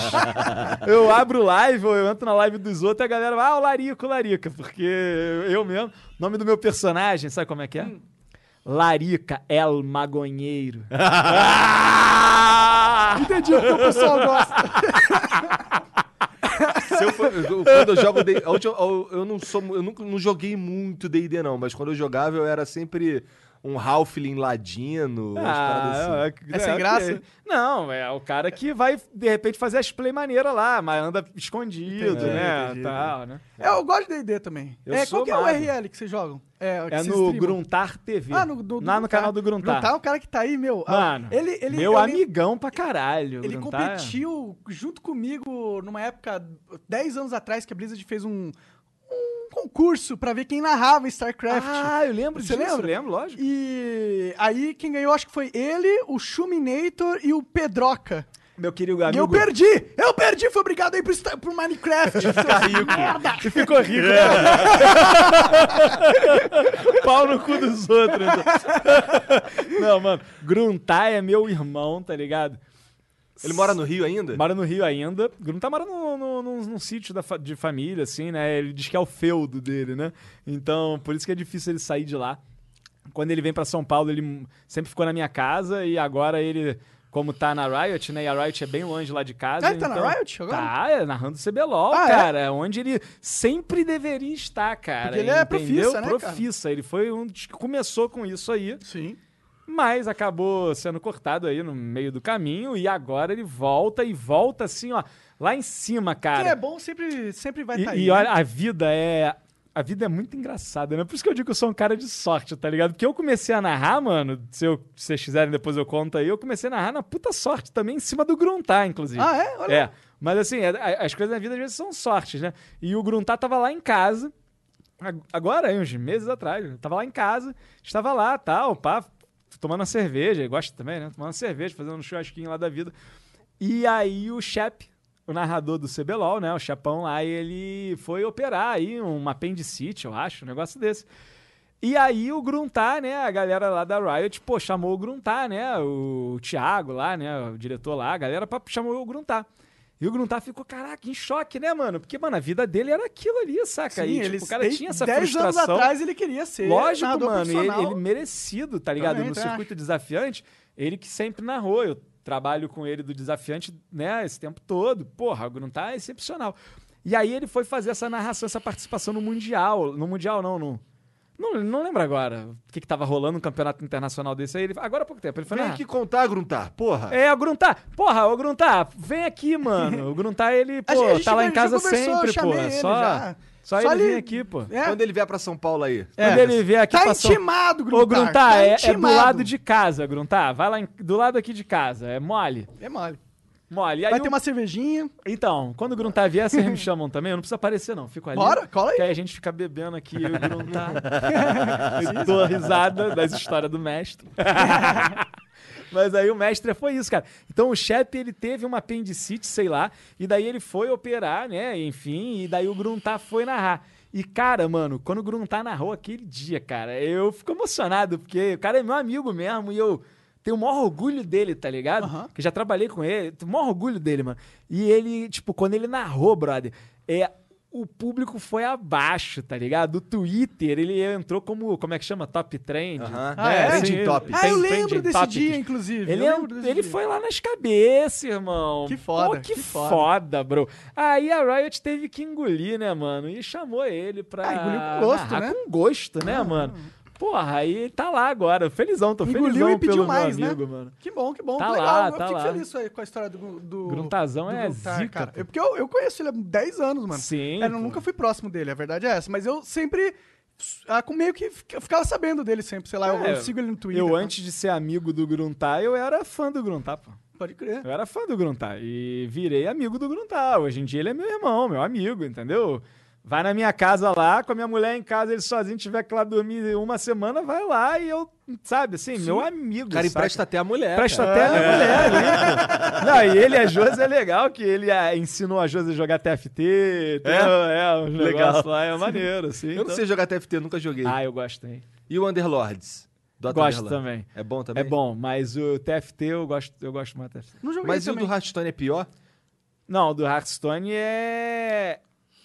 Eu abro live ou eu entro na live dos outros e a galera vai, ah, o Larico, Larica, porque eu mesmo. O nome do meu personagem, sabe como é que é? Larica El Magonheiro. Ah!
Entendi o que o pessoal gosta.
Se eu for- eu- quando eu jogo D&D, a última- eu, eu não sou, mu- eu nunca não joguei muito D&D não, mas quando eu jogava eu era sempre um halfling ladino, umas paradas assim.
é,
É sem
ok.
graça?
Não, é o cara que vai, de repente, fazer as play maneira lá, mas anda escondido,
Entendi,
né?
entendi.
tal, né?
É, eu gosto de D&D também.
Eu
é,
sou
qual que é o
mago.
URL que vocês jogam? É, que
É
vocês
no
streamam?
Gruntar TV.
Ah, no, do,
lá no canal do Gruntar.
Gruntar é um cara que tá aí, meu. ah,
Mano,
ele, ele,
meu
eu lem-
amigão pra caralho.
Ele
Gruntar é-
competiu junto comigo numa época, 10 anos atrás, que a Blizzard fez um, um concurso pra ver quem narrava StarCraft.
Ah, eu lembro
Você
disso.
lembra?
Lembro, lógico.
E aí quem ganhou acho que foi ele, o Shuminator e o Pedroca.
Meu querido
E eu
amigo...
perdi! Eu perdi! Fui obrigado aí pro, Star- pro Minecraft! Caiu, merda!
E ficou rico, né? Pau no cu dos outros. então. Não, mano. Gruntar é meu irmão, tá ligado?
Ele mora no Rio ainda?
Mora no Rio ainda. tá Gruntar mora num, num, num, num sítio da fa- de família, assim, né? Ele diz que é o feudo dele, né? Então, por isso que é difícil ele sair de lá. Quando ele vem pra São Paulo, ele hum, sempre ficou na minha casa e agora ele, como tá na Riot, né? E a Riot é bem longe lá de casa.
Ah, ele tá na
então-
Riot agora?
Tá, é, narrando CBLOL,
Ah, é?
cara. É onde ele sempre deveria estar, cara.
Porque ele é
entendeu?
profissa, né, cara?
Profissa. Ele foi um dos que começou com isso aí.
Sim.
Mas acabou sendo cortado aí no meio do caminho e agora ele volta e volta assim, ó, lá em cima, cara.
Quem é bom sempre, sempre vai
e,
estar aí.
e olha, a vida é a vida é muito engraçada, né? Por isso que eu digo que eu sou um cara de sorte, tá ligado? Porque eu comecei a narrar, mano, se, eu, se vocês quiserem depois eu conto aí, eu comecei a narrar na puta sorte também, em cima do Gruntar, inclusive.
Ah, é? Olha.
É. Mas assim, é- a- as coisas na vida às vezes são sortes, né? E o Gruntar tava lá em casa, ag- agora, aí, uns meses atrás, eu tava lá em casa, estava lá, tal, pá, tomando uma cerveja, ele gosta também, né? Tomando uma cerveja, fazendo um churrasquinho lá da vida. E aí o Shep, o narrador do CBLOL, né? O Chapão lá, ele foi operar aí um apendicite, eu acho, um negócio desse. E aí o Gruntar, né, a galera lá da Riot, pô, chamou o Gruntar, né, o Thiago lá, né, o diretor lá, a galera pra, chamou o Gruntar. E o Gruntar ficou, caraca, em choque, né, mano? Porque, mano, a vida dele era aquilo ali, saca?
Sim,
e, tipo,
ele-
o cara tinha essa
dez
frustração.
anos atrás ele queria ser
Lógico,
narrador
mano, e ele,
profissional.
ele merecido, tá ligado?
Também,
no
também
circuito desafiante, ele que sempre narrou. Eu trabalho com ele do desafiante, né, esse tempo todo. Porra, o Gruntar é excepcional. E aí ele foi fazer essa narração, essa participação no Mundial. No Mundial, não, no. Não, não lembro agora o que, que tava rolando um campeonato internacional desse aí. Ele, agora há pouco tempo. Ele foi
Vem
narrar.
aqui contar, Gruntar, porra.
Ah. É, o Gruntar. Porra, o Gruntar, vem aqui, mano. O Gruntar, ele, pô,
A gente- a gente
tá lá em
já
casa
conversou,
sempre,
eu
pô. é
chamei ele
Só,
já.
só,
Só
ele
ele-
vem aqui, pô.
É.
Quando ele vier pra São Paulo aí.
Quando ele vier aqui
Tá
passou...
intimado, Gruntar.
Ô, Gruntar,
tá
é, é do
intimado.
lado de casa, Gruntar. Vai lá em- do lado aqui de casa. É mole.
É mole.
Mole. E aí
Vai
o-
ter uma cervejinha.
Então, quando o Gruntar vier, vocês me chamam também. Eu não preciso aparecer, não. Fico ali.
Bora, cola aí.
Que aí a gente fica bebendo aqui eu e o Gruntar. Eu dou a risada das histórias do mestre. Mas aí o mestre foi isso, cara. Então o chefe ele teve uma apendicite, sei lá, e daí ele foi operar, né? Enfim, e daí o Gruntar foi narrar. E cara, mano, quando o Gruntar narrou aquele dia, cara, eu fico emocionado, porque o cara é meu amigo mesmo e eu tenho o maior orgulho dele, tá ligado? Que eu já trabalhei com ele, tenho o maior orgulho dele, mano. E ele, tipo, quando ele narrou, brother, é o público foi abaixo, tá ligado? O Twitter, ele entrou como, como é que chama? Top Trend.
Aham.
Ah, é?
Trending top.
Ah,
Tem
eu lembro
trending
desse
topic.
dia, inclusive.
Ele,
eu
é-
lembro desse
ele
dia.
foi lá nas cabeças, irmão.
Que foda,
Pô, que,
que
foda.
foda.
bro. Aí a Riot teve que engolir, né, mano? E chamou ele pra.
Ah, engoliu com gosto,
narrar
né?
Com gosto, né, mano? Porra, aí ele tá lá agora. Felizão, tô
Engoliu
felizão
e pediu
pelo
mais,
meu
né?
amigo, mano.
Que bom, que bom.
Tá
que legal.
lá,
eu
tá
fiquei
lá.
feliz aí com a história do. do
Gruntazão
do
é
Gruntar,
zica,
cara.
pô.
É porque eu, eu conheço ele há 10 anos, mano. É,
Sim,
Eu
pô.
nunca fui próximo dele, a verdade é essa. Mas eu sempre. ah, com Meio que fica- eu ficava sabendo dele sempre, sei lá, eu,
É,
eu sigo ele no Twitter.
Eu,
tá?
antes de ser amigo do Gruntar, eu era fã do Gruntar, pô.
Pode crer.
Eu era fã do Gruntar e virei amigo do Gruntar. Hoje em dia ele é meu irmão, meu amigo, entendeu? Vai na minha casa lá, com a minha mulher em casa, ele sozinho tiver que lá dormir uma semana, vai lá e eu, sabe, assim, meu amigo.
O cara
saca?
empresta até a mulher.
Presta
cara.
até a mulher ali. pô. Não, e ele e a Josi é legal, que ele ah, ensinou a Josi a jogar TFT. Tem, é, um legal. lá é maneiro, assim.
Eu não
então-
sei jogar TFT, nunca joguei.
Ah, eu gosto, hein?
E o Underlords? Dota
Gosto
Underlords.
também.
É bom também?
É bom, mas o TFT eu gosto, eu gosto mais do TFT.
Não joguei
Mas e o do
também.
Hearthstone é pior?
Não, o do Hearthstone é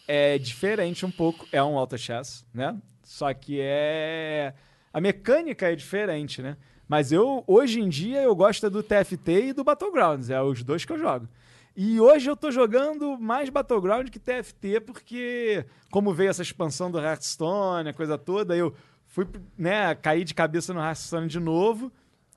é diferente um pouco, é um auto chess, né? Só que é a mecânica é diferente, né? Mas eu hoje em dia eu gosto do TFT e do Battlegrounds, é os dois que eu jogo. E hoje eu tô jogando mais Battleground que TFT porque como veio essa expansão do Hearthstone, a coisa toda, eu fui, né, caí de cabeça no Hearthstone de novo.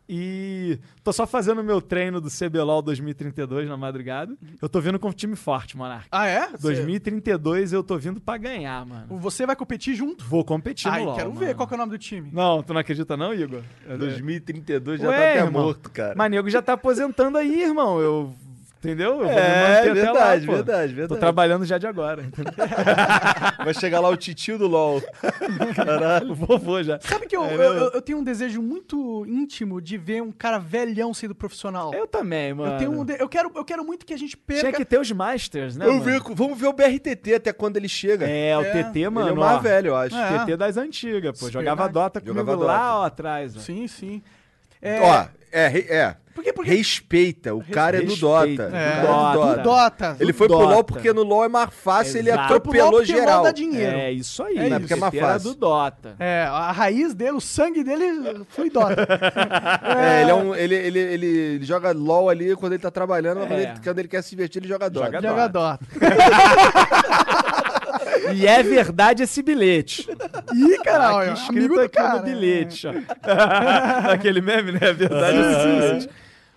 E tô só fazendo meu treino do CBLOL 2032 na madrugada. Eu tô vindo com um time forte, Monark.
Ah, é? Você-
2032 eu tô vindo pra ganhar, mano.
Você vai competir junto?
Vou competir
Ai,
no LoL,
quero
mano.
ver qual que é o nome do time.
Não, tu não acredita não, Igor?
2032 já
É. Ué,
tá até
irmão.
morto, cara.
Mas nego já tá aposentando aí, irmão. Eu... Entendeu? Eu vou
É,
me manter
verdade,
até lá, pô.
verdade, verdade.
Tô trabalhando já de agora, entendeu?
Vai chegar lá o titio do LOL.
O vovô já.
Sabe que eu, eu, eu- eu tenho um desejo muito íntimo de ver um cara velhão sendo profissional.
Eu também, mano.
Eu tenho um de- eu quero eu quero muito que a gente perca.
Tinha que ter os Masters, né,
Vamos
mano?
ver, vamos ver o BRTT até quando ele chega.
É, o
É.
TT, mano.
Ele é o
ó,
mais velho, eu acho.
É.
TT das antigas, pô.
Isso,
Jogava
verdade.
Dota comigo
Jogava
lá
Dota.
ó, atrás, ó.
Sim, sim. É,
Ó, é, re- é.
Porque- porque-
Respeita, o cara é do Dota.
Respeita.
O
É.
cara
Dota.
do Dota.
Ele foi
Dota.
pro LOL porque no LOL é mais fácil, ele
Exato.
Foi pro LOL
atropelou
porque LOL
geral.
dá dinheiro.
É isso aí.
É isso.
Porque é mais
TT era
fácil.
do Dota.
É, a raiz dele, o sangue dele foi Dota.
É, ele, é um, ele, ele, ele, ele joga LOL ali quando ele tá trabalhando, mas quando
É.
ele, quando ele quer se divertir, ele joga Dota.
Joga
Joga Dota.
E é verdade esse bilhete.
Ih,
Aqui
caralho, ó,
escrito
amigo do
aqui
cara.
no bilhete, ó. Aquele meme, né? É verdade esse bilhete.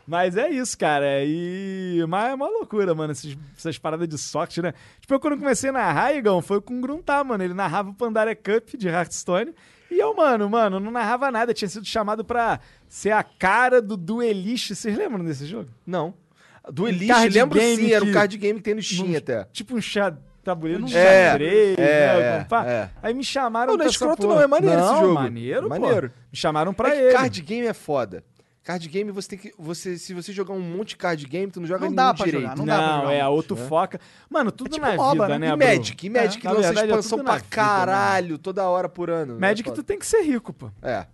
Mas é isso, cara. E... Mas é uma loucura, mano, esses- essas paradas de sorte, né? Tipo, eu quando comecei a narrar, Igão, foi com o Gruntar, mano. Ele narrava o Pandaria Cup de Hearthstone. E eu, mano, mano, não narrava nada. Tinha sido chamado pra ser a cara do Duelist. Vocês lembram desse jogo?
Não. Do Elite,
Card
lembro
game
sim, era um
que-
card game que tem no Steam
Num-
até.
Tipo um chá tabuleiro de
É,
xadrez,
é,
né?
é,
Algum pá.
é.
Aí me chamaram
Não, não é
pra essa
escroto
porra.
não, é maneiro esse jogo.
maneiro, pô.
Maneiro.
Me chamaram pra
É que
ele.
card game é foda. Card game, você tem que. Você, se você jogar um monte de card game, tu não joga
Não
nenhum
dá pra
direito.
jogar,
Não,
não dá pra jogar.
é, outro
né?
foca. Mano, tudo
É
tipo
na
MOBA,
vida,
né?
né,
E
Bruno?
Magic, e Magic, que
Na
lança
verdade, é
expansão
tudo na
pra
vida, né?
caralho, toda hora por ano.
Magic,
é
tu tem que ser rico, pô.
É.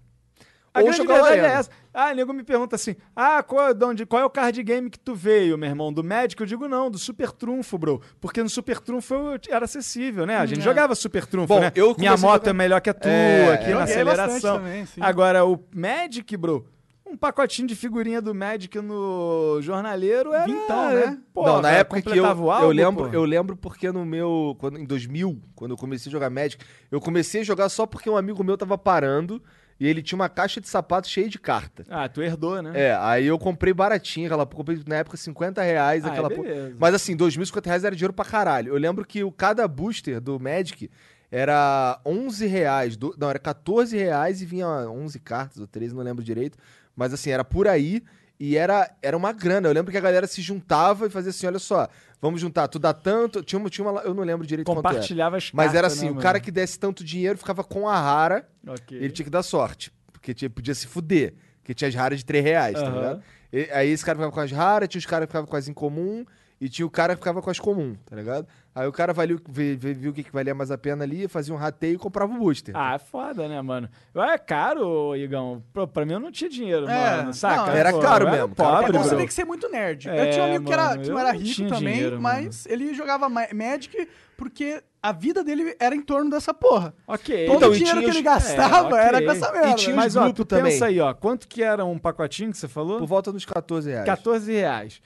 A grande
jogar o
verdade é
Arena.
essa. Ah, nego me pergunta assim: ah, qual, de onde, qual é o card game que tu veio, meu irmão? Do Magic? Eu digo não, do Super Trunfo, bro. Porque no Super Trunfo eu t- era acessível, né? A gente jogava Super Trunfo,
Hum, é. Bom,
né?
eu comecei
Minha
a
moto
jogar-
é melhor que a tua,
É,
aqui na
joguei bastante
aceleração.
também, sim.
Agora, o Magic, bro. Um pacotinho de figurinha do Magic no jornaleiro era...
Vintão, né?
Pô,
não, na
cara,
época que eu,
completava o
eu
álbum,
lembro,
pô.
eu lembro porque no meu, quando, em 2000, quando eu comecei a jogar Magic, eu comecei a jogar só porque um amigo meu tava parando e ele tinha uma caixa de sapato cheia de carta.
Ah, tu herdou, né?
É, aí eu comprei baratinho aquela porra, comprei na época 50 reais
Ah,
aquela
é
porra.
beleza.
Mas assim, 2.050 reais era dinheiro pra caralho. Eu lembro que o, cada booster do Magic era 11 reais, do- não, era 14 reais e vinha 11 cartas ou 13, não lembro direito. Mas assim, era por aí e era, era uma grana. Eu lembro que a galera se juntava e fazia assim, olha só, vamos juntar, tu dá tanto, tinha uma, tinha uma lá- eu não lembro direito quanto era.
Compartilhava as
Mas era
cartas,
assim,
né,
o
mano?
cara que desse tanto dinheiro ficava com a rara,
Ok.
ele tinha que dar sorte. Porque tinha, podia se fuder. Porque tinha as raras de 3 reais, tá
Aham.
ligado? E- aí esse cara ficava com as raras, tinha os caras que ficavam com as incomum, e tinha o cara que ficava com as comum, tá ligado? Aí o cara valeu, vê- vê- viu o que, que valia mais a pena ali, fazia um rateio e comprava o booster.
Ah, é foda, né, mano? É caro, Igão. Pô, pra mim eu não tinha dinheiro,
É,
mano. Saca?
não,
era
Pô,
caro
eu era
mesmo, cara.
É
Pobre,
bom, você
bro.
tem que ser muito nerd.
É,
eu tinha um amigo que, era,
mano,
que
eu
não era
não
rico
tinha
também,
dinheiro,
mas ele jogava ma- Magic porque a vida dele era em torno dessa porra.
Ok.
Todo
Então,
o
e
dinheiro
tinha os-
que ele gastava
é, ok.
era com essa merda.
E tinha os
Mas, ó,
grupo
tu pensa
também.
aí, ó. Quanto que era um pacotinho que você
Por
falou?
volta dos 14 reais.
14 reais.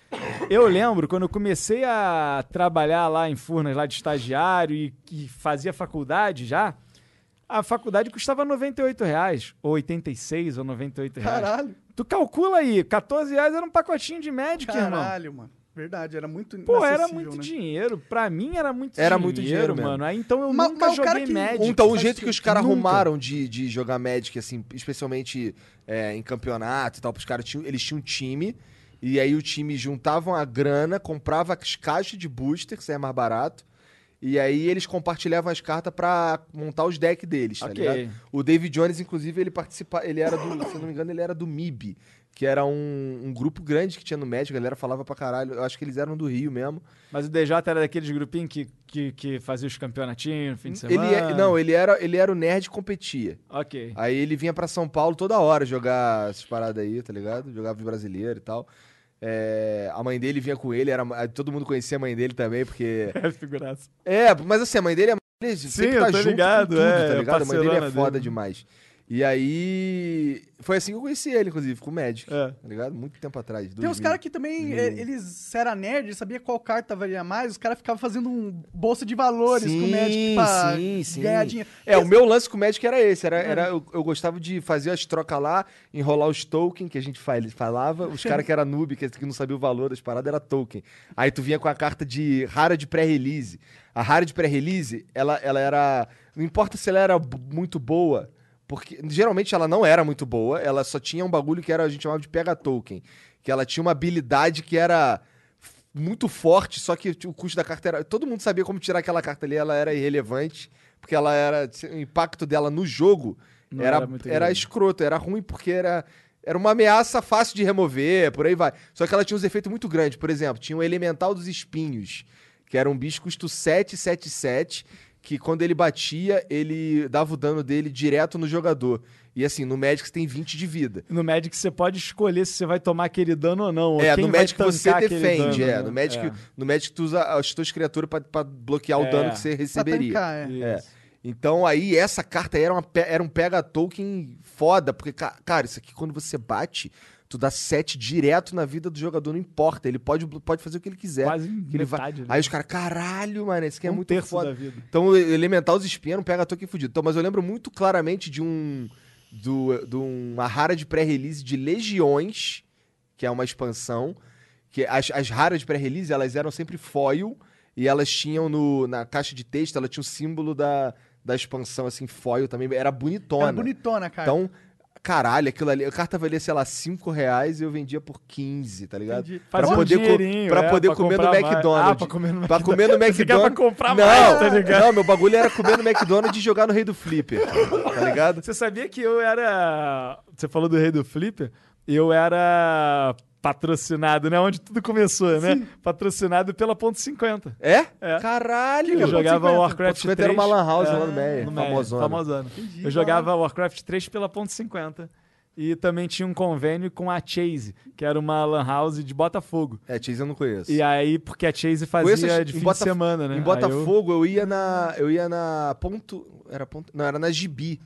Eu lembro quando eu comecei a trabalhar lá em Furnas, lá de estagiário e, e fazia faculdade já, a faculdade custava 98 reais, ou 86 ou 98 reais.
Caralho,
Tu calcula aí, 14 reais era um pacotinho de Magic, irmão.
caralho, mano. Verdade, era muito
Pô, era
inacessível,
muito
né?
dinheiro. Pra mim era muito
Era
dinheiro.
muito dinheiro mesmo.
mano. Aí, então eu
Mas-
nunca
mas o cara
joguei
que-
Magic.
Então, o
Faz
jeito que os caras
nunca.
arrumaram de, de jogar Magic, assim, especialmente é, em campeonato e tal, pros caras, tinham- eles tinham um time, e aí o time juntavam a grana, comprava as caixas de booster, que isso aí é mais barato, e aí eles compartilhavam as cartas pra montar os decks deles, tá
Ok.
ligado? O David Jones, inclusive, ele participa, ele era do, se eu não me engano, ele era do MIB, que era um, um grupo grande que tinha no Magic, a galera falava pra caralho, eu acho que eles eram do Rio mesmo.
Mas o DJ era daqueles grupinhos que, que, que fazia os campeonatinhos no fim de semana.
Ele é- não, ele era, ele era o nerd que competia.
Ok.
Aí ele vinha pra São Paulo toda hora jogar essas paradas aí, tá ligado? Jogava de brasileiro e tal. É, a mãe dele vinha com ele, era, todo mundo conhecia a mãe dele também, porque.
É figuraça.
É, mas assim, a mãe dele é. Ele sempre
eu
tá
tô
junto
ligado,
com tudo,
é,
tá ligado? A mãe dele é
parceirona
foda
dele.
demais. E aí. Foi assim que eu conheci ele, inclusive, com o Magic.
É.
Tá ligado? Muito tempo atrás.
Tem uns
2000.
caras que também, eh, eles eram nerd, sabia qual carta valia mais, os caras ficavam fazendo um bolsa de valores com o Magic pra
sim, sim.
ganhar Ah. dinheiro.
É, o meu lance com o Magic era esse. Era, era, eu, eu gostava de fazer as trocas lá, enrolar os token que a gente fa- falava. Os caras que era noob, que, que não sabia o valor das paradas, era token. Aí tu vinha com a carta de rara de pré-release. A rara de pré-release, ela, ela era... Não importa se ela era b- muito boa, porque geralmente ela não era muito boa. Ela só tinha um bagulho que era, a gente chamava de pega token. Que ela tinha uma habilidade que era muito forte, só que tipo, o custo da carta era. Todo mundo sabia como tirar aquela carta ali, ela era irrelevante, porque ela era. O impacto dela no jogo
Não
era,
era
era,
muito grande.
escroto, era ruim porque era. Era uma ameaça fácil de remover, por aí vai. Só que ela tinha uns efeitos muito grandes. Por exemplo, tinha o Elemental dos Espinhos, que era um bicho custo 777, que quando ele batia, ele dava o dano dele direto no jogador. E assim, no Magic você tem 20 de vida.
No Magic você pode escolher se você vai tomar aquele dano ou não. ou
É,
quem
no
vai
Magic você
tancar aquele
defende,
dano,
é.
né?
No Magic,
É.
no Magic tu usa as tuas criaturas pra, pra bloquear o
É.
dano que você
Pra
receberia.
tancar, é.
É. Então aí essa carta era, uma, pe- era um pega token foda, porque, ca- cara, isso aqui quando você bate, tu dá 7 direto na vida do jogador, não importa. Ele pode, pode fazer o que ele quiser.
Quase
que ele vai-
metade, né?
Aí os caras, caralho, mano, esse aqui é
Um
muito
terço
foda.
da vida.
Então, o Elemental os espinhos era um pega token fudido. Então, mas eu lembro muito claramente de um. Do, de uma rara de pré-release de Legiões, que é uma expansão. que As, as raras de pré-release, elas eram sempre foil. E elas tinham no, na caixa de texto, ela tinha o símbolo da, da expansão, assim, foil também. Era bonitona.
Era bonitona, cara.
Então, caralho, aquilo ali. O carta valia, sei lá, 5 reais e eu vendia por 15, tá ligado?
Entendi.
Pra
Faz um
poder,
dinheirinho,
pra
é,
poder
pra
comer no
comprar mais.
McDonald's.
Ah, pra comer no
Pra comer no
McDonald's. Você quer pra
McDonald's.
comprar
não,
mais, tá ligado?
Não, meu bagulho era comer no McDonald's e jogar no Rei do Flipper, tá ligado?
Você sabia que eu era. Você falou do rei do flip? Eu era patrocinado, né? Onde tudo começou, né? Patrocinado pela Ponto 50.
É?
É.
Caralho!
Eu jogava
Ponto
Warcraft 3.
50 era uma lan house
é,
lá no Meia,
Meia,
famosona.
famosona. Eu jogava Warcraft 3 pela Ponto 50. E também tinha um convênio com a Chase, que era uma lan house de Botafogo.
É, Chase eu não conheço.
E aí, porque a Chase fazia
Conheço as-
de
em
fim de
Botaf-
semana, né?
Em Botafogo eu... ia na. Eu ia na. Ponto. Era ponto. Não, era na Gibi.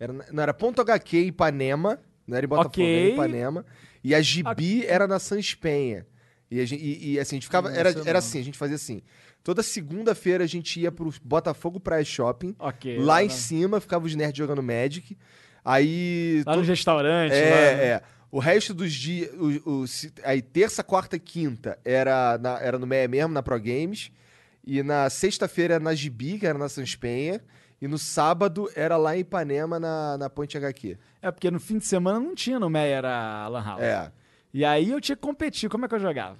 Era na- não, era ponto HQ em Ipanema. Não era em Botafogo,
Ok.
era em Ipanema. E a Gibi era na Sans Penha. E, a gen- e- e, assim, a gente ficava. Era, era assim, a gente fazia assim. Toda segunda-feira a gente ia pro Botafogo Praia Shopping.
Ok, tá
lá
lá
em
na-
cima ficava os nerds jogando Magic. Aí.
Lá
to-
nos restaurantes. lá-
é, é. O resto dos dias. O, o- se- aí, terça, quarta e quinta era, na- era no Meia mesmo, na Pro Games. E na sexta-feira era na Gibi, que era na Sanspenha. E no sábado era lá em Ipanema, na, na Ponte HQ.
É porque no fim de semana não tinha no Meia, era a Lan House.
É.
E aí eu tinha que competir. Como é que eu jogava?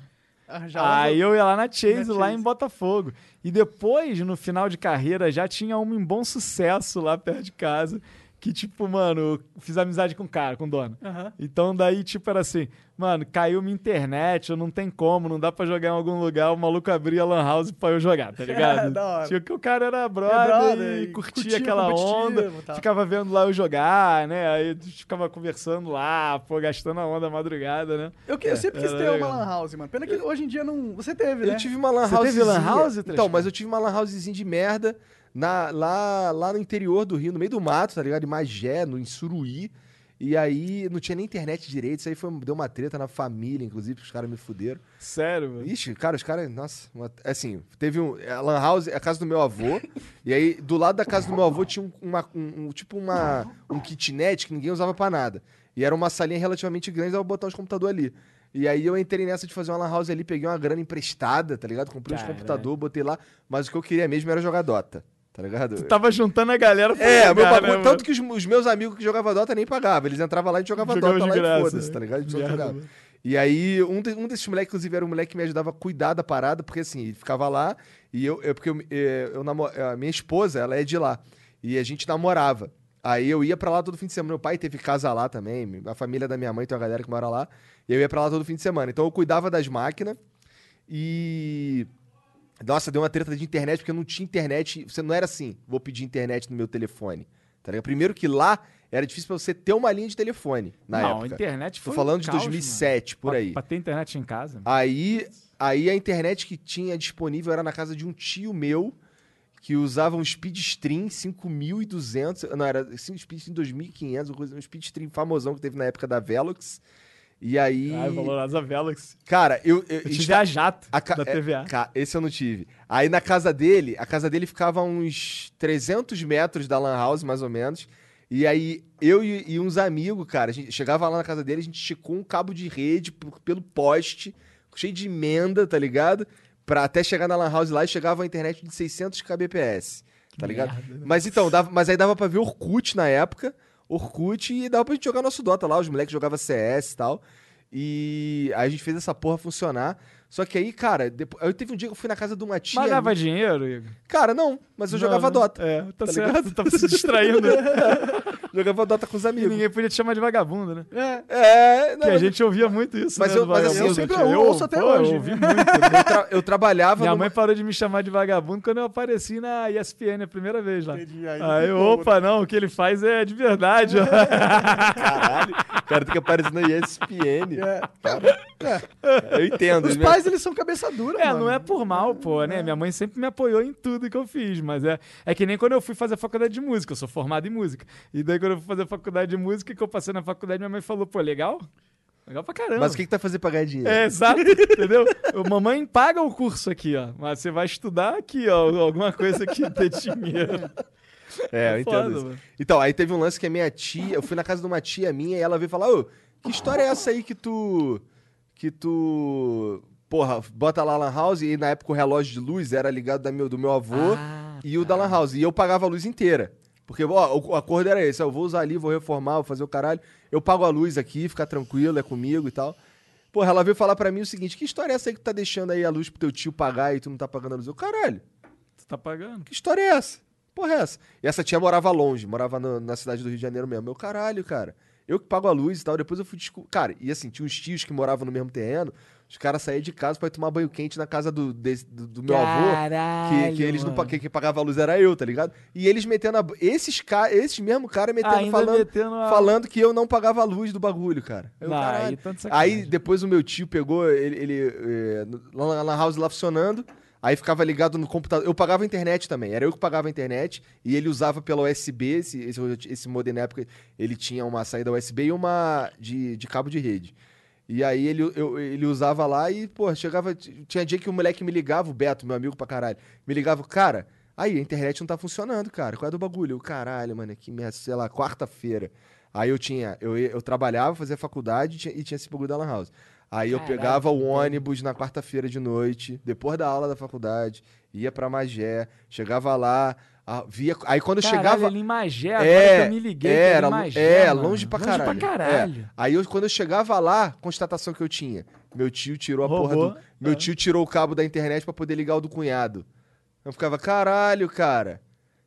Arranjava-
aí eu ia lá na Chase,
Na
lá
Chase.
em Botafogo. E depois, no final de carreira, já tinha uma em bom sucesso lá perto de casa. Que, tipo, mano, eu fiz amizade com o cara, com o dono.
Aham.
Então daí, tipo, era assim, mano, caiu minha internet, eu não tem como, não dá pra jogar em algum lugar, o maluco abria a lan house pra eu jogar, tá ligado?
da hora.
Tinha que o cara era brother,
É brother,
e,
e
curtia,
curtia, tá.
aquela onda,
competitivo e tal.
ficava vendo lá eu jogar, né? Aí ficava conversando lá, pô, gastando a onda à madrugada, né?
Eu, que- eu sempre quis
Era
ter uma
legal. É.
lan house, mano. Pena que hoje em dia não. Você teve, né?
Eu tive uma lan
Você
house.
teve lan house,
Então,
Tresca?
mas eu tive uma lan housezinha de merda na, lá, lá no interior do Rio, no meio do mato, tá ligado? Em Magé, no, em Suruí. E aí não tinha nem internet direito. Isso aí foi, deu uma treta na família, inclusive, porque os caras me fuderam.
Sério, mano.
Ixi, cara, os caras, nossa, uma- assim, teve um. A Lan House, é a casa do meu avô, e aí do lado da casa do meu avô tinha um, uma- um- um- tipo uma, um kitnet que ninguém usava pra nada. E era uma salinha relativamente grande, dava pra botar os computadores ali. E aí eu entrei nessa de fazer uma Lan House ali, peguei uma grana emprestada, tá ligado? Comprei uns
Caralho.
computadores, botei lá, mas o que eu queria mesmo era jogar Dota, tá ligado?
Tava juntando a galera pra
É,
jogar,
meu
né,
bagulho,
mano?
tanto que os, os meus amigos que jogavam Dota nem pagavam. Eles entravam lá e jogavam
Jogava
Dota lá
de
e
graça,
foda-se,
né?
tá ligado? Eles só
Merda,
jogavam.
mano.
E aí, um, de- um desses moleques, inclusive, era um moleque que me ajudava a cuidar da parada, porque assim, ele ficava lá e eu, eu porque eu, eh, eu namo- a minha esposa, ela é de lá. E a gente namorava. Aí eu ia pra lá todo fim de semana. Meu pai teve casa lá também, a família da minha mãe tem uma galera que mora lá. E eu ia pra lá todo fim de semana. Então eu cuidava das máquinas e. Nossa, deu uma treta de internet, porque eu não tinha internet. Você não era assim, vou pedir internet no meu telefone. Tá ligado? Primeiro que lá era difícil pra você ter uma linha de telefone na
não,
época.
internet
Tô
foi um
falando de
caos,
2007,
mano.
por
Pra-
aí.
Pra ter internet em casa.
Aí, aí a internet que tinha disponível era na casa de um tio meu que usava um Speedstream 5200, não era assim, um Speedstream 2500, uma coisa, um Speedstream famosão que teve na época da Velox. E aí,
Ai, valorosa Velox.
cara, eu, eu,
Eu tive
esta-
a jato
a ca-
da
é,
TVA.
ca- esse eu não tive. Aí na casa dele, a casa dele ficava a uns 300 metros da Lan House, mais ou menos. E aí eu e, e uns amigos, cara, a gente chegava lá na casa dele, a gente esticou um cabo de rede p- pelo poste, cheio de emenda, tá ligado? Pra até chegar na Lan House lá e chegava a internet de 600 kbps, tá ligado? Mas então, dava- mas aí dava pra ver Orkut na época, Orkut, e dava pra gente jogar nosso Dota lá, os moleques jogavam CS e tal. E aí a gente fez essa porra funcionar. Só que aí, cara, depois, eu teve um dia que eu fui na casa de uma tia.
Mas dava dinheiro, Igor?
Cara, não, mas eu
Não,
jogava
né?
Dota.
É, tá,
tá
certo. Tava se distraindo.
Jogava Dota com os
e
amigos.
ninguém podia te chamar de vagabundo, né?
É, não,
Porque a
mas
gente ouvia muito isso,
Mas
né,
eu-
do
mas assim,
vagabundo.
eu
sempre ouço até hoje.
Eu ouvi muito.
eu, tra- eu trabalhava.
Minha
numa-
mãe parou de me chamar de vagabundo quando eu apareci na ESPN a primeira vez lá.
Entendi,
Aí,
aí não tem como,
opa,
né?
não, o que ele faz é de verdade. ó.
Caralho, o cara tem que aparecer na ESPN.
É.
Eu entendo.
Os
né?
pais, eles são cabeça dura,
É,
mano.
não é por mal, pô, né? Minha mãe sempre me apoiou em tudo que eu fiz, mas é, é que nem quando eu fui fazer a faculdade de música, eu sou formado em música. E daí quando eu fui fazer a faculdade de música, que eu passei na faculdade, minha mãe falou, pô, legal? Legal pra caramba.
Mas o que, que tá fazendo pra ganhar dinheiro?
É, exato, entendeu? O mamãe paga o curso aqui, ó, mas você vai estudar aqui, ó, alguma coisa que dê dinheiro.
É, eu
É
entendo
foda,
isso.
mano.
Então, aí teve um lance que a minha tia, eu fui na casa de uma tia minha e ela veio falar, ô, que história é essa aí que tu. Que tu. Porra, bota lá a Lan House e
Ah, tá.
na época o relógio de luz era ligado da meu, do meu avô e o da Lan House. E eu pagava a luz inteira. Porque, ó, o acordo era esse, ó, eu vou usar ali, vou reformar, vou fazer o caralho, eu pago a luz aqui, fica tranquilo, é comigo e tal. Porra, ela veio falar pra mim o seguinte, que história é essa aí que tu tá deixando aí a luz pro teu tio pagar e tu não tá pagando a luz? Eu, caralho,
Tu tá pagando.
que história é essa? Porra, é essa? E essa tia morava longe, morava na- na cidade do Rio de Janeiro mesmo. Eu, caralho, cara. Eu que pago a luz e tal. Depois eu fui descobrir. Cara, e assim, tinha uns tios que moravam no mesmo terreno. Os caras saíam de casa pra ir tomar banho quente na casa do, desse- do, do meu avô. Que, que
Caralho,
eles não pa-
mano.
que, que pagava a luz era eu, tá ligado? E eles metendo a. Esses, ca... esses mesmo caras metendo,
Ainda
falando,
metendo a-
falando que eu não pagava a luz do bagulho, cara. Eu,
Ah, aí
caralho.
tá de sacanagem.
aí depois o meu tio pegou, ele, ele eh, no- lá na house lá funcionando, aí ficava ligado no computador. Eu pagava a internet também, era eu que pagava a internet, e ele usava pela USB, esse, esse, esse modem na época, ele tinha uma saída USB e uma de, de cabo de rede. E aí ele, eu- ele usava lá e, pô, chegava. t- Tinha dia que o moleque me ligava, o Beto, meu amigo pra caralho, me ligava, cara, aí a internet não tá funcionando, cara. Qual é do bagulho? Eu, caralho, mano, é que merda, sei lá, quarta-feira. Aí eu tinha, eu, ia- eu trabalhava, fazia faculdade e tinha, e tinha esse bagulho da Lan House. Aí eu pegava o ônibus na quarta-feira de noite, depois da aula da faculdade, ia pra Magé, chegava lá, a- via. Aí quando
Caralho,
eu chegava.
ali em Magé, agora
É,
que eu me liguei, que
é,
era
era
em
lo-
Magé,
é,
mano.
longe pra
Longe pra
caralho.
caralho.
É. Aí eu, quando eu chegava lá, constatação que eu tinha, meu tio tirou a
Roubou.
porra do. Meu
É.
tio tirou o cabo da internet pra poder ligar o do cunhado. Eu ficava, caralho, cara.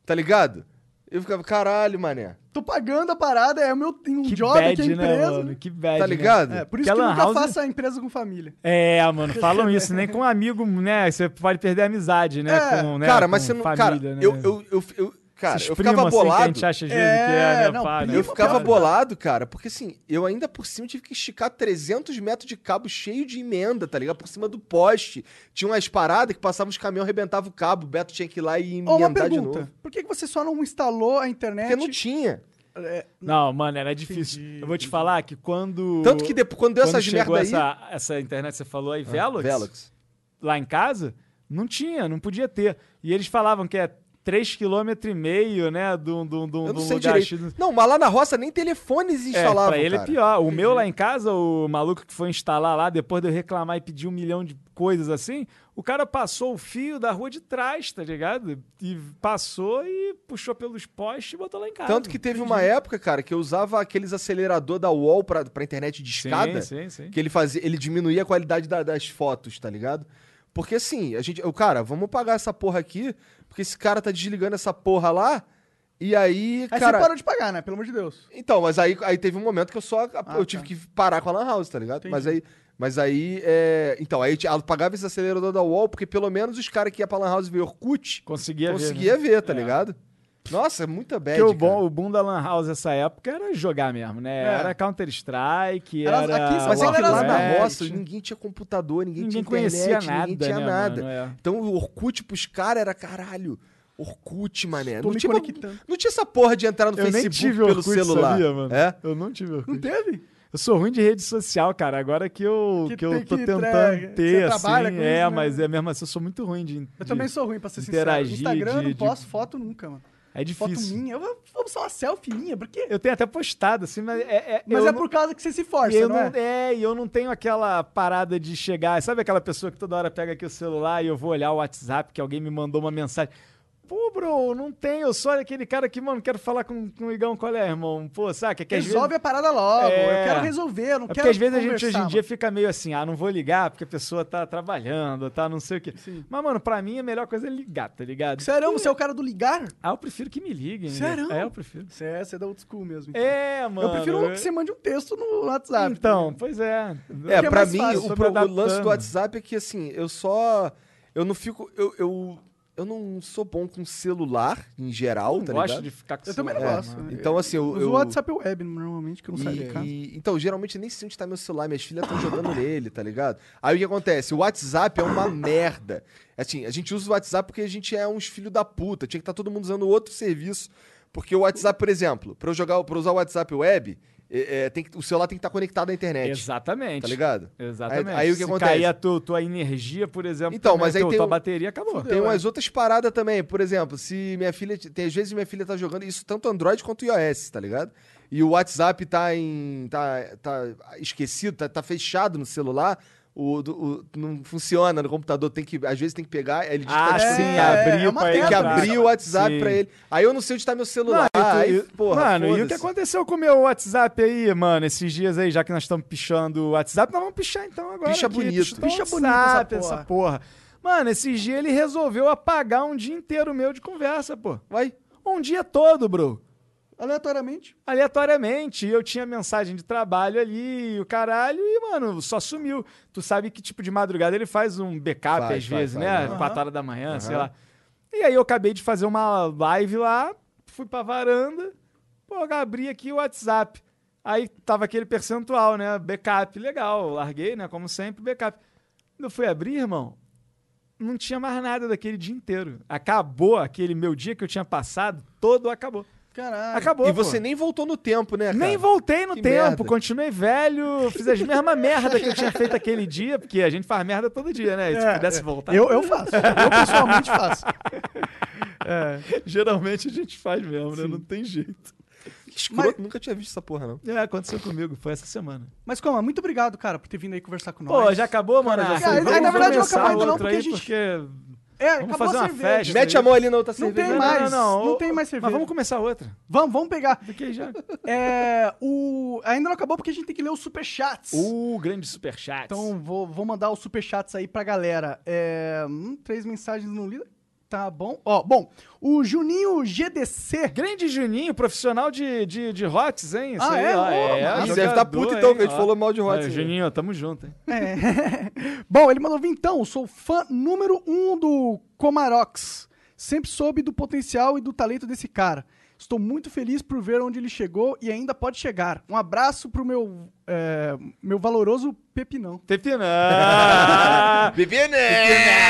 Tá ligado? Eu ficava, caralho, mané.
Tô pagando a parada, é o meu tem um
Que
job,
bad,
que é
né,
empresa.
mano? Que bad,
Tá
né?
ligado?
É, por isso
Que a
que, eu
lan
nunca
house-
faço a empresa com família.
É, mano, falam isso, nem com amigo, né? Você pode perder a amizade, né?
É,
com, né?
cara, mas
com
você não. cara,
família, né?
eu, eu, eu, eu- cara,
Esses
eu
primos,
ficava
assim, Que a
bolado.
gente acha às vezes
É,
que é, né,
não,
pá, né?
primo,
Eu ficava
cara.
bolado, cara, porque assim, eu ainda por cima tive que esticar 300 metros de cabo cheio de emenda, tá ligado? Por cima do poste. Tinha umas paradas que passavam os caminhões, arrebentava o cabo, o Beto tinha que ir lá e
Ó, uma
emendar de novo.
pergunta. Por que que você só não instalou a
Porque não
internet? É,
tinha.
Não, mano, era difícil. eu vou te falar que quando.
Tanto que depois, quando deu
quando
essas
chegou
merda aí. Ah,
essa, essa internet que você falou aí, Velox,
Velox.
lá em casa, não tinha, não podia ter. E eles falavam que é 3,5 km, né? De um de um- de
Eu
um- de
não
um
sei
lugar
direito.
X.
Não, mas lá na roça nem telefones instalavam.
É, pra ele
cara.
é pior. O
Uhum.
meu lá em casa, o maluco que foi instalar lá, depois de eu reclamar e pedir um milhão de coisas assim, o cara passou o fio da rua de trás, tá ligado? E passou e puxou pelos postes e botou lá em casa.
Tanto que teve uma época, cara, que eu usava aqueles acelerador da UOL pra, pra internet de escada.
Sim, sim, sim.
Que ele fazia, ele diminuía a qualidade da- das fotos, tá ligado? Porque assim, a gente, o cara, vamos pagar essa porra aqui, porque esse cara tá desligando essa porra lá. E aí,
Aí
cara,
você parou de pagar, né? Pelo amor de Deus.
então, mas aí, aí teve um momento que eu só.
Ah,
eu tive
tá.
que parar com a Lan House, tá ligado? Mas aí. Mas aí. é, então, aí eu ti- eu pagava esse acelerador da UOL, porque pelo menos os caras que iam pra Lan House ver Orkut
Conseguia,
conseguia
ver. né?
ver, tá ligado? Nossa, é muita bad.
Porque o,
cara.
bom, o boom da Lan House nessa época era jogar mesmo, né? Era Counter-Strike,
Era-
era.
É. aqui em São
Mas é
Paulo
que
era
lá
Warcraft,
na roça ninguém tinha computador, ninguém,
Ah, Ninguém
tinha
conhecia
internet, ninguém
nada,
tinha
né,
nada.
mano? É.
Então o Orkut pros caras era caralho. Orkut, mané.
Tô
Não
me
tinha,
conectando.
não tinha essa porra de entrar no
Eu nem
Facebook
tive
pelo
Orkut,
celular.
sabia, mano?
É?
Eu não tive Orkut.
Não teve?
Eu sou ruim de rede social, cara. Agora que eu,
Que
que
tem
eu tô
que
tentando
entrega. Você
ter, assim.
trabalha com
é,
isso, né?
mas é mesmo assim, eu sou muito ruim de.
Eu também sou ruim, pra ser sincero.
interagir,
Instagram, eu
de-
não
de-
posto foto nunca, mano.
É
Foto
difícil.
minha. Eu vou vou postar uma selfie minha, por quê?
Eu tenho até postado, assim, mas é. é-
Mas
eu
é
não-
por causa que você se
e
força,
eu
não é?
não, é, e eu não tenho aquela parada de chegar. Sabe aquela pessoa que toda hora pega aqui o celular e eu vou olhar o WhatsApp que alguém me mandou uma mensagem? Pô, bro, não tenho. Eu sou aquele cara que, mano, quero falar com, com o Igão. Qual é, irmão? Pô, saca? Que às vezes-
Resolve a parada logo.
É.
Eu quero resolver, eu não
É
quero
porque às vezes a gente hoje em
conversar,
dia fica meio assim, ah, não vou ligar porque a pessoa tá trabalhando, tá não sei o quê. Mas, mano, pra mim a melhor coisa é ligar, tá ligado?
mano. Sério, você é o cara do ligar?
Ah, eu prefiro que me liguem. né?
Sério?
É, eu prefiro.
Você é, você é da old school mesmo. então.
É, mano.
eu prefiro que você mande um texto no WhatsApp.
Então, pois é.
É,
Porque é
pra
mais
mim,
fácil,
o,
tô
pro-
me
o lance
adaptando.
do WhatsApp é que, assim, eu só. Eu não fico. Eu, eu, eu não sou bom com celular, em geral,
não
tá
gosto
ligado?
de ficar com
Eu também não
É,
celular,
gosto.
mano.
Então, assim, eu.
Uso
eu-
o WhatsApp web, normalmente, que eu não saio de
E-
casa.
e- então, geralmente eu nem sei onde tá meu celular, minhas filhas estão jogando nele, tá ligado? Aí o que acontece? O WhatsApp é uma merda. Assim, a gente usa o WhatsApp porque a gente é uns filhos da puta. Tinha que estar todo mundo usando outro serviço. Porque o WhatsApp, por exemplo, pra eu, jogar, pra eu usar o WhatsApp web, é, é, tem que- o celular tem que estar conectado à internet.
Exatamente.
Tá ligado?
Exatamente.
Aí- aí o que
Se
acontece?
cair a tua, tua energia, por exemplo,
Então,
também,
mas aí
teu-
tem
tua
um-
bateria acabou.
Tem umas outras paradas também. Por exemplo, se minha filha. Tem às vezes minha filha tá jogando isso tanto Android quanto iOS, tá ligado? E o WhatsApp tá em. tá, tá esquecido, tá, tá fechado no celular. o, do- o- não funciona no computador, tem que, às vezes tem que pegar, aí ele diz
Ah,
que tá
sim,
desconectado.
abrir
é uma
pra
tem que
entrar.
abrir o WhatsApp
Sim.
pra ele. Aí eu não sei onde tá meu celular.
Não, e tu-
aí,
e-
porra,
mano, e o
foda-se.
que aconteceu com o meu WhatsApp aí, mano, esses dias aí, já que nós estamos pichando o WhatsApp, nós vamos pichar então agora.
Picha
aqui.
bonito.
Picha,
Picha
bonito
bonito
essa
essa
porra.
porra.
Mano, esses dias ele resolveu apagar um dia inteiro meu de conversa, pô.
Vai.
Um dia todo, bro.
Aleatoriamente.
Aleatoriamente, eu tinha mensagem de trabalho ali, e o caralho, e, mano, só sumiu. Tu sabe que tipo de madrugada ele faz um backup
Faz, faz,
às vezes,
faz,
né?
aham.
4 horas da manhã, sei lá. E aí eu acabei de fazer uma live lá, fui pra varanda, pô, abri aqui o WhatsApp. Aí tava aquele percentual, né? Backup, legal, larguei, né? Como sempre, backup. Quando eu fui abrir, irmão, não tinha mais nada daquele dia inteiro. Acabou aquele meu dia que eu tinha passado, todo acabou.
Caralho.
Acabou.
E você
pô.
nem voltou no tempo, né, cara?
Nem voltei no
Que
tempo,
merda.
continuei velho, fiz as mesma merda que eu tinha feito aquele dia, porque a gente faz merda todo dia, né? Se pudesse voltar,
Eu, eu faço. Eu pessoalmente faço.
geralmente a gente faz mesmo, né? Não tem jeito.
Que escroto, nunca tinha visto essa porra, não.
É, aconteceu comigo, foi essa semana.
Mas, Coma, muito obrigado, cara, por ter vindo aí conversar com nós.
Pô, já acabou, mano?
já foi. Aí, na verdade, não acabou ainda não, porque a gente- É,
Vamos
acabou
fazer
a
uma
cerveja.
festa.
Mete a mão ali tá na outra cerveja.
tem
Não, não,
mais.
não,
não
o-
tem mais
Mas
cerveja.
vamos começar outra.
Vamos, vamos pegar.
Fiquei já.
É, o... Ainda não acabou porque a gente tem que ler os superchats.
Uh, grande superchat.
Então, vou, vou mandar os superchats aí pra galera. É, hum, três mensagens no líder. Tá bom. Ó, bom, o Juninho GDC.
Grande Juninho, profissional de, de, de Hots, hein? Isso
Ah,
aí,
é?
ó,
Ô,
mano.
jogador,
Deve tá puto, então, que a gente
ó.
falou mal de Hots,
É,
né?
Juninho, ó, tamo junto, hein?
É. Bom, ele mandou vir então. Sou fã número um do Comarox. Sempre soube do potencial e do talento desse cara. Estou muito feliz por ver onde ele chegou e ainda pode chegar. Um abraço pro meu, é, meu valoroso Pepinão.
Tepinã!
né?
né?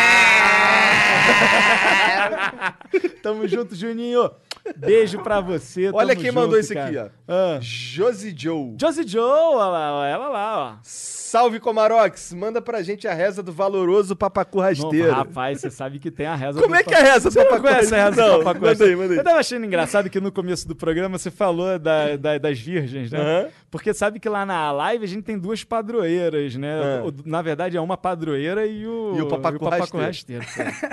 Tamo junto, Juninho. Beijo pra você. tamo
Olha quem
junto,
mandou esse
cara.
aqui, ó.
Ah.
Josi Joe.
Josie Joe, olha lá, ó, ela lá, ó.
Salve, Comarox. Manda pra gente a reza do valoroso Papacu Rasteiro.
Não, rapaz, você sabe que tem a reza.
Como
do
é que é a reza do
Você não
Papacu
conhece a reza
Rasteiro?
do
Não,
Papacu
manda aí,
Rasteiro?
manda aí.
Eu tava achando engraçado que no começo do programa você falou da- da- das virgens, né?
Aham.
Porque sabe que lá na live a gente tem duas padroeiras, né?
É.
O- Na verdade é uma padroeira e o,
E o Papacu
rasteiro.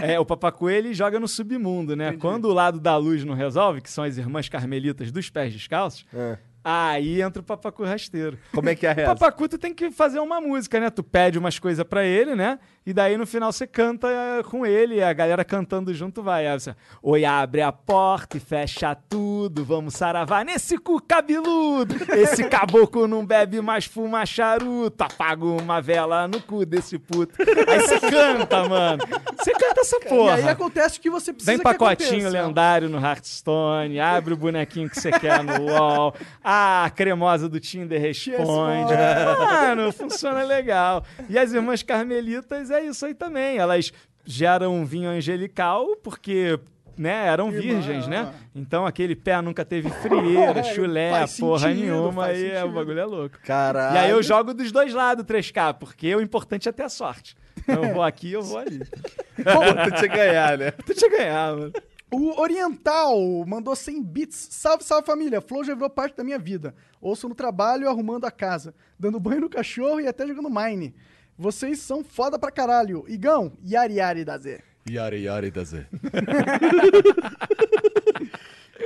é, o papacu ele joga no submundo, né? Quando o lado da luz não resolve, que são as irmãs carmelitas dos pés descalços,
É.
aí entra o papacu rasteiro.
Como é que é a
O
reza?
Papacu, tu tem que fazer uma música, né? Tu pede umas coisas pra ele, né? E daí no final você canta eh, com ele, e a galera cantando junto vai. Aí você, Oi, abre a porta e fecha tudo, vamos saravar nesse cu cabeludo. Esse caboclo não bebe mais, fuma charuto, apaga uma vela no cu desse puto. Aí você canta, mano. Você canta essa porra.
E aí acontece o que você precisa
Vem
que
pacotinho
aconteça.
lendário no Hearthstone, abre o bonequinho que você quer no LOL, a cremosa do Tinder responde. Mano, funciona legal. E as irmãs carmelitas é isso aí também. Elas geram um vinho angelical porque. Né, eram virgens, né? Então aquele pé nunca teve frieira, chulé,
Faz
porra
sentido,
nenhuma,
faz
e é, o
sentido.
bagulho é louco.
Caralho.
E aí eu jogo dos dois lados 3K, porque o importante é ter a sorte. Então, eu vou aqui, eu vou ali.
Pô, tu tinha ganhar, né?
Tu tinha ganhar, mano.
O Oriental mandou 100 bits. Salve, salve família. Flow já virou parte da minha vida. Ouço no trabalho, arrumando a casa, dando banho no cachorro e até jogando Mine. Vocês são foda pra caralho. Igão, Yari Yari da Z.
Yari Yari da Z.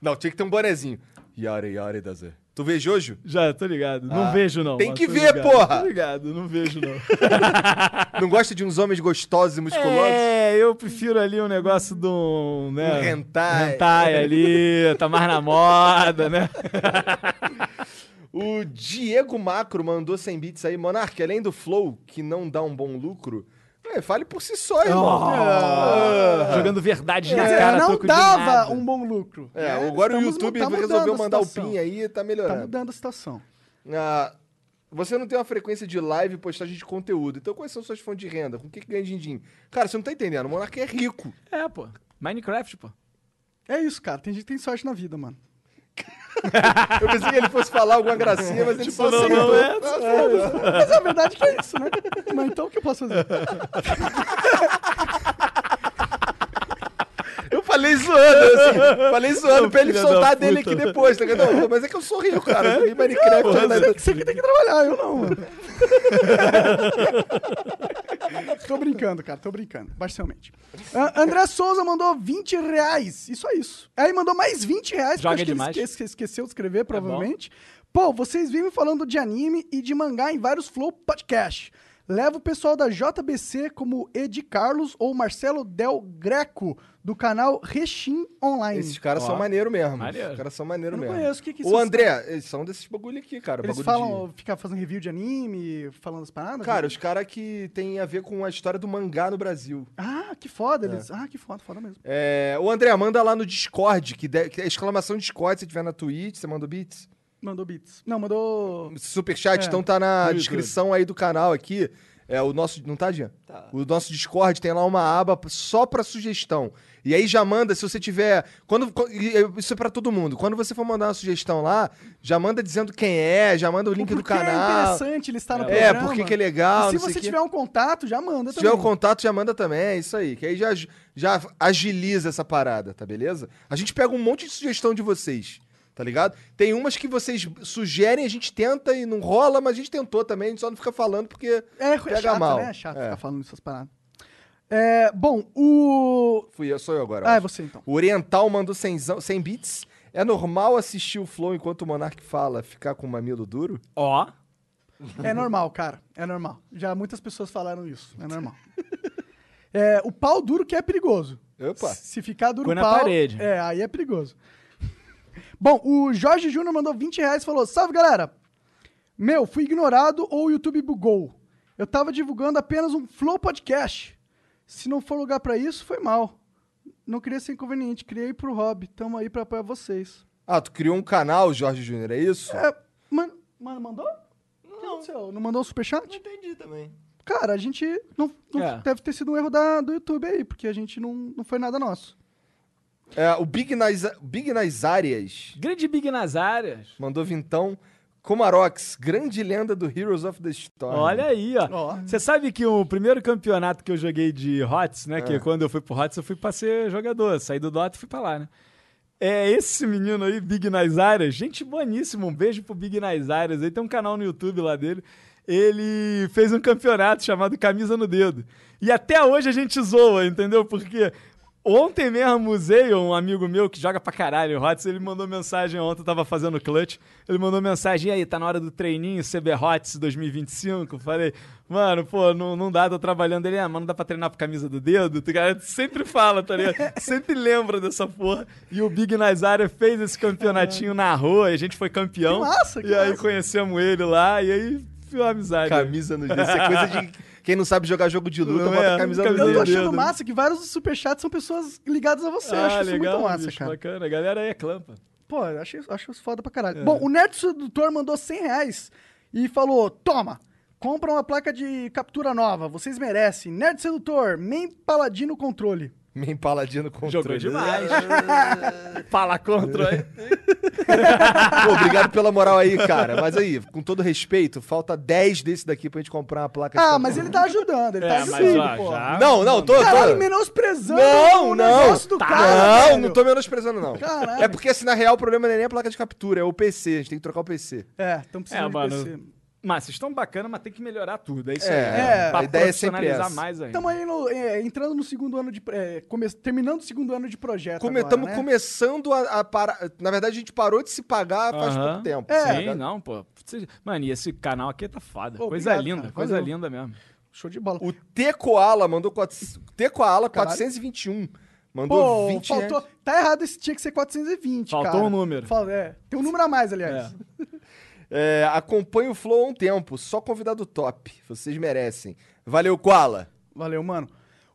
Não, tinha que ter um bonezinho. Yari Yari da Z. Tu vê Jojo?
Já, tô ligado. Não
Ah,
vejo, não.
tem
mas
que
tô
ver,
ligado.
porra!
Tô ligado, não vejo, não.
Não gosta de uns homens gostosos e musculosos?
é, eu prefiro ali um negócio do. Né,
Um hentai.
Hentai ali, tá mais na moda, né?
O Diego Macro mandou 100 bits aí. Monark, além do Flow, que não dá um bom lucro, é, fale por si só, irmão. Ah.
Jogando verdade na
É,
cara,
não
troco de nada.
dava um bom lucro.
É, agora o
estamos-
YouTube
tá mudando
resolveu
a
mandar o
situação.
PIN aí, tá
Tá
melhorando.
mudando a situação.
Ah, você não tem uma frequência de live e postagem de conteúdo. Então, quais são suas fontes de renda? Com o que, que ganha din-din? Cara, você não tá entendendo. O Monark é rico.
É, pô. Minecraft, pô.
É isso, cara. Tem gente que tem sorte na vida, mano.
Eu pensei que ele fosse falar alguma gracinha, mas ele só
não,
aceitou.
não, é.
Mas a verdade é que é isso, né? Mas então o que eu posso fazer?
Eu falei zoando, assim. Falei zoando
Ô,
pra ele
filha
soltar
da
a dele
puta.
aqui depois, tá ligado? Não, Mas é que eu sou rico, cara. Eu joguei Minecraft.
Porra,
né?
Você que tem que trabalhar, eu não, mano. tô brincando, cara, tô brincando, parcialmente. Ah, André Souza mandou 20 reais, isso é isso. Aí mandou mais 20 reais,
Joga
porque acho
demais. É
que ele esque- esqueceu de escrever, provavelmente. Pô, vocês vivem falando de anime e de mangá em vários Flow Podcast. Leva o pessoal da JBC como Edi Carlos ou Marcelo Del Greco, do canal Rechim Online.
Esses caras
Ó.
são maneiro mesmo.
Maneiro.
Os caras são maneiro
Eu não
mesmo.
conheço, o que que
O
esses-
André, eles são desses bagulho aqui, cara.
Eles
bagulho
falam,
de...
ficar fazendo review é de anime, falando as paradas?
Cara,
né?
os caras que tem a ver com a história do mangá no Brasil.
Ah, que foda eles. Ah, que foda, foda mesmo.
É, o André, manda lá no Discord, que, de- que é exclamação Discord, se tiver na Twitch, você manda o Beats.
Mandou beats. Não, mandou.
Superchat,
É,
então tá na
YouTube.
descrição aí do canal aqui. É o nosso, não tá, Jean?
Tá.
O nosso Discord tem lá uma aba só pra sugestão. E aí já manda, se você tiver, quando co- e- e- isso é pra todo mundo. Quando você for mandar uma sugestão lá, já manda dizendo quem é, já manda o link
Por
do
que É
canal.
interessante ele estar no
É,
programa.
por que que é
E
legal,
se
não sei
você
o quê.
tiver um contato, já manda
Se
também.
tiver o contato, já manda também, é isso aí. Que aí já, já agiliza essa parada, tá beleza? A gente pega um monte de sugestão de vocês, tá ligado? Tem umas que vocês sugerem, a gente tenta e não rola, mas a gente tentou também, a gente só não fica falando porque
É,
pega
é chato,
mal.
né? É chato
É.
ficar falando essas paradas. É, bom, o...
fui eu, sou eu agora. eu
Ah, é
acho.
você então.
O Oriental mandou 100, zão- 100 bits. É normal assistir o Flow enquanto o Monark fala, ficar com o mamilo duro?
Ó.
É
Uhum.
normal, cara. É normal. Já muitas pessoas falaram isso. É normal. É, o pau duro que é perigoso.
Opa.
Se ficar duro
Põe
o
na
pau...
parede.
É, aí é perigoso. Bom, o Jorge Júnior mandou 20 reais e falou, salve, galera. Meu, fui ignorado ou o YouTube bugou. Eu tava divulgando apenas um Flow Podcast. Se não for lugar pra isso, foi mal. Não queria ser inconveniente. Criei pro hobby. Tamo aí pra apoiar vocês.
Ah, tu criou um canal, Jorge Júnior, é isso?
É, mano, mano mandou? O que
Não, não
aconteceu? Não mandou o superchat?
entendi também.
Cara, a gente não, não-
É.
deve ter sido um erro da, do YouTube aí, porque a gente não, não foi nada nosso.
É, o Big nas, Big nas áreas.
Grande Big nas áreas.
Mandou vintão. Comarox, grande lenda do Heroes of the Storm.
Olha aí, ó.
Ó.
Você sabe que o primeiro campeonato que eu joguei de HOTS, né? Que quando eu fui pro HOTS, eu fui pra ser jogador. Saí do Dota e fui pra lá, né? É esse menino aí, Big Nas Áreas. Gente boníssima. Um beijo pro Big Nas Áreas. Ele tem um canal no YouTube lá dele. Ele fez um campeonato chamado Camisa no Dedo. E até hoje a gente zoa, entendeu? Porque Ontem mesmo, o Zeio, um amigo meu que joga pra caralho, o Hots, ele mandou mensagem ontem, eu tava fazendo clutch. Ele mandou mensagem, e aí, tá na hora do treininho CB Hots 2025? Eu Falei, mano, pô, não, não dá, tô trabalhando. Ele, ah, mas não dá pra treinar por camisa do dedo? O cara sempre fala, tá ligado? sempre lembra dessa porra. E o Big Nazário fez esse campeonatinho na rua, e a gente foi campeão.
É. Que massa, que
E aí
massa.
conhecemos ele lá, e aí, viu a amizade.
Camisa no dedo. Isso é coisa de quem não sabe jogar jogo de luta,
Não
bota
é,
camisa no
camisa
Eu tô
dedo.
achando
Deus. Ah,
massa que vários dos superchats são pessoas ligadas a você. Eu acho isso muito massa,
bicho,
cara.
Bacana, a galera aí é clampa.
Pô, eu acho, isso- acho isso foda pra
É.
caralho. Bom, o Nerd Sedutor mandou 100 reais e falou: toma, compra uma placa de captura nova, vocês merecem. Nerd Sedutor, main paladino controle.
Meio paladino controle.
Jogou demais. Fala contra.
Pô, obrigado pela moral aí, cara. Mas aí, com todo respeito, falta 10 desse daqui pra gente comprar uma placa. de
Ah,
captura.
mas ele tá ajudando, ele tá
É,
ajudando,
mas ó,
pô.
já.
Não, não, tô... tô...
Caralho, menosprezando
Não,
o
não.
negócio
tá
do cara.
não,
velho.
não tô menosprezando, não.
Caralho.
É porque, assim, na real, o problema não é nem a placa de captura, é o PC. A gente tem que trocar o PC.
É, tão
É,
precisando
mano.
de PC.
Mas vocês estão bacana, mas tem que melhorar tudo. É isso
É,
aí.
é,
pra
a ideia é sempre
profissionalizar
essa.
mais ainda.
Estamos aí no- é, entrando no segundo ano de. É, come- terminando o segundo ano de projeto.
Come-
agora,
tamo
né?
começando a, a parar. Na verdade, a gente parou de se pagar faz
Aham.
pouco tempo.
É.
tá
Sim,
ligado?
não, pô. Vocês- Mano, e esse canal aqui tá foda.
Pô,
coisa
obrigado,
linda,
cara.
coisa
Valeu.
linda mesmo.
Show de bola.
O T Koala mandou quatro- T Koala
Caralho.
421. Mandou né?
Pô,
20
faltou.
reais.
Tá errado, esse tinha que ser 420.
Faltou
cara.
um número.
Fal- é, tem um número a mais, aliás.
É, acompanha o Flow há um tempo. Só convidado top. Vocês merecem. Valeu, Koala.
Valeu, mano.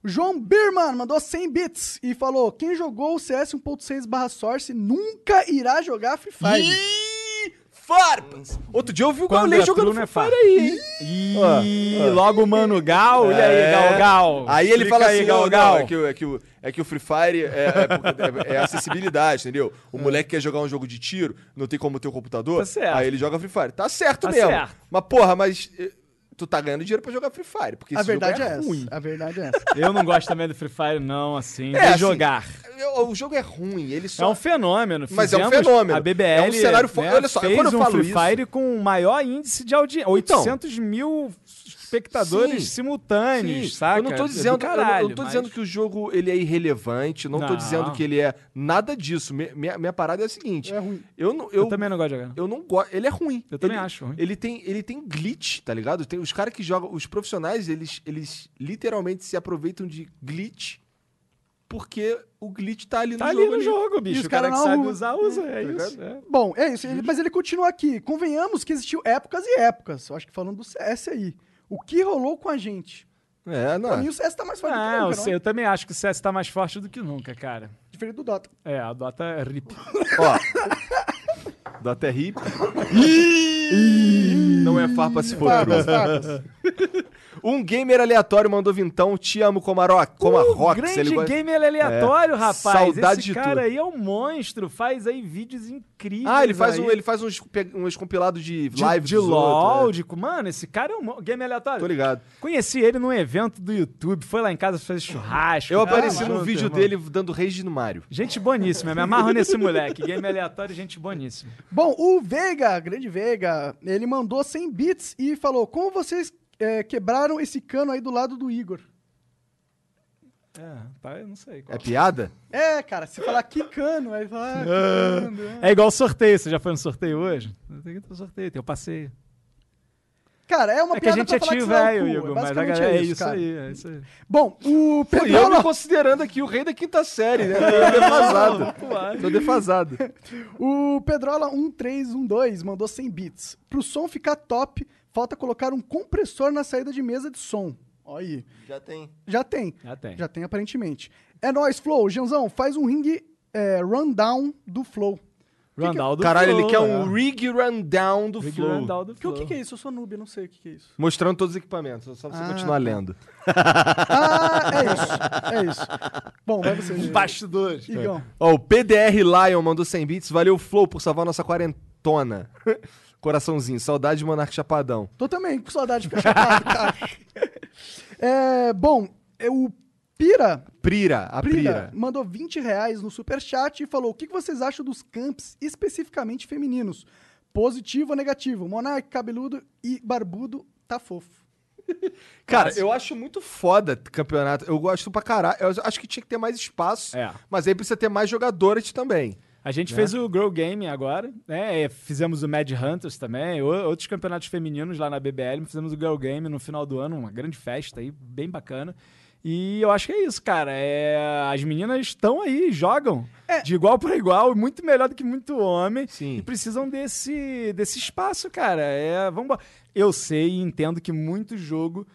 O João Birman mandou 100 bits e falou: quem jogou o CS 1.6 barra Source nunca irá jogar Free Fire.
Ih, farpas. Outro dia eu vi o
Quando
Gaulês
é
jogando
true, não é
Free Fire
fácil.
aí. hein?
Ih, logo o Mano Gal. Olha
É.
aí, Gal Gal.
Aí ele
Explica
fala assim,
aí, Gal
não,
Gal.
não, é, que, o- é, que, o- é que o Free Fire é, é- é- é acessibilidade, entendeu? O moleque quer jogar um jogo de tiro, não tem como ter o computador,
É. Tá certo.
aí ele joga Free Fire. Tá certo
Tá
mesmo.
certo.
Mas, porra, mas... eh, tu tá ganhando dinheiro pra jogar Free Fire, porque
A
esse jogo
verdade é,
é ruim.
essa. A verdade é essa.
Eu não gosto também do Free Fire, não, assim.
É,
de
assim,
jogar.
eu- O jogo é ruim, ele só...
É um fenômeno.
Mas é um
Fizemos-
fenômeno.
A BBL
É um cenário fo-
né,
olha só,
fez
quando eu
um
falo
Free
isso-
Fire com o maior índice de audiência.
Então.
800 mil espectadores
Sim.
simultâneos, saca?
Eu não tô
É do
dizendo, eu não- eu
caralho,
não tô
mas-
dizendo que o jogo ele é irrelevante, não, tô
Não.
dizendo que ele é nada disso. Me- Minha, minha parada é a seguinte,
É ruim.
eu não
Eu,
eu,
também não gosto de jogar.
eu não gosto, ele é ruim.
Eu também
Ele-
acho ruim.
Ele tem ele tem glitch, tá ligado? Tem os caras que jogam, os profissionais, eles eles literalmente se aproveitam de glitch porque o glitch tá ali no
Tá
jogo.
ali no jogo, bicho.
os
O cara
cara
que
na
sabe
rua.
usar, usa. É isso. é.
Bom, é isso. ele- mas ele continua aqui. Convenhamos que existiu épocas e épocas. Eu acho que falando do CS aí. O que rolou com a gente?
É, não.
Pra mim, o CS tá mais forte
Ah,
do que
Não,
nunca,
eu,
não
sei,
é?
eu também acho que o CS tá mais forte do que nunca, cara.
Diferente do Dota.
É, a Dota é rip.
Ó. Dá até hip. não é farpa se for
Farpas,
true.
farpas.
Um gamer aleatório mandou vintão, te amo, Comaroc. Comaroc, se ele
Uh, grande
gosta-
gamer aleatório,
É,
rapaz.
saudade
Esse
de
cara
tudo.
aí é um monstro. Faz aí vídeos incríveis.
Ah, ele faz,
aí.
um, ele faz uns, pe- uns compilados de,
de,
live
de
dos
LOL.
outros,
de- Mano, esse cara é um mon- gamer
é.
aleatório.
Tô ligado.
Conheci ele num evento do YouTube. Foi lá em casa fazer churrasco.
Eu
tava
apareci num
junto,
vídeo
irmão.
dele dando rage no Mario.
Gente boníssima. Me amarro nesse moleque. Gamer aleatório, gente boníssima.
Bom, o Veiga, grande Veiga, ele mandou 100 bits e falou: Como vocês é, quebraram esse cano aí do lado do Igor?
É, tá, eu não sei. Qual.
É piada?
É, cara, se falar que cano, aí fala. Ah, que cano, é.
É igual sorteio, você já foi no sorteio hoje? Não tem que ter sorteio, tem o passeio.
Cara, é uma
É que a
piada
gente
pra
é
falar
tio
que você é um
velho,
cu,
Igor, mas a
basicamente
galera, é
isso,
isso
cara.
aí, é isso aí.
Bom, o
Pô, e eu me
Pedrola,
considerando aqui o rei da quinta série, né? Tô defasado. Tô defasado.
o Pedrola 1312 mandou 100 bits. Pro som ficar top, falta colocar um compressor na saída de mesa de som. Olha aí.
Já tem.
Já tem.
Já tem.
Já tem, aparentemente. É nóis, Flow. Janzão, faz um ring é, rundown do Flow.
Randall do
Caralho, ele
Flow,
quer
é.
um rig rundown do
Rick
Flow.
Randall do
Que, o que,
Flow.
que é isso? Eu sou noob, eu não sei o que, que é isso.
Mostrando todos os equipamentos, é só você
Ah,
continuar
tá.
lendo.
Ah, é isso. É isso. Bom, vai você. Igão.
Bastidores.
Igão.
Ó, o PDR Lion mandou 100 bits. Valeu, Flow, por salvar nossa quarentona. Coraçãozinho, saudade de Monarca Chapadão.
Tô também com saudade de ficar chapado, cara. É, bom, é, o Pira,
Prira, a
Prira,
Prira.
mandou 20 reais no superchat e falou: o que que vocês acham dos camps especificamente femininos? Positivo ou negativo? Monarque, cabeludo e barbudo tá fofo.
Cara, eu acho muito foda campeonato. Eu gosto pra caralho. Eu acho que tinha que ter mais espaço.
É.
Mas aí precisa ter mais jogadoras também.
A gente fez o Grow Game agora, né? É, Fizemos o Mad Hunters também, o- outros campeonatos femininos lá na BBL. Fizemos o Grow Game no final do ano, uma grande festa aí, bem bacana. E eu acho que é isso, cara. É, as meninas estão aí, jogam de igual para igual, muito melhor do que muito homem.
Sim.
E precisam desse, desse espaço, cara. É, vamos embora. Eu sei e entendo que muito jogo.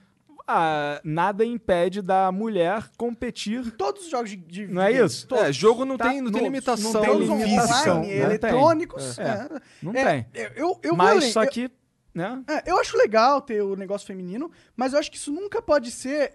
ah, nada impede da mulher competir
Todos os jogos de. de
Não é
videogame,
isso?
todos.
É, jogo não
Tá-
tem, não tem
não-
limitação.
não tem
Todos
limitação.
física.
online,
né?
eletrônicos.
Tem. É.
né?
Não
É,
tem.
Eu, eu, eu vou
Mas
além.
só
Eu-
que, né?
É, eu acho legal ter o negócio feminino, mas eu acho que isso nunca pode ser.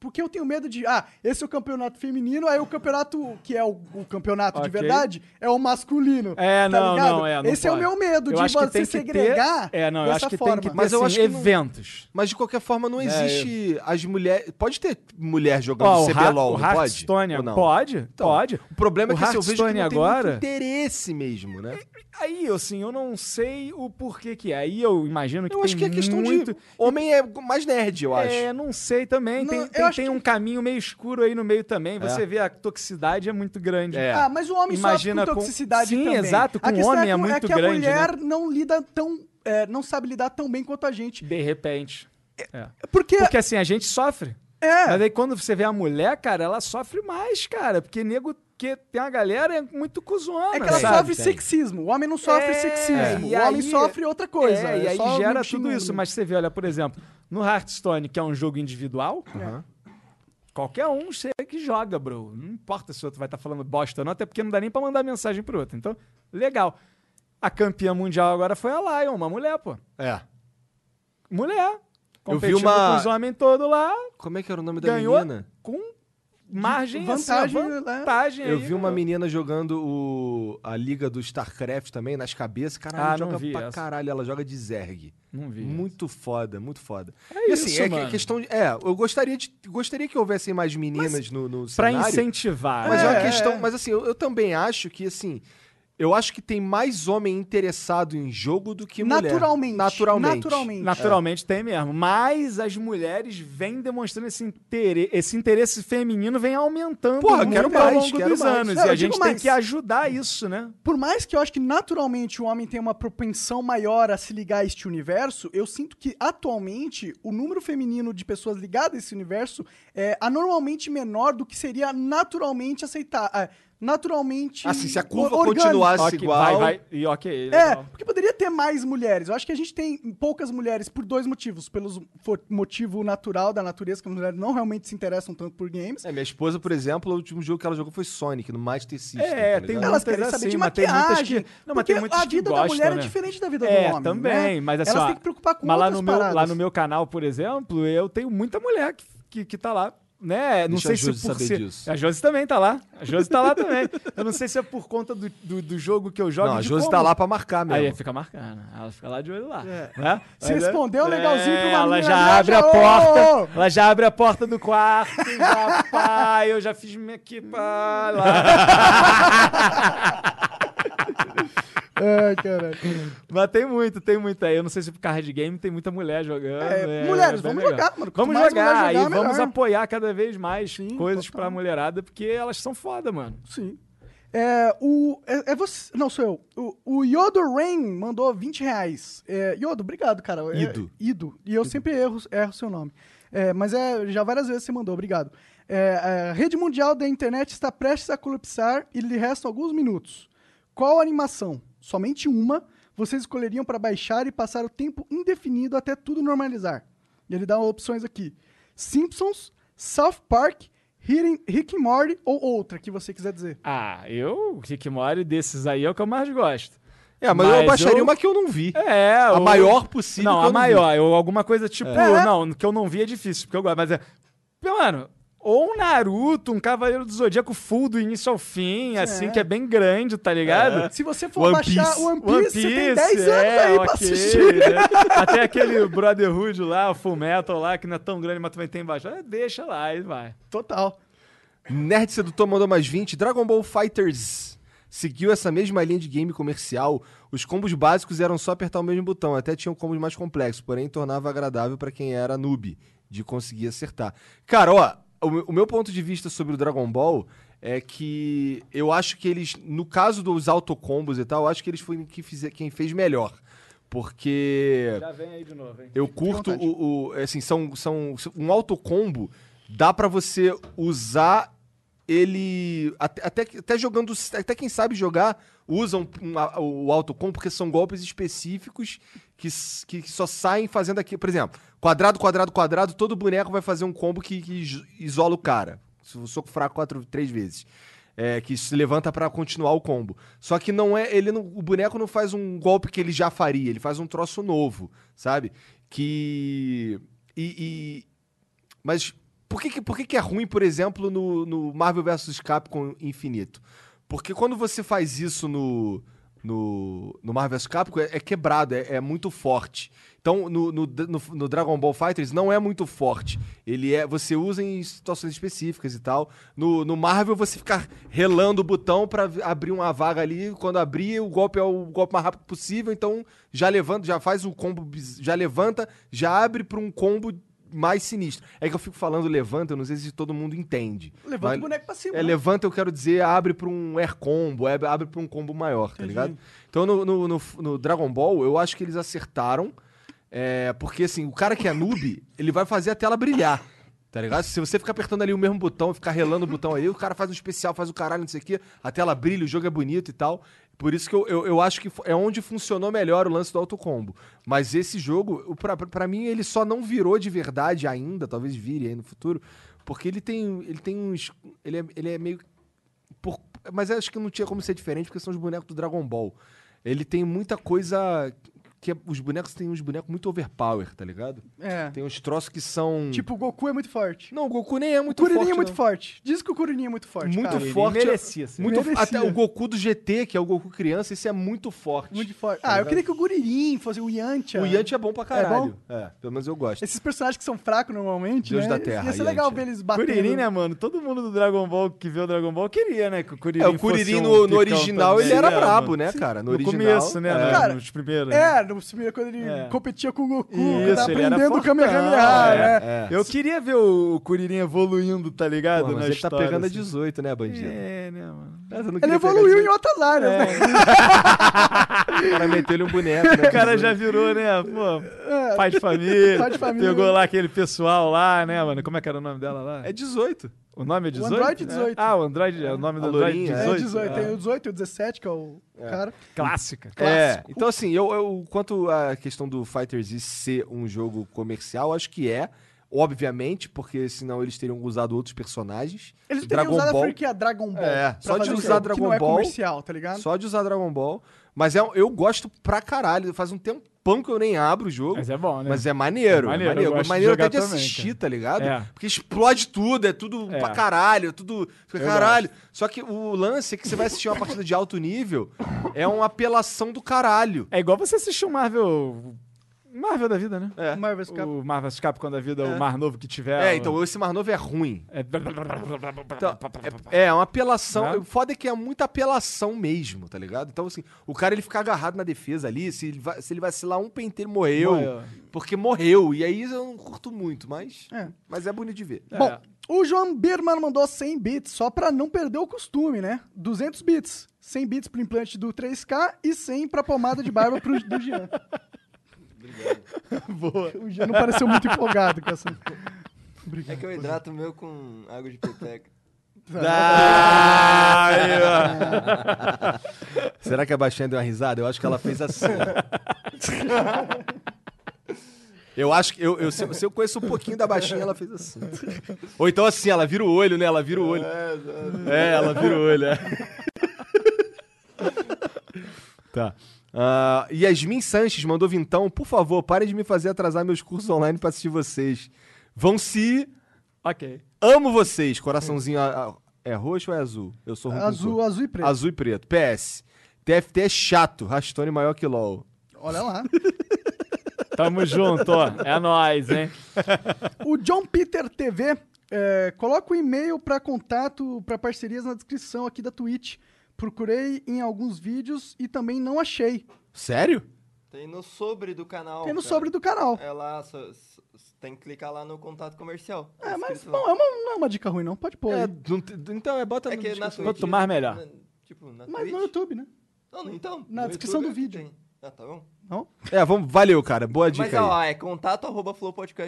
Porque eu tenho medo de. Ah, esse é o campeonato feminino, aí o campeonato que é o, o campeonato
Ok.
de verdade é o masculino.
É,
tá
não,
ligado?
não, é. não
Esse é o
pode.
meu medo
eu
de
acho que
você
tem que
segregar.
Ter, é, não, eu
dessa
acho que
forma.
tem que ter
Mas eu acho
assim,
que não-
eventos.
Mas de qualquer forma, não
É,
existe as mulheres. Pode ter mulher jogando
Ó, o Ra-
CBLOL,
o
não pode?
Hearthstone
Ou não?
pode?
Então,
pode.
O problema
O
é que assim, eu vejo que
Hearthstone
não tem
agora-
muito interesse mesmo, né?
Aí, assim, eu não sei o porquê que é. Aí eu imagino que
Eu
tem
acho que é questão
muito...
de. Homem é mais nerd, eu acho.
É, não sei também.
Não,
tem
eu
tem,
acho
tem
que-
um caminho meio escuro aí no meio também. Você vê a toxicidade é muito grande.
É.
Ah, mas o homem
Imagina
sofre com
com-
toxicidade
Sim,
também.
exato, com
a questão
homem
é,
é
que-
muito
que a
grande,
mulher não lida tão. é, não sabe lidar tão bem quanto a gente.
De repente. É.
Porque.
Porque assim, a gente sofre.
é,
Mas aí quando você vê a mulher, cara, ela sofre mais, cara. Porque nego que tem uma galera é muito cuzona.
é que ela
sabe?
sofre
Tem.
sexismo. O homem não sofre
É,
sexismo.
e
O homem
aí-
sofre outra coisa.
É, e
é
aí
só
gera
um
tudo
xingando.
isso. Mas você vê, olha, por exemplo, no Hearthstone, que é um jogo individual, qualquer um chega que joga, bro. Não importa se o outro vai estar falando bosta ou não, até porque não dá nem pra mandar mensagem pro outro. Então, legal. A campeã mundial agora foi a Lion, uma mulher, pô.
É.
Mulher.
Eu vi
Competindo
uma-
com os homens todos lá,
Como é que era o nome da
ganhou
menina?
com margem, assim,
vantagem,
ó, vantagem
Eu
aí,
vi uma
cara.
menina jogando o, a liga do StarCraft também, nas cabeças. Caralho,
Ah,
ela
não
joga
vi
pra
essa.
caralho. Ela joga de Zerg.
Não vi
Muito foda, muito foda.
É
e assim,
isso,
é que-
mano.
questão de. É, eu gostaria, de, gostaria que houvessem mais meninas no, no
Pra
cenário.
incentivar.
Mas é, uma
É,
questão. Mas assim, eu, eu também acho que assim. Eu acho que tem mais homem interessado em jogo do que mulher.
Naturalmente.
Naturalmente.
Naturalmente.
É. Naturalmente tem mesmo. Mas as mulheres vêm demonstrando esse interesse, esse interesse feminino vem aumentando
Porra,
muito
quero
ao
mais,
longo
quero
dos
mais.
anos.
Não,
e
eu
a
digo
gente tem
mais.
que ajudar isso, né?
Por mais que eu acho que naturalmente o homem tenha uma propensão maior a se ligar a este universo, eu sinto que atualmente o número feminino de pessoas ligadas a esse universo é anormalmente menor do que seria naturalmente aceitar. é, naturalmente.
Assim, se a curva
orgânico.
continuasse
Ok,
igual.
Vai, vai. E ok.
É,
legal.
porque poderia ter mais mulheres. Eu acho que a gente tem poucas mulheres por dois motivos. Pelo motivo natural da natureza, que as mulheres não realmente se interessam tanto por games.
É, minha esposa, por exemplo, o último jogo que ela jogou foi Sonic, no Master System.
É,
tá
tem
ligado?
muitas
Elas querem saber
assim,
de
mas tem muitas
maquiagem.
que- Não, mas tem
porque
muitas
a
que
vida da
gostam,
mulher
né?
é diferente da vida
É,
do homem.
também,
né?
mas assim,
Elas
ó,
têm que preocupar com
mas lá
outras
no, meu,
paradas.
lá no meu canal, por exemplo, eu tenho muita mulher que, que, que tá lá. Né? Não
Deixa
sei
a
se
Josi
por
saber
ser-
disso.
A Josi também tá lá. A Josi tá lá também. Eu não sei se é por conta do, do, do jogo que eu jogo.
Não, a
de
Josi
como-
tá lá pra marcar mesmo.
Aí fica marcando. Ela fica lá de olho lá. né? Mas
Se
é-
respondeu legalzinho pra uma
Ela
menina,
já
já
abre a
já-
porta.
Ô!
Ela já abre a porta do quarto. e já, pá, eu já fiz minha aqui, pá, lá.
É, caralho.
Mas tem muito, tem muito. Aí eu não sei se por card game tem muita mulher jogando.
É,
é,
mulheres,
bem
vamos
legal.
jogar, mano. Quanto
Vamos
mais
jogar
mulher jogar,
e vamos
melhor.
apoiar cada vez mais coisas
total.
pra mulherada, porque elas são foda, mano.
Sim. É, o, é, é você. Não, sou eu. O, o Yodo Rain mandou 20 reais. É, Yodo, obrigado, cara. É,
Ido.
Ido. E eu sempre erro erro seu nome. É, mas é, já várias vezes você mandou, obrigado. É, a rede mundial da internet está prestes a colapsar e lhe restam alguns minutos. Qual animação? Somente uma. Vocês escolheriam para baixar e passar o tempo indefinido até tudo normalizar. E ele dá opções aqui: Simpsons, South Park, Rick Rick and Morty ou outra que você quiser dizer.
Ah, eu, Rick Mori, desses aí é o que eu mais gosto.
É, mas,
Mas
eu baixaria
eu-
uma que eu não vi.
É,
A
o-
maior possível que
Não,
eu
a
não vi.
maior. Ou alguma coisa tipo. Não, que eu não vi é difícil, porque eu gosto. Mas é. Mano, ou um Naruto, um Cavaleiro do Zodíaco full do início ao fim, assim, que é bem grande, tá ligado?
Se você for
One
baixar
Piece.
One Piece, você tem 10 anos
é,
aí pra
ok,
assistir.
né? Até aquele Brotherhood lá, o Full Metal lá, que não é tão grande, mas também tem baixo. Ah, Deixa lá e vai.
Total.
Nerd Sedutor mandou mais 20. Dragon Ball Fighters seguiu essa mesma linha de game comercial. Os combos básicos eram só apertar o mesmo botão, até tinham combos mais complexos, porém tornava agradável pra quem era noob de conseguir acertar. Cara, ó, o, meu- o meu ponto de vista sobre o Dragon Ball é que eu acho que eles, no caso dos autocombos e tal, eu acho que eles foram quem, fize- quem fez melhor. Porque.
Já vem aí de novo, hein?
Eu curto o, o- Assim, são, são. Um autocombo dá pra você usar ele. Até, até, que- até jogando. Até quem sabe jogar usa um- um a- o autocombo, porque são golpes específicos que, s- que só saem fazendo aqui. Por exemplo, quadrado, quadrado, quadrado, todo boneco vai fazer um combo que, que is- isola o cara. Se o soco fraco quatro, três vezes. É, que se levanta pra continuar o combo. Só que não é. ele não- O boneco não faz um golpe que ele já faria, ele faz um troço novo, sabe? Que. E. e- mas por que, que- por que, que é ruim, por exemplo, no, no Marvel vs Capcom Infinito? Porque quando você faz isso no. No, no Marvel vs Capcom é, é quebrado, é, é muito forte. Então, no, no, no- no Dragon Ball Fighters não é muito forte. Ele é. Você usa em situações específicas e tal. No, no Marvel você fica relando o botão pra abrir uma vaga ali. Quando abrir, o golpe é o golpe mais rápido possível. Então já levanta, já faz o combo, bis- já levanta, já abre pra um combo mais sinistro. É que eu fico falando levanta, eu não sei se todo mundo entende.
Levanta
Mas-
o boneco pra cima. né?
é, levanta, eu quero dizer, abre pra um air combo, ab- abre pra um combo maior, tá ligado? Então no, no- no- no Dragon Ball, eu acho que eles acertaram, é, porque assim, o cara que é noob, ele vai fazer a tela brilhar, tá ligado? Se você ficar apertando ali o mesmo botão, ficar relando o botão aí, o cara faz um especial, faz o caralho, não sei o quê, a tela brilha, o jogo é bonito e tal. Por isso que eu, eu, eu acho que fo- é onde funcionou melhor o lance do autocombo. Mas esse jogo, o- pra, pra pra mim, ele só não virou de verdade ainda, talvez vire aí no futuro, porque ele tem, ele tem uns. Ele é, ele é meio. por- mas eu acho que não tinha como ser diferente, porque são os bonecos do Dragon Ball. Ele tem muita coisa que é- os bonecos têm uns bonecos muito overpower, tá ligado?
É.
Tem uns troços que são.
Tipo, o Goku é muito forte.
Não, o Goku nem é muito
o Kuririn
forte,
é muito
não.
forte. Diz que o Kuririn é muito forte,
muito
cara.
forte. é
merecia ser.
muito
Merecia.
Até o Goku do GT, que é o Goku criança, esse é muito forte.
Muito forte. Ah, eu queria que o Guririn fosse o Yantia.
O Yanti é bom pra caralho.
bom?
É, pelo menos eu gosto.
Esses personagens que são fracos normalmente,
Deus
né?
da Terra,
Ia ser legal
Yantia.
ver eles batendo. É,
Kuririn, né, mano? Todo mundo do Dragon Ball que vê o Dragon Ball queria, né? Que o Kuririn
É, o Kuririn
fosse um
no, no
picão
original,
também,
ele era
né,
brabo,
mano?
né, cara? No,
No,
original.
começo, né?
é.
no-
Cara,
nos primeiros. né?
É, no primeiro, quando ele
É.
competia com o Goku,
Isso,
tá
ele era
aprendendo o
fortão,
Kamehameha,
é,
né?
É.
Eu queria ver o Kuririn evoluindo, tá ligado?
Pô, mas
na
ele
história,
tá pegando
assim.
a 18, né, bandido?
É, né, mano?
Ah, você não
Ele
queria
evoluiu em
pegar
outras áreas,
né?
mano.
esse- O cara meteu ele um boneco, né?
O cara já virou, né? Pô, pai de família.
Pai de família.
Pegou lá aquele pessoal lá, né, mano? Como é que era o nome dela lá?
É 18.
O nome é 18?
Android
né?
18.
Ah, o Android, é o nome
A
do Android
lourinha,
É,
18.
18.
Ah,
Tem o 18 e o 17, que é o cara.
Clássica.
É, então assim, eu, eu- quanto à questão do Fighter Z ser um jogo comercial, acho que é, obviamente, porque senão eles teriam usado outros personagens.
Eles teriam
Dragon
usado
Ball,
a franquia Dragon Ball.
É,
pra
só de
fazer um
usar
jogo que
Dragon
não é
Ball,
comercial, tá ligado?
Só de usar Dragon Ball. Mas é, um- eu gosto pra caralho, faz um tempão que eu nem abro o jogo.
Mas é bom, né?
Mas é maneiro, é
É maneiro,
maneiro.
eu gosto de
Maneiro até
jogar
de
também,
assistir, tá ligado?
É.
Porque explode tudo, é tudo
É.
pra caralho, é tudo. Fica caralho. Só que o lance é que você vai assistir uma partida de alto nível, é uma apelação do caralho.
É igual você assistir o Marvel. Marvel da vida, né?
É.
Marvel's Capcom.
O Marvel Capcom da vida, o Mar Novo que tiver.
É,
o-
então esse Mar Novo é ruim.
É...
Então, é, é uma apelação.
Né?
O foda é que é muita apelação mesmo, tá ligado? Então, assim, o cara ele fica agarrado na defesa ali. Se ele, va- se ele vacilar um penteiro, morreu,
Morreu.
Porque morreu. E aí eu não curto muito, mas
É.
mas é bonito de ver.
Bom, o João Berman mandou 100 bits, só pra não perder o costume, né? 200 bits. 100 bits pro implante do 3K e 100 pra pomada de barba pro, do Jean. Boa. O Jean não pareceu muito empolgado com essa.
É que eu hidrato o meu com água de peteca.
Será que a Baixinha deu uma risada? Eu acho que ela fez assim. Eu acho que. Eu, eu- se, eu- se eu conheço um pouquinho da baixinha, ela fez assim. Ou então assim, ela vira o olho, né? Ela vira o olho. É, ela vira o olho, é. Tá. Ah, Yasmin Sanches mandou vintão. Por favor, pare de me fazer atrasar meus cursos online pra assistir vocês. Vão se.
ok.
Amo vocês. Coraçãozinho. a- a- É roxo ou é azul? Eu sou ruim com
Azul,
cor.
azul e preto.
Azul e preto. PS. TFT é chato. Rastone maior que LOL.
Olha lá.
Tamo junto, ó. É nóis, hein?
O John Peter TV, é, coloca o e-mail pra contato, pra parcerias na descrição aqui da Twitch. Procurei em alguns vídeos e também não achei.
Sério?
Tem no sobre do canal.
Tem no
cara.
sobre do canal.
É lá, só- s- s- tem que clicar lá no contato comercial.
É, mas
Escrito lá.
não é, uma, não é uma dica ruim, não. Pode pôr.
É,
aí.
não te- então é bota
É
no
que na
descrição.
Twitch...
tomar melhor.
na- tipo, na
né? Mas
Twitch...
no YouTube, né?
Não, não, então.
Na
no
descrição
YouTube
do vídeo.
tem. Ah, tá bom.
Não?
É, vamos, valeu, cara. Boa
Mas
dica aí.
ó, é contato arroba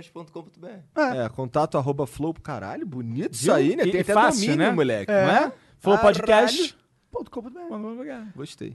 flowpodcast.com.br.
É, contato arroba flow. Caralho, bonito isso
Viu?
aí, né?
E-
Tem
é
e
até
fácil,
domínio,
né?
moleque.
É.
Não é?
Foi o podcast.
Ponto com, ponto BR.
Gostei.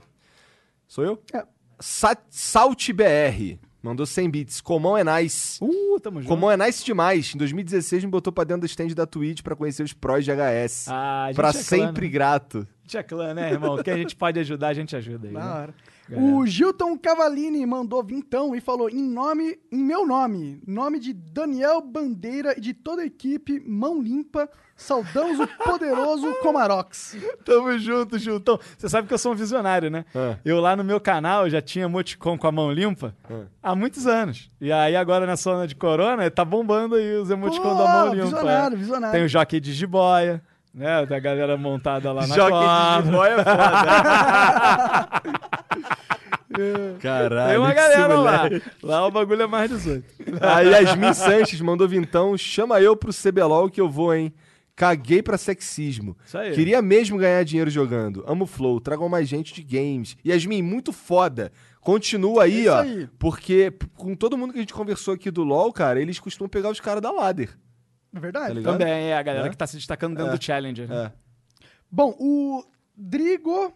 Sou eu?
É.
Sa Salt BR. Mandou 100 bits. Comão é nice.
Uh, tamo junto.
Comão é nice demais. Em 2016 me botou pra dentro do stand da Twitch pra conhecer os prós de HS.
Ah, a gente
pra
é clã,
sempre
né?
grato.
A gente é clã, né, irmão? O que a gente pode ajudar, a gente ajuda aí.
Da
Né?
hora. O Gilton Cavalini mandou vintão e falou em nome, em meu nome, nome de Daniel Bandeira e de toda a equipe, mão limpa, saudamos o poderoso Comarox.
Tamo junto, Juntão. Você sabe que eu sou um visionário, né?
É.
Eu lá no meu canal já tinha emoticon com a mão limpa há muitos anos. E aí agora nessa zona de corona, tá bombando aí os emoticons
Pô,
da mão limpa.
Oh, visionário,
é.
visionário.
Tem o jockey de jiboia, né? Da galera montada lá Tá na
Jockey
quadra.
de jiboia é foda. Caralho.
Tem uma
que
galera lá.
moleque.
Lá o bagulho é mais 18.
A Yasmin Sanches mandou vintão. Chama eu pro CBLOL que eu vou, hein? Caguei pra sexismo.
Isso aí.
Queria mesmo ganhar dinheiro jogando. Amo o Flow, tragam mais gente de games. Yasmin, muito foda. Continua aí,
Isso
ó.
aí.
Porque p- com todo mundo que a gente conversou aqui do LoL, cara, eles costumam pegar os caras da ladder.
É
Tá
verdade.
ligado?
Também é a galera
É.
que tá se destacando dentro do Challenger. né?
É.
Bom, o Drigo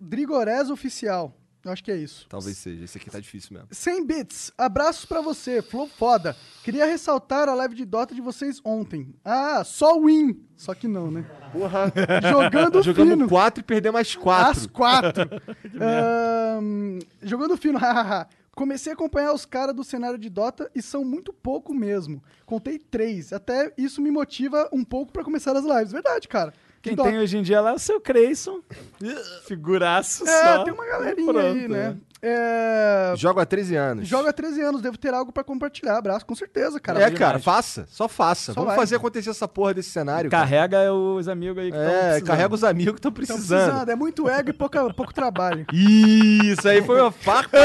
Drigorés Oficial Eu acho que é isso.
Talvez seja. Esse aqui tá difícil mesmo.
100 bits, abraços pra você, Flow foda. Queria ressaltar a live de Dota de vocês ontem. Ah, só win. Só que não, né?
Porra.
Jogando fino.
Jogamos 4 e perdemos mais 4.
As quatro. Ahn, jogando fino, hahaha. Comecei a acompanhar os caras do cenário de Dota e são muito pouco mesmo. Contei três. Até isso me motiva um pouco pra começar as lives. Verdade, cara.
Quem
Dota.
tem hoje em dia lá é o seu Creyson. Figuraço
É,
só.
tem uma galerinha aí,
Tá. Pronto,
né? É,
Jogo há 13 anos.
Joga há 13 anos, devo ter algo pra compartilhar. Abraço, com certeza, cara. Tá
é, cara, faça. Só faça.
Só
Vamos
vai.
fazer acontecer essa porra desse cenário. cara.
Carrega os amigos aí que tão
É,
precisando.
carrega os amigos que estão
Tão
precisando.
É muito ego e pouca- pouco trabalho.
Isso aí foi uma farpa,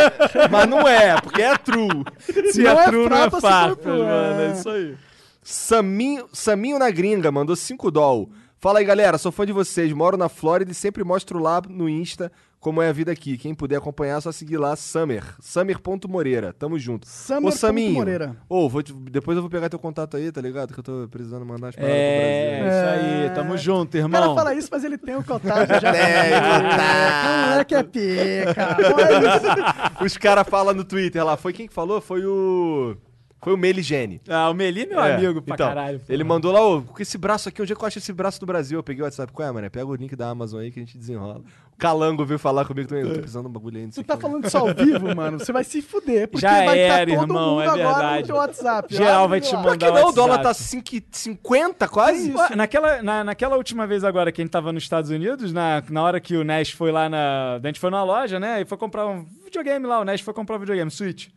mas não é, porque é true.
Se
Não é
é true, não é
farpa, se for
farpa,
true,
mano.
é.
É isso aí.
Saminho, Saminho na gringa mandou 5 doll. Fala aí, galera, sou fã de vocês, moro na Flórida e sempre mostro lá no Insta como é a vida aqui. Quem puder acompanhar, é só seguir lá, Summer. Summer.moreira, tamo junto.
Summer ponto
Saminho,
Moreira.
Ô, vou te- depois eu vou pegar teu contato aí, tá ligado? Que eu tô precisando mandar as paradas
É,
pro Brasil.
isso aí. Tamo junto,
O cara
irmão.
fala isso, mas ele tem o contato já.
Tem contato.
Como é que é pica? Olha isso.
Os caras falam no Twitter lá, foi quem que falou? Foi o... Foi o Meligene.
Ah, o Meli é meu
É,
amigo pra caralho. pô.
Ele mandou lá, ô, com esse braço aqui, onde é que eu acho esse braço do Brasil? Eu peguei o WhatsApp, qual é, mano? Pega o link da Amazon aí que a gente desenrola. O Calango veio falar comigo também, eu tô precisando de um bagulho aí. não sei
Tu
o
tá
que.
falando isso ao vivo, mano? Você vai se fuder, porque
Já
vai
era,
estar todo
irmão,
mundo
é
agora no
verdade.
teu WhatsApp.
Geral
Abre
vai te
lá.
Ah, Por
mandar um
que não? O
WhatsApp. É
dólar tá 5,50 quase?
Ué, naquela, na, naquela última vez agora que a gente tava nos Estados Unidos, na, na hora que o Nash foi lá na. A gente foi numa loja, né? E foi comprar um videogame lá. O Nash foi comprar um videogame, Switch.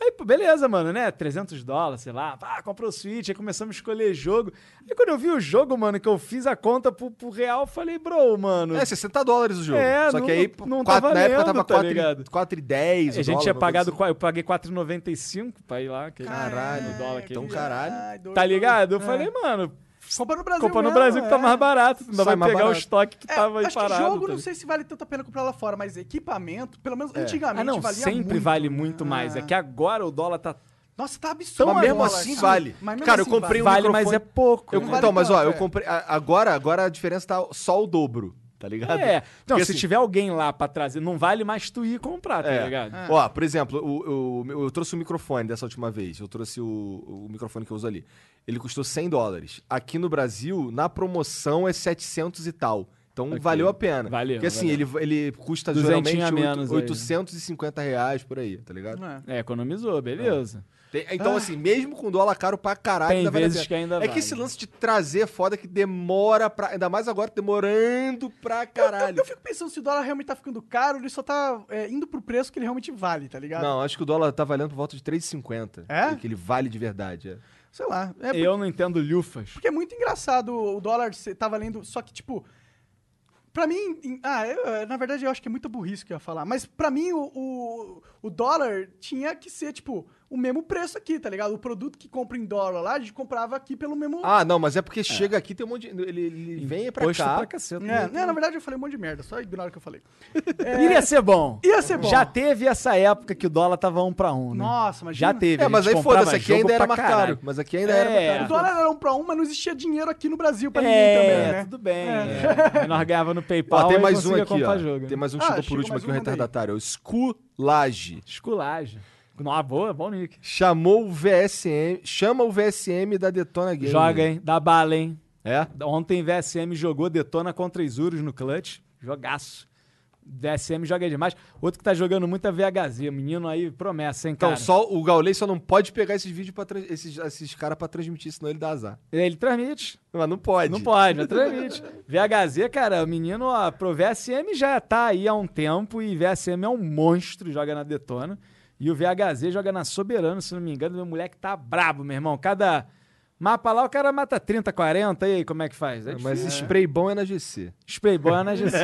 Aí, pô, beleza, mano, né? 300 dólares, sei lá. Pá, comprou o Switch, aí começamos a escolher jogo. Aí quando eu vi o jogo, mano, que eu fiz a conta pro, pro real, eu falei, bro, mano.
É, 60 dólares o jogo.
É,
Só
não-
que aí,
não tá
quatro- na época tava
valendo, tá ligado?
4,10
a gente tinha pagado.
assim.
qua- Eu paguei 4,95 pra ir lá. aquele-
Caralho,
no
é
dólar aquele.
Então, caralho.
Ai, doido.
Tá ligado? Eu falei, mano,
Compra no Brasil.
compra no
mesmo,
Brasil que tá
é.
mais barato. Ainda
Sai
vai
mais
pegar o
barato.
estoque que
É,
tava aí
acho
parado.
que jogo
tá
não sei se vale tanto a pena comprar lá fora, mas equipamento, pelo menos antigamente,
Ah, não,
valia
sempre
muito.
vale muito mais. É
Ah.
que agora o dólar tá.
Nossa, tá absurdo.
mas mesmo
dólar,
assim
cara.
vale.
Mas mesmo
cara,
assim
eu comprei um
Vale,
microfone.
mas é pouco.
Eu-
né?
vale
então, mas ó,
tanto,
eu
é.
comprei. a- Agora, agora a diferença tá só o dobro, tá ligado?
É. Não,
Porque
se
assim-
tiver alguém lá pra trazer, não vale mais tu ir comprar, tá
É.
ligado?
Ó, por exemplo, o, o- eu trouxe o microfone dessa última vez. Eu trouxe o, o microfone que eu uso ali. Ele custou 100 dólares. Aqui no Brasil, na promoção, é 700 e tal. Então valeu a pena.
Valeu,
Porque assim,
valeu.
Ele, ele custa
200
geralmente
a
oito-
menos aí, né?
850 reais por aí, tá ligado?
É.
É, economizou, beleza.
Tem- então, assim, mesmo com dólar caro pra caralho,
Tem
ainda vale a
vezes
pena.
que ainda
É que
vale.
esse lance de trazer é foda que demora pra. Ainda mais agora, demorando pra caralho.
Eu, eu fico pensando se o dólar realmente tá ficando caro, ele só tá é, indo pro preço que ele realmente vale, tá ligado?
Não, acho que o dólar tá valendo por volta de 3,50.
É?
Que ele vale de verdade. É.
Sei lá. É
Eu não entendo lufas.
Porque é muito engraçado o dólar ser- tá valendo. Só que, tipo. Pra mim. em- Ah, eu, eh, na verdade eu acho que é muita burrice que eu ia falar. Mas pra mim o, o, o dólar tinha que ser, tipo, o mesmo preço aqui, tá ligado? O produto que compra em dólar lá, a gente comprava aqui pelo mesmo.
Ah, não, mas é porque chega aqui, tem um monte de. Ele, ele vem pra
Posto
cá.
pra caceta.
É, né, na verdade eu falei um monte de merda, só ignora o que eu falei.
É.
Iria ser bom.
Ia ser bom.
Já teve essa época que o dólar tava um pra um, né?
Nossa, imagina.
Já teve.
É, mas
a gente
aí foda-se,
comprava
aqui
jogo
ainda era
pra
mais
caralho.
caro. Mas aqui ainda
É.
era mais
O
caro.
dólar era um pra um, mas não existia dinheiro aqui no Brasil pra ninguém também,
É,
né?
tudo bem. é. Aí Nós ganhava no PayPal.
Ó, tem
e
mais um
conseguia
aqui,
comprar
ó.
Jogo. né?
Tem mais um
Ah,
que chegou
chegou
por último
mais
aqui, o
um, manda aí.
retardatário. O Sculage.
Esculagem. Uma ah, boa, bom nick.
Chamou o VSM. Chama o VSM da Detona Game.
Joga, hein? Dá bala, hein?
É?
Ontem VSM jogou Detona contra Isurus no clutch. Jogaço. VSM joga demais. Outro que tá jogando muito é VHZ. Menino aí, promessa, hein,
Então,
cara?
só, o Gaulei só não pode pegar esses vídeos para esses, esses caras pra transmitir, senão ele dá azar.
Ele transmite.
Mas não pode.
Não pode, mas transmite. VHZ, cara, o menino, ó, pro VSM já tá aí há um tempo e VSM é um monstro, joga na Detona. E o VHZ joga na Soberano, se não me engano. Meu moleque tá brabo, meu irmão. Cada mapa lá, o cara mata 30, 40. E aí, como é que faz? É
É,
difícil.
Mas spray bom é na GC.
Spray boy na GC.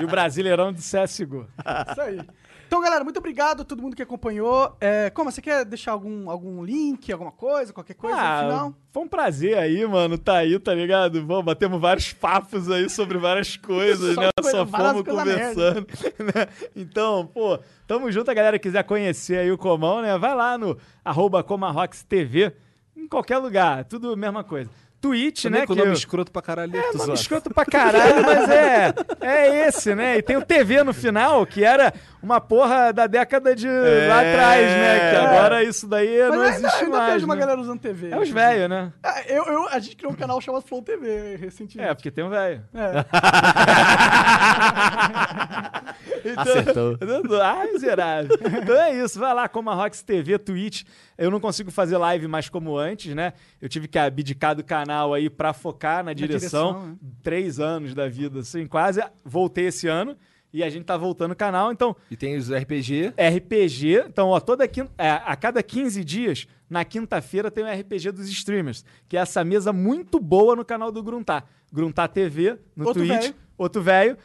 e o Brasileirão de CSGO.
Isso aí. Então, galera, muito obrigado a todo mundo que acompanhou. É, como, você quer deixar algum, algum link, alguma coisa, qualquer coisa no é, final?
foi um prazer aí, mano, tá aí, tá ligado? Bom, batemos vários papos aí sobre várias coisas,
Só
né?
coisa-
Só
várias
fomos
coisas
conversando, né? Então, pô, tamo junto, a galera quiser conhecer aí o Comão, né? Vai lá no arroba Comarox TV, em qualquer lugar, tudo a mesma coisa. tweet,
Também
né?
com
que
nome
eu-
escroto pra caralho.
É,
tu
nome
zoa.
escroto pra caralho, mas é, é esse, né? E tem o TV no final, que era uma porra da década de lá
É.
atrás, né? Que agora isso daí
Mas
não
ainda-
existe
ainda
mais.
vejo uma
né?
galera usando TV.
É os velhos, né?
Ah, Eu, eu- a gente criou um canal chamado Flow TV recentemente.
É, porque tem um velho.
É.
Acertou. ah, miserável. Então é isso, vai lá, como a Rox TV, Twitch. Eu não consigo fazer live mais como antes, né? Eu tive que abdicar do canal aí pra focar na direção.
direção, né?
Três anos da vida, assim, quase. Voltei esse ano e a gente tá voltando o canal, então
E tem os RPG.
RPG. Então, ó, toda quin- é, a cada 15 dias, na quinta-feira, tem o RPG dos streamers, que é essa mesa muito boa no canal do Gruntar. Gruntar TV, no
Outro
Twitch,
velho.
outro velho.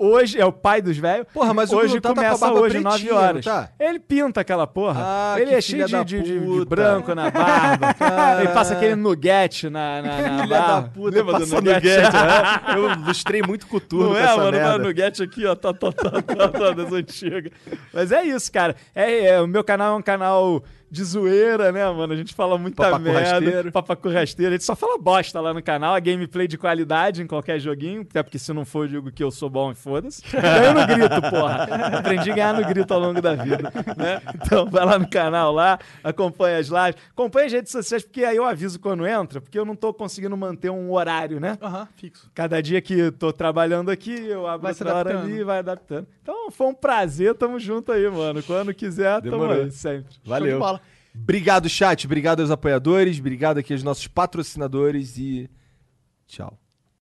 Hoje é o pai dos velhos.
Porra, mas o
hoje
Gruntar tá com a
começa
barba
hoje, 9
pretinha, não
horas.
tá?
Ele pinta aquela porra.
Ah,
ele
que
é
filha
cheio de,
da
de- de- de
puta.
branco na barba. ele passa aquele nuguete na, na, na
Filha da
barba.
puta,
Lembra do
passa no
nuguete?
Guedes, né? Eu lustrei muito coturno
Não
com
é,
essa
mano,
merda.
mano, Nuggets aqui, ó, tá, tá, tá, tá, tá, das antigas. Mas é isso, cara. É, é, o meu canal é um canal de zoeira, né, mano? A gente fala muita
Papaco
merda.
rasteiro.
Papaco rasteiro. A gente só fala bosta lá no canal, a gameplay de qualidade em qualquer joguinho, até porque se não for eu digo que eu sou bom e foda-se. Ganho no grito, porra. Aprendi a ganhar no grito ao longo da vida, né? Então vai lá no canal lá, acompanha as lives, acompanha as redes sociais, porque aí eu aviso quando entra, porque eu não tô conseguindo manter um horário, né?
Aham, fixo.
Cada dia que eu tô trabalhando aqui, eu abro
Vai se
outra hora
adaptando.
ali e vai adaptando. Então foi um prazer, tamo junto aí, mano. Quando quiser,
Demorou.
tamo aí, sempre.
Show de
Valeu.
bola.
Obrigado, chat. Obrigado aos apoiadores. Obrigado aqui aos nossos patrocinadores. E tchau.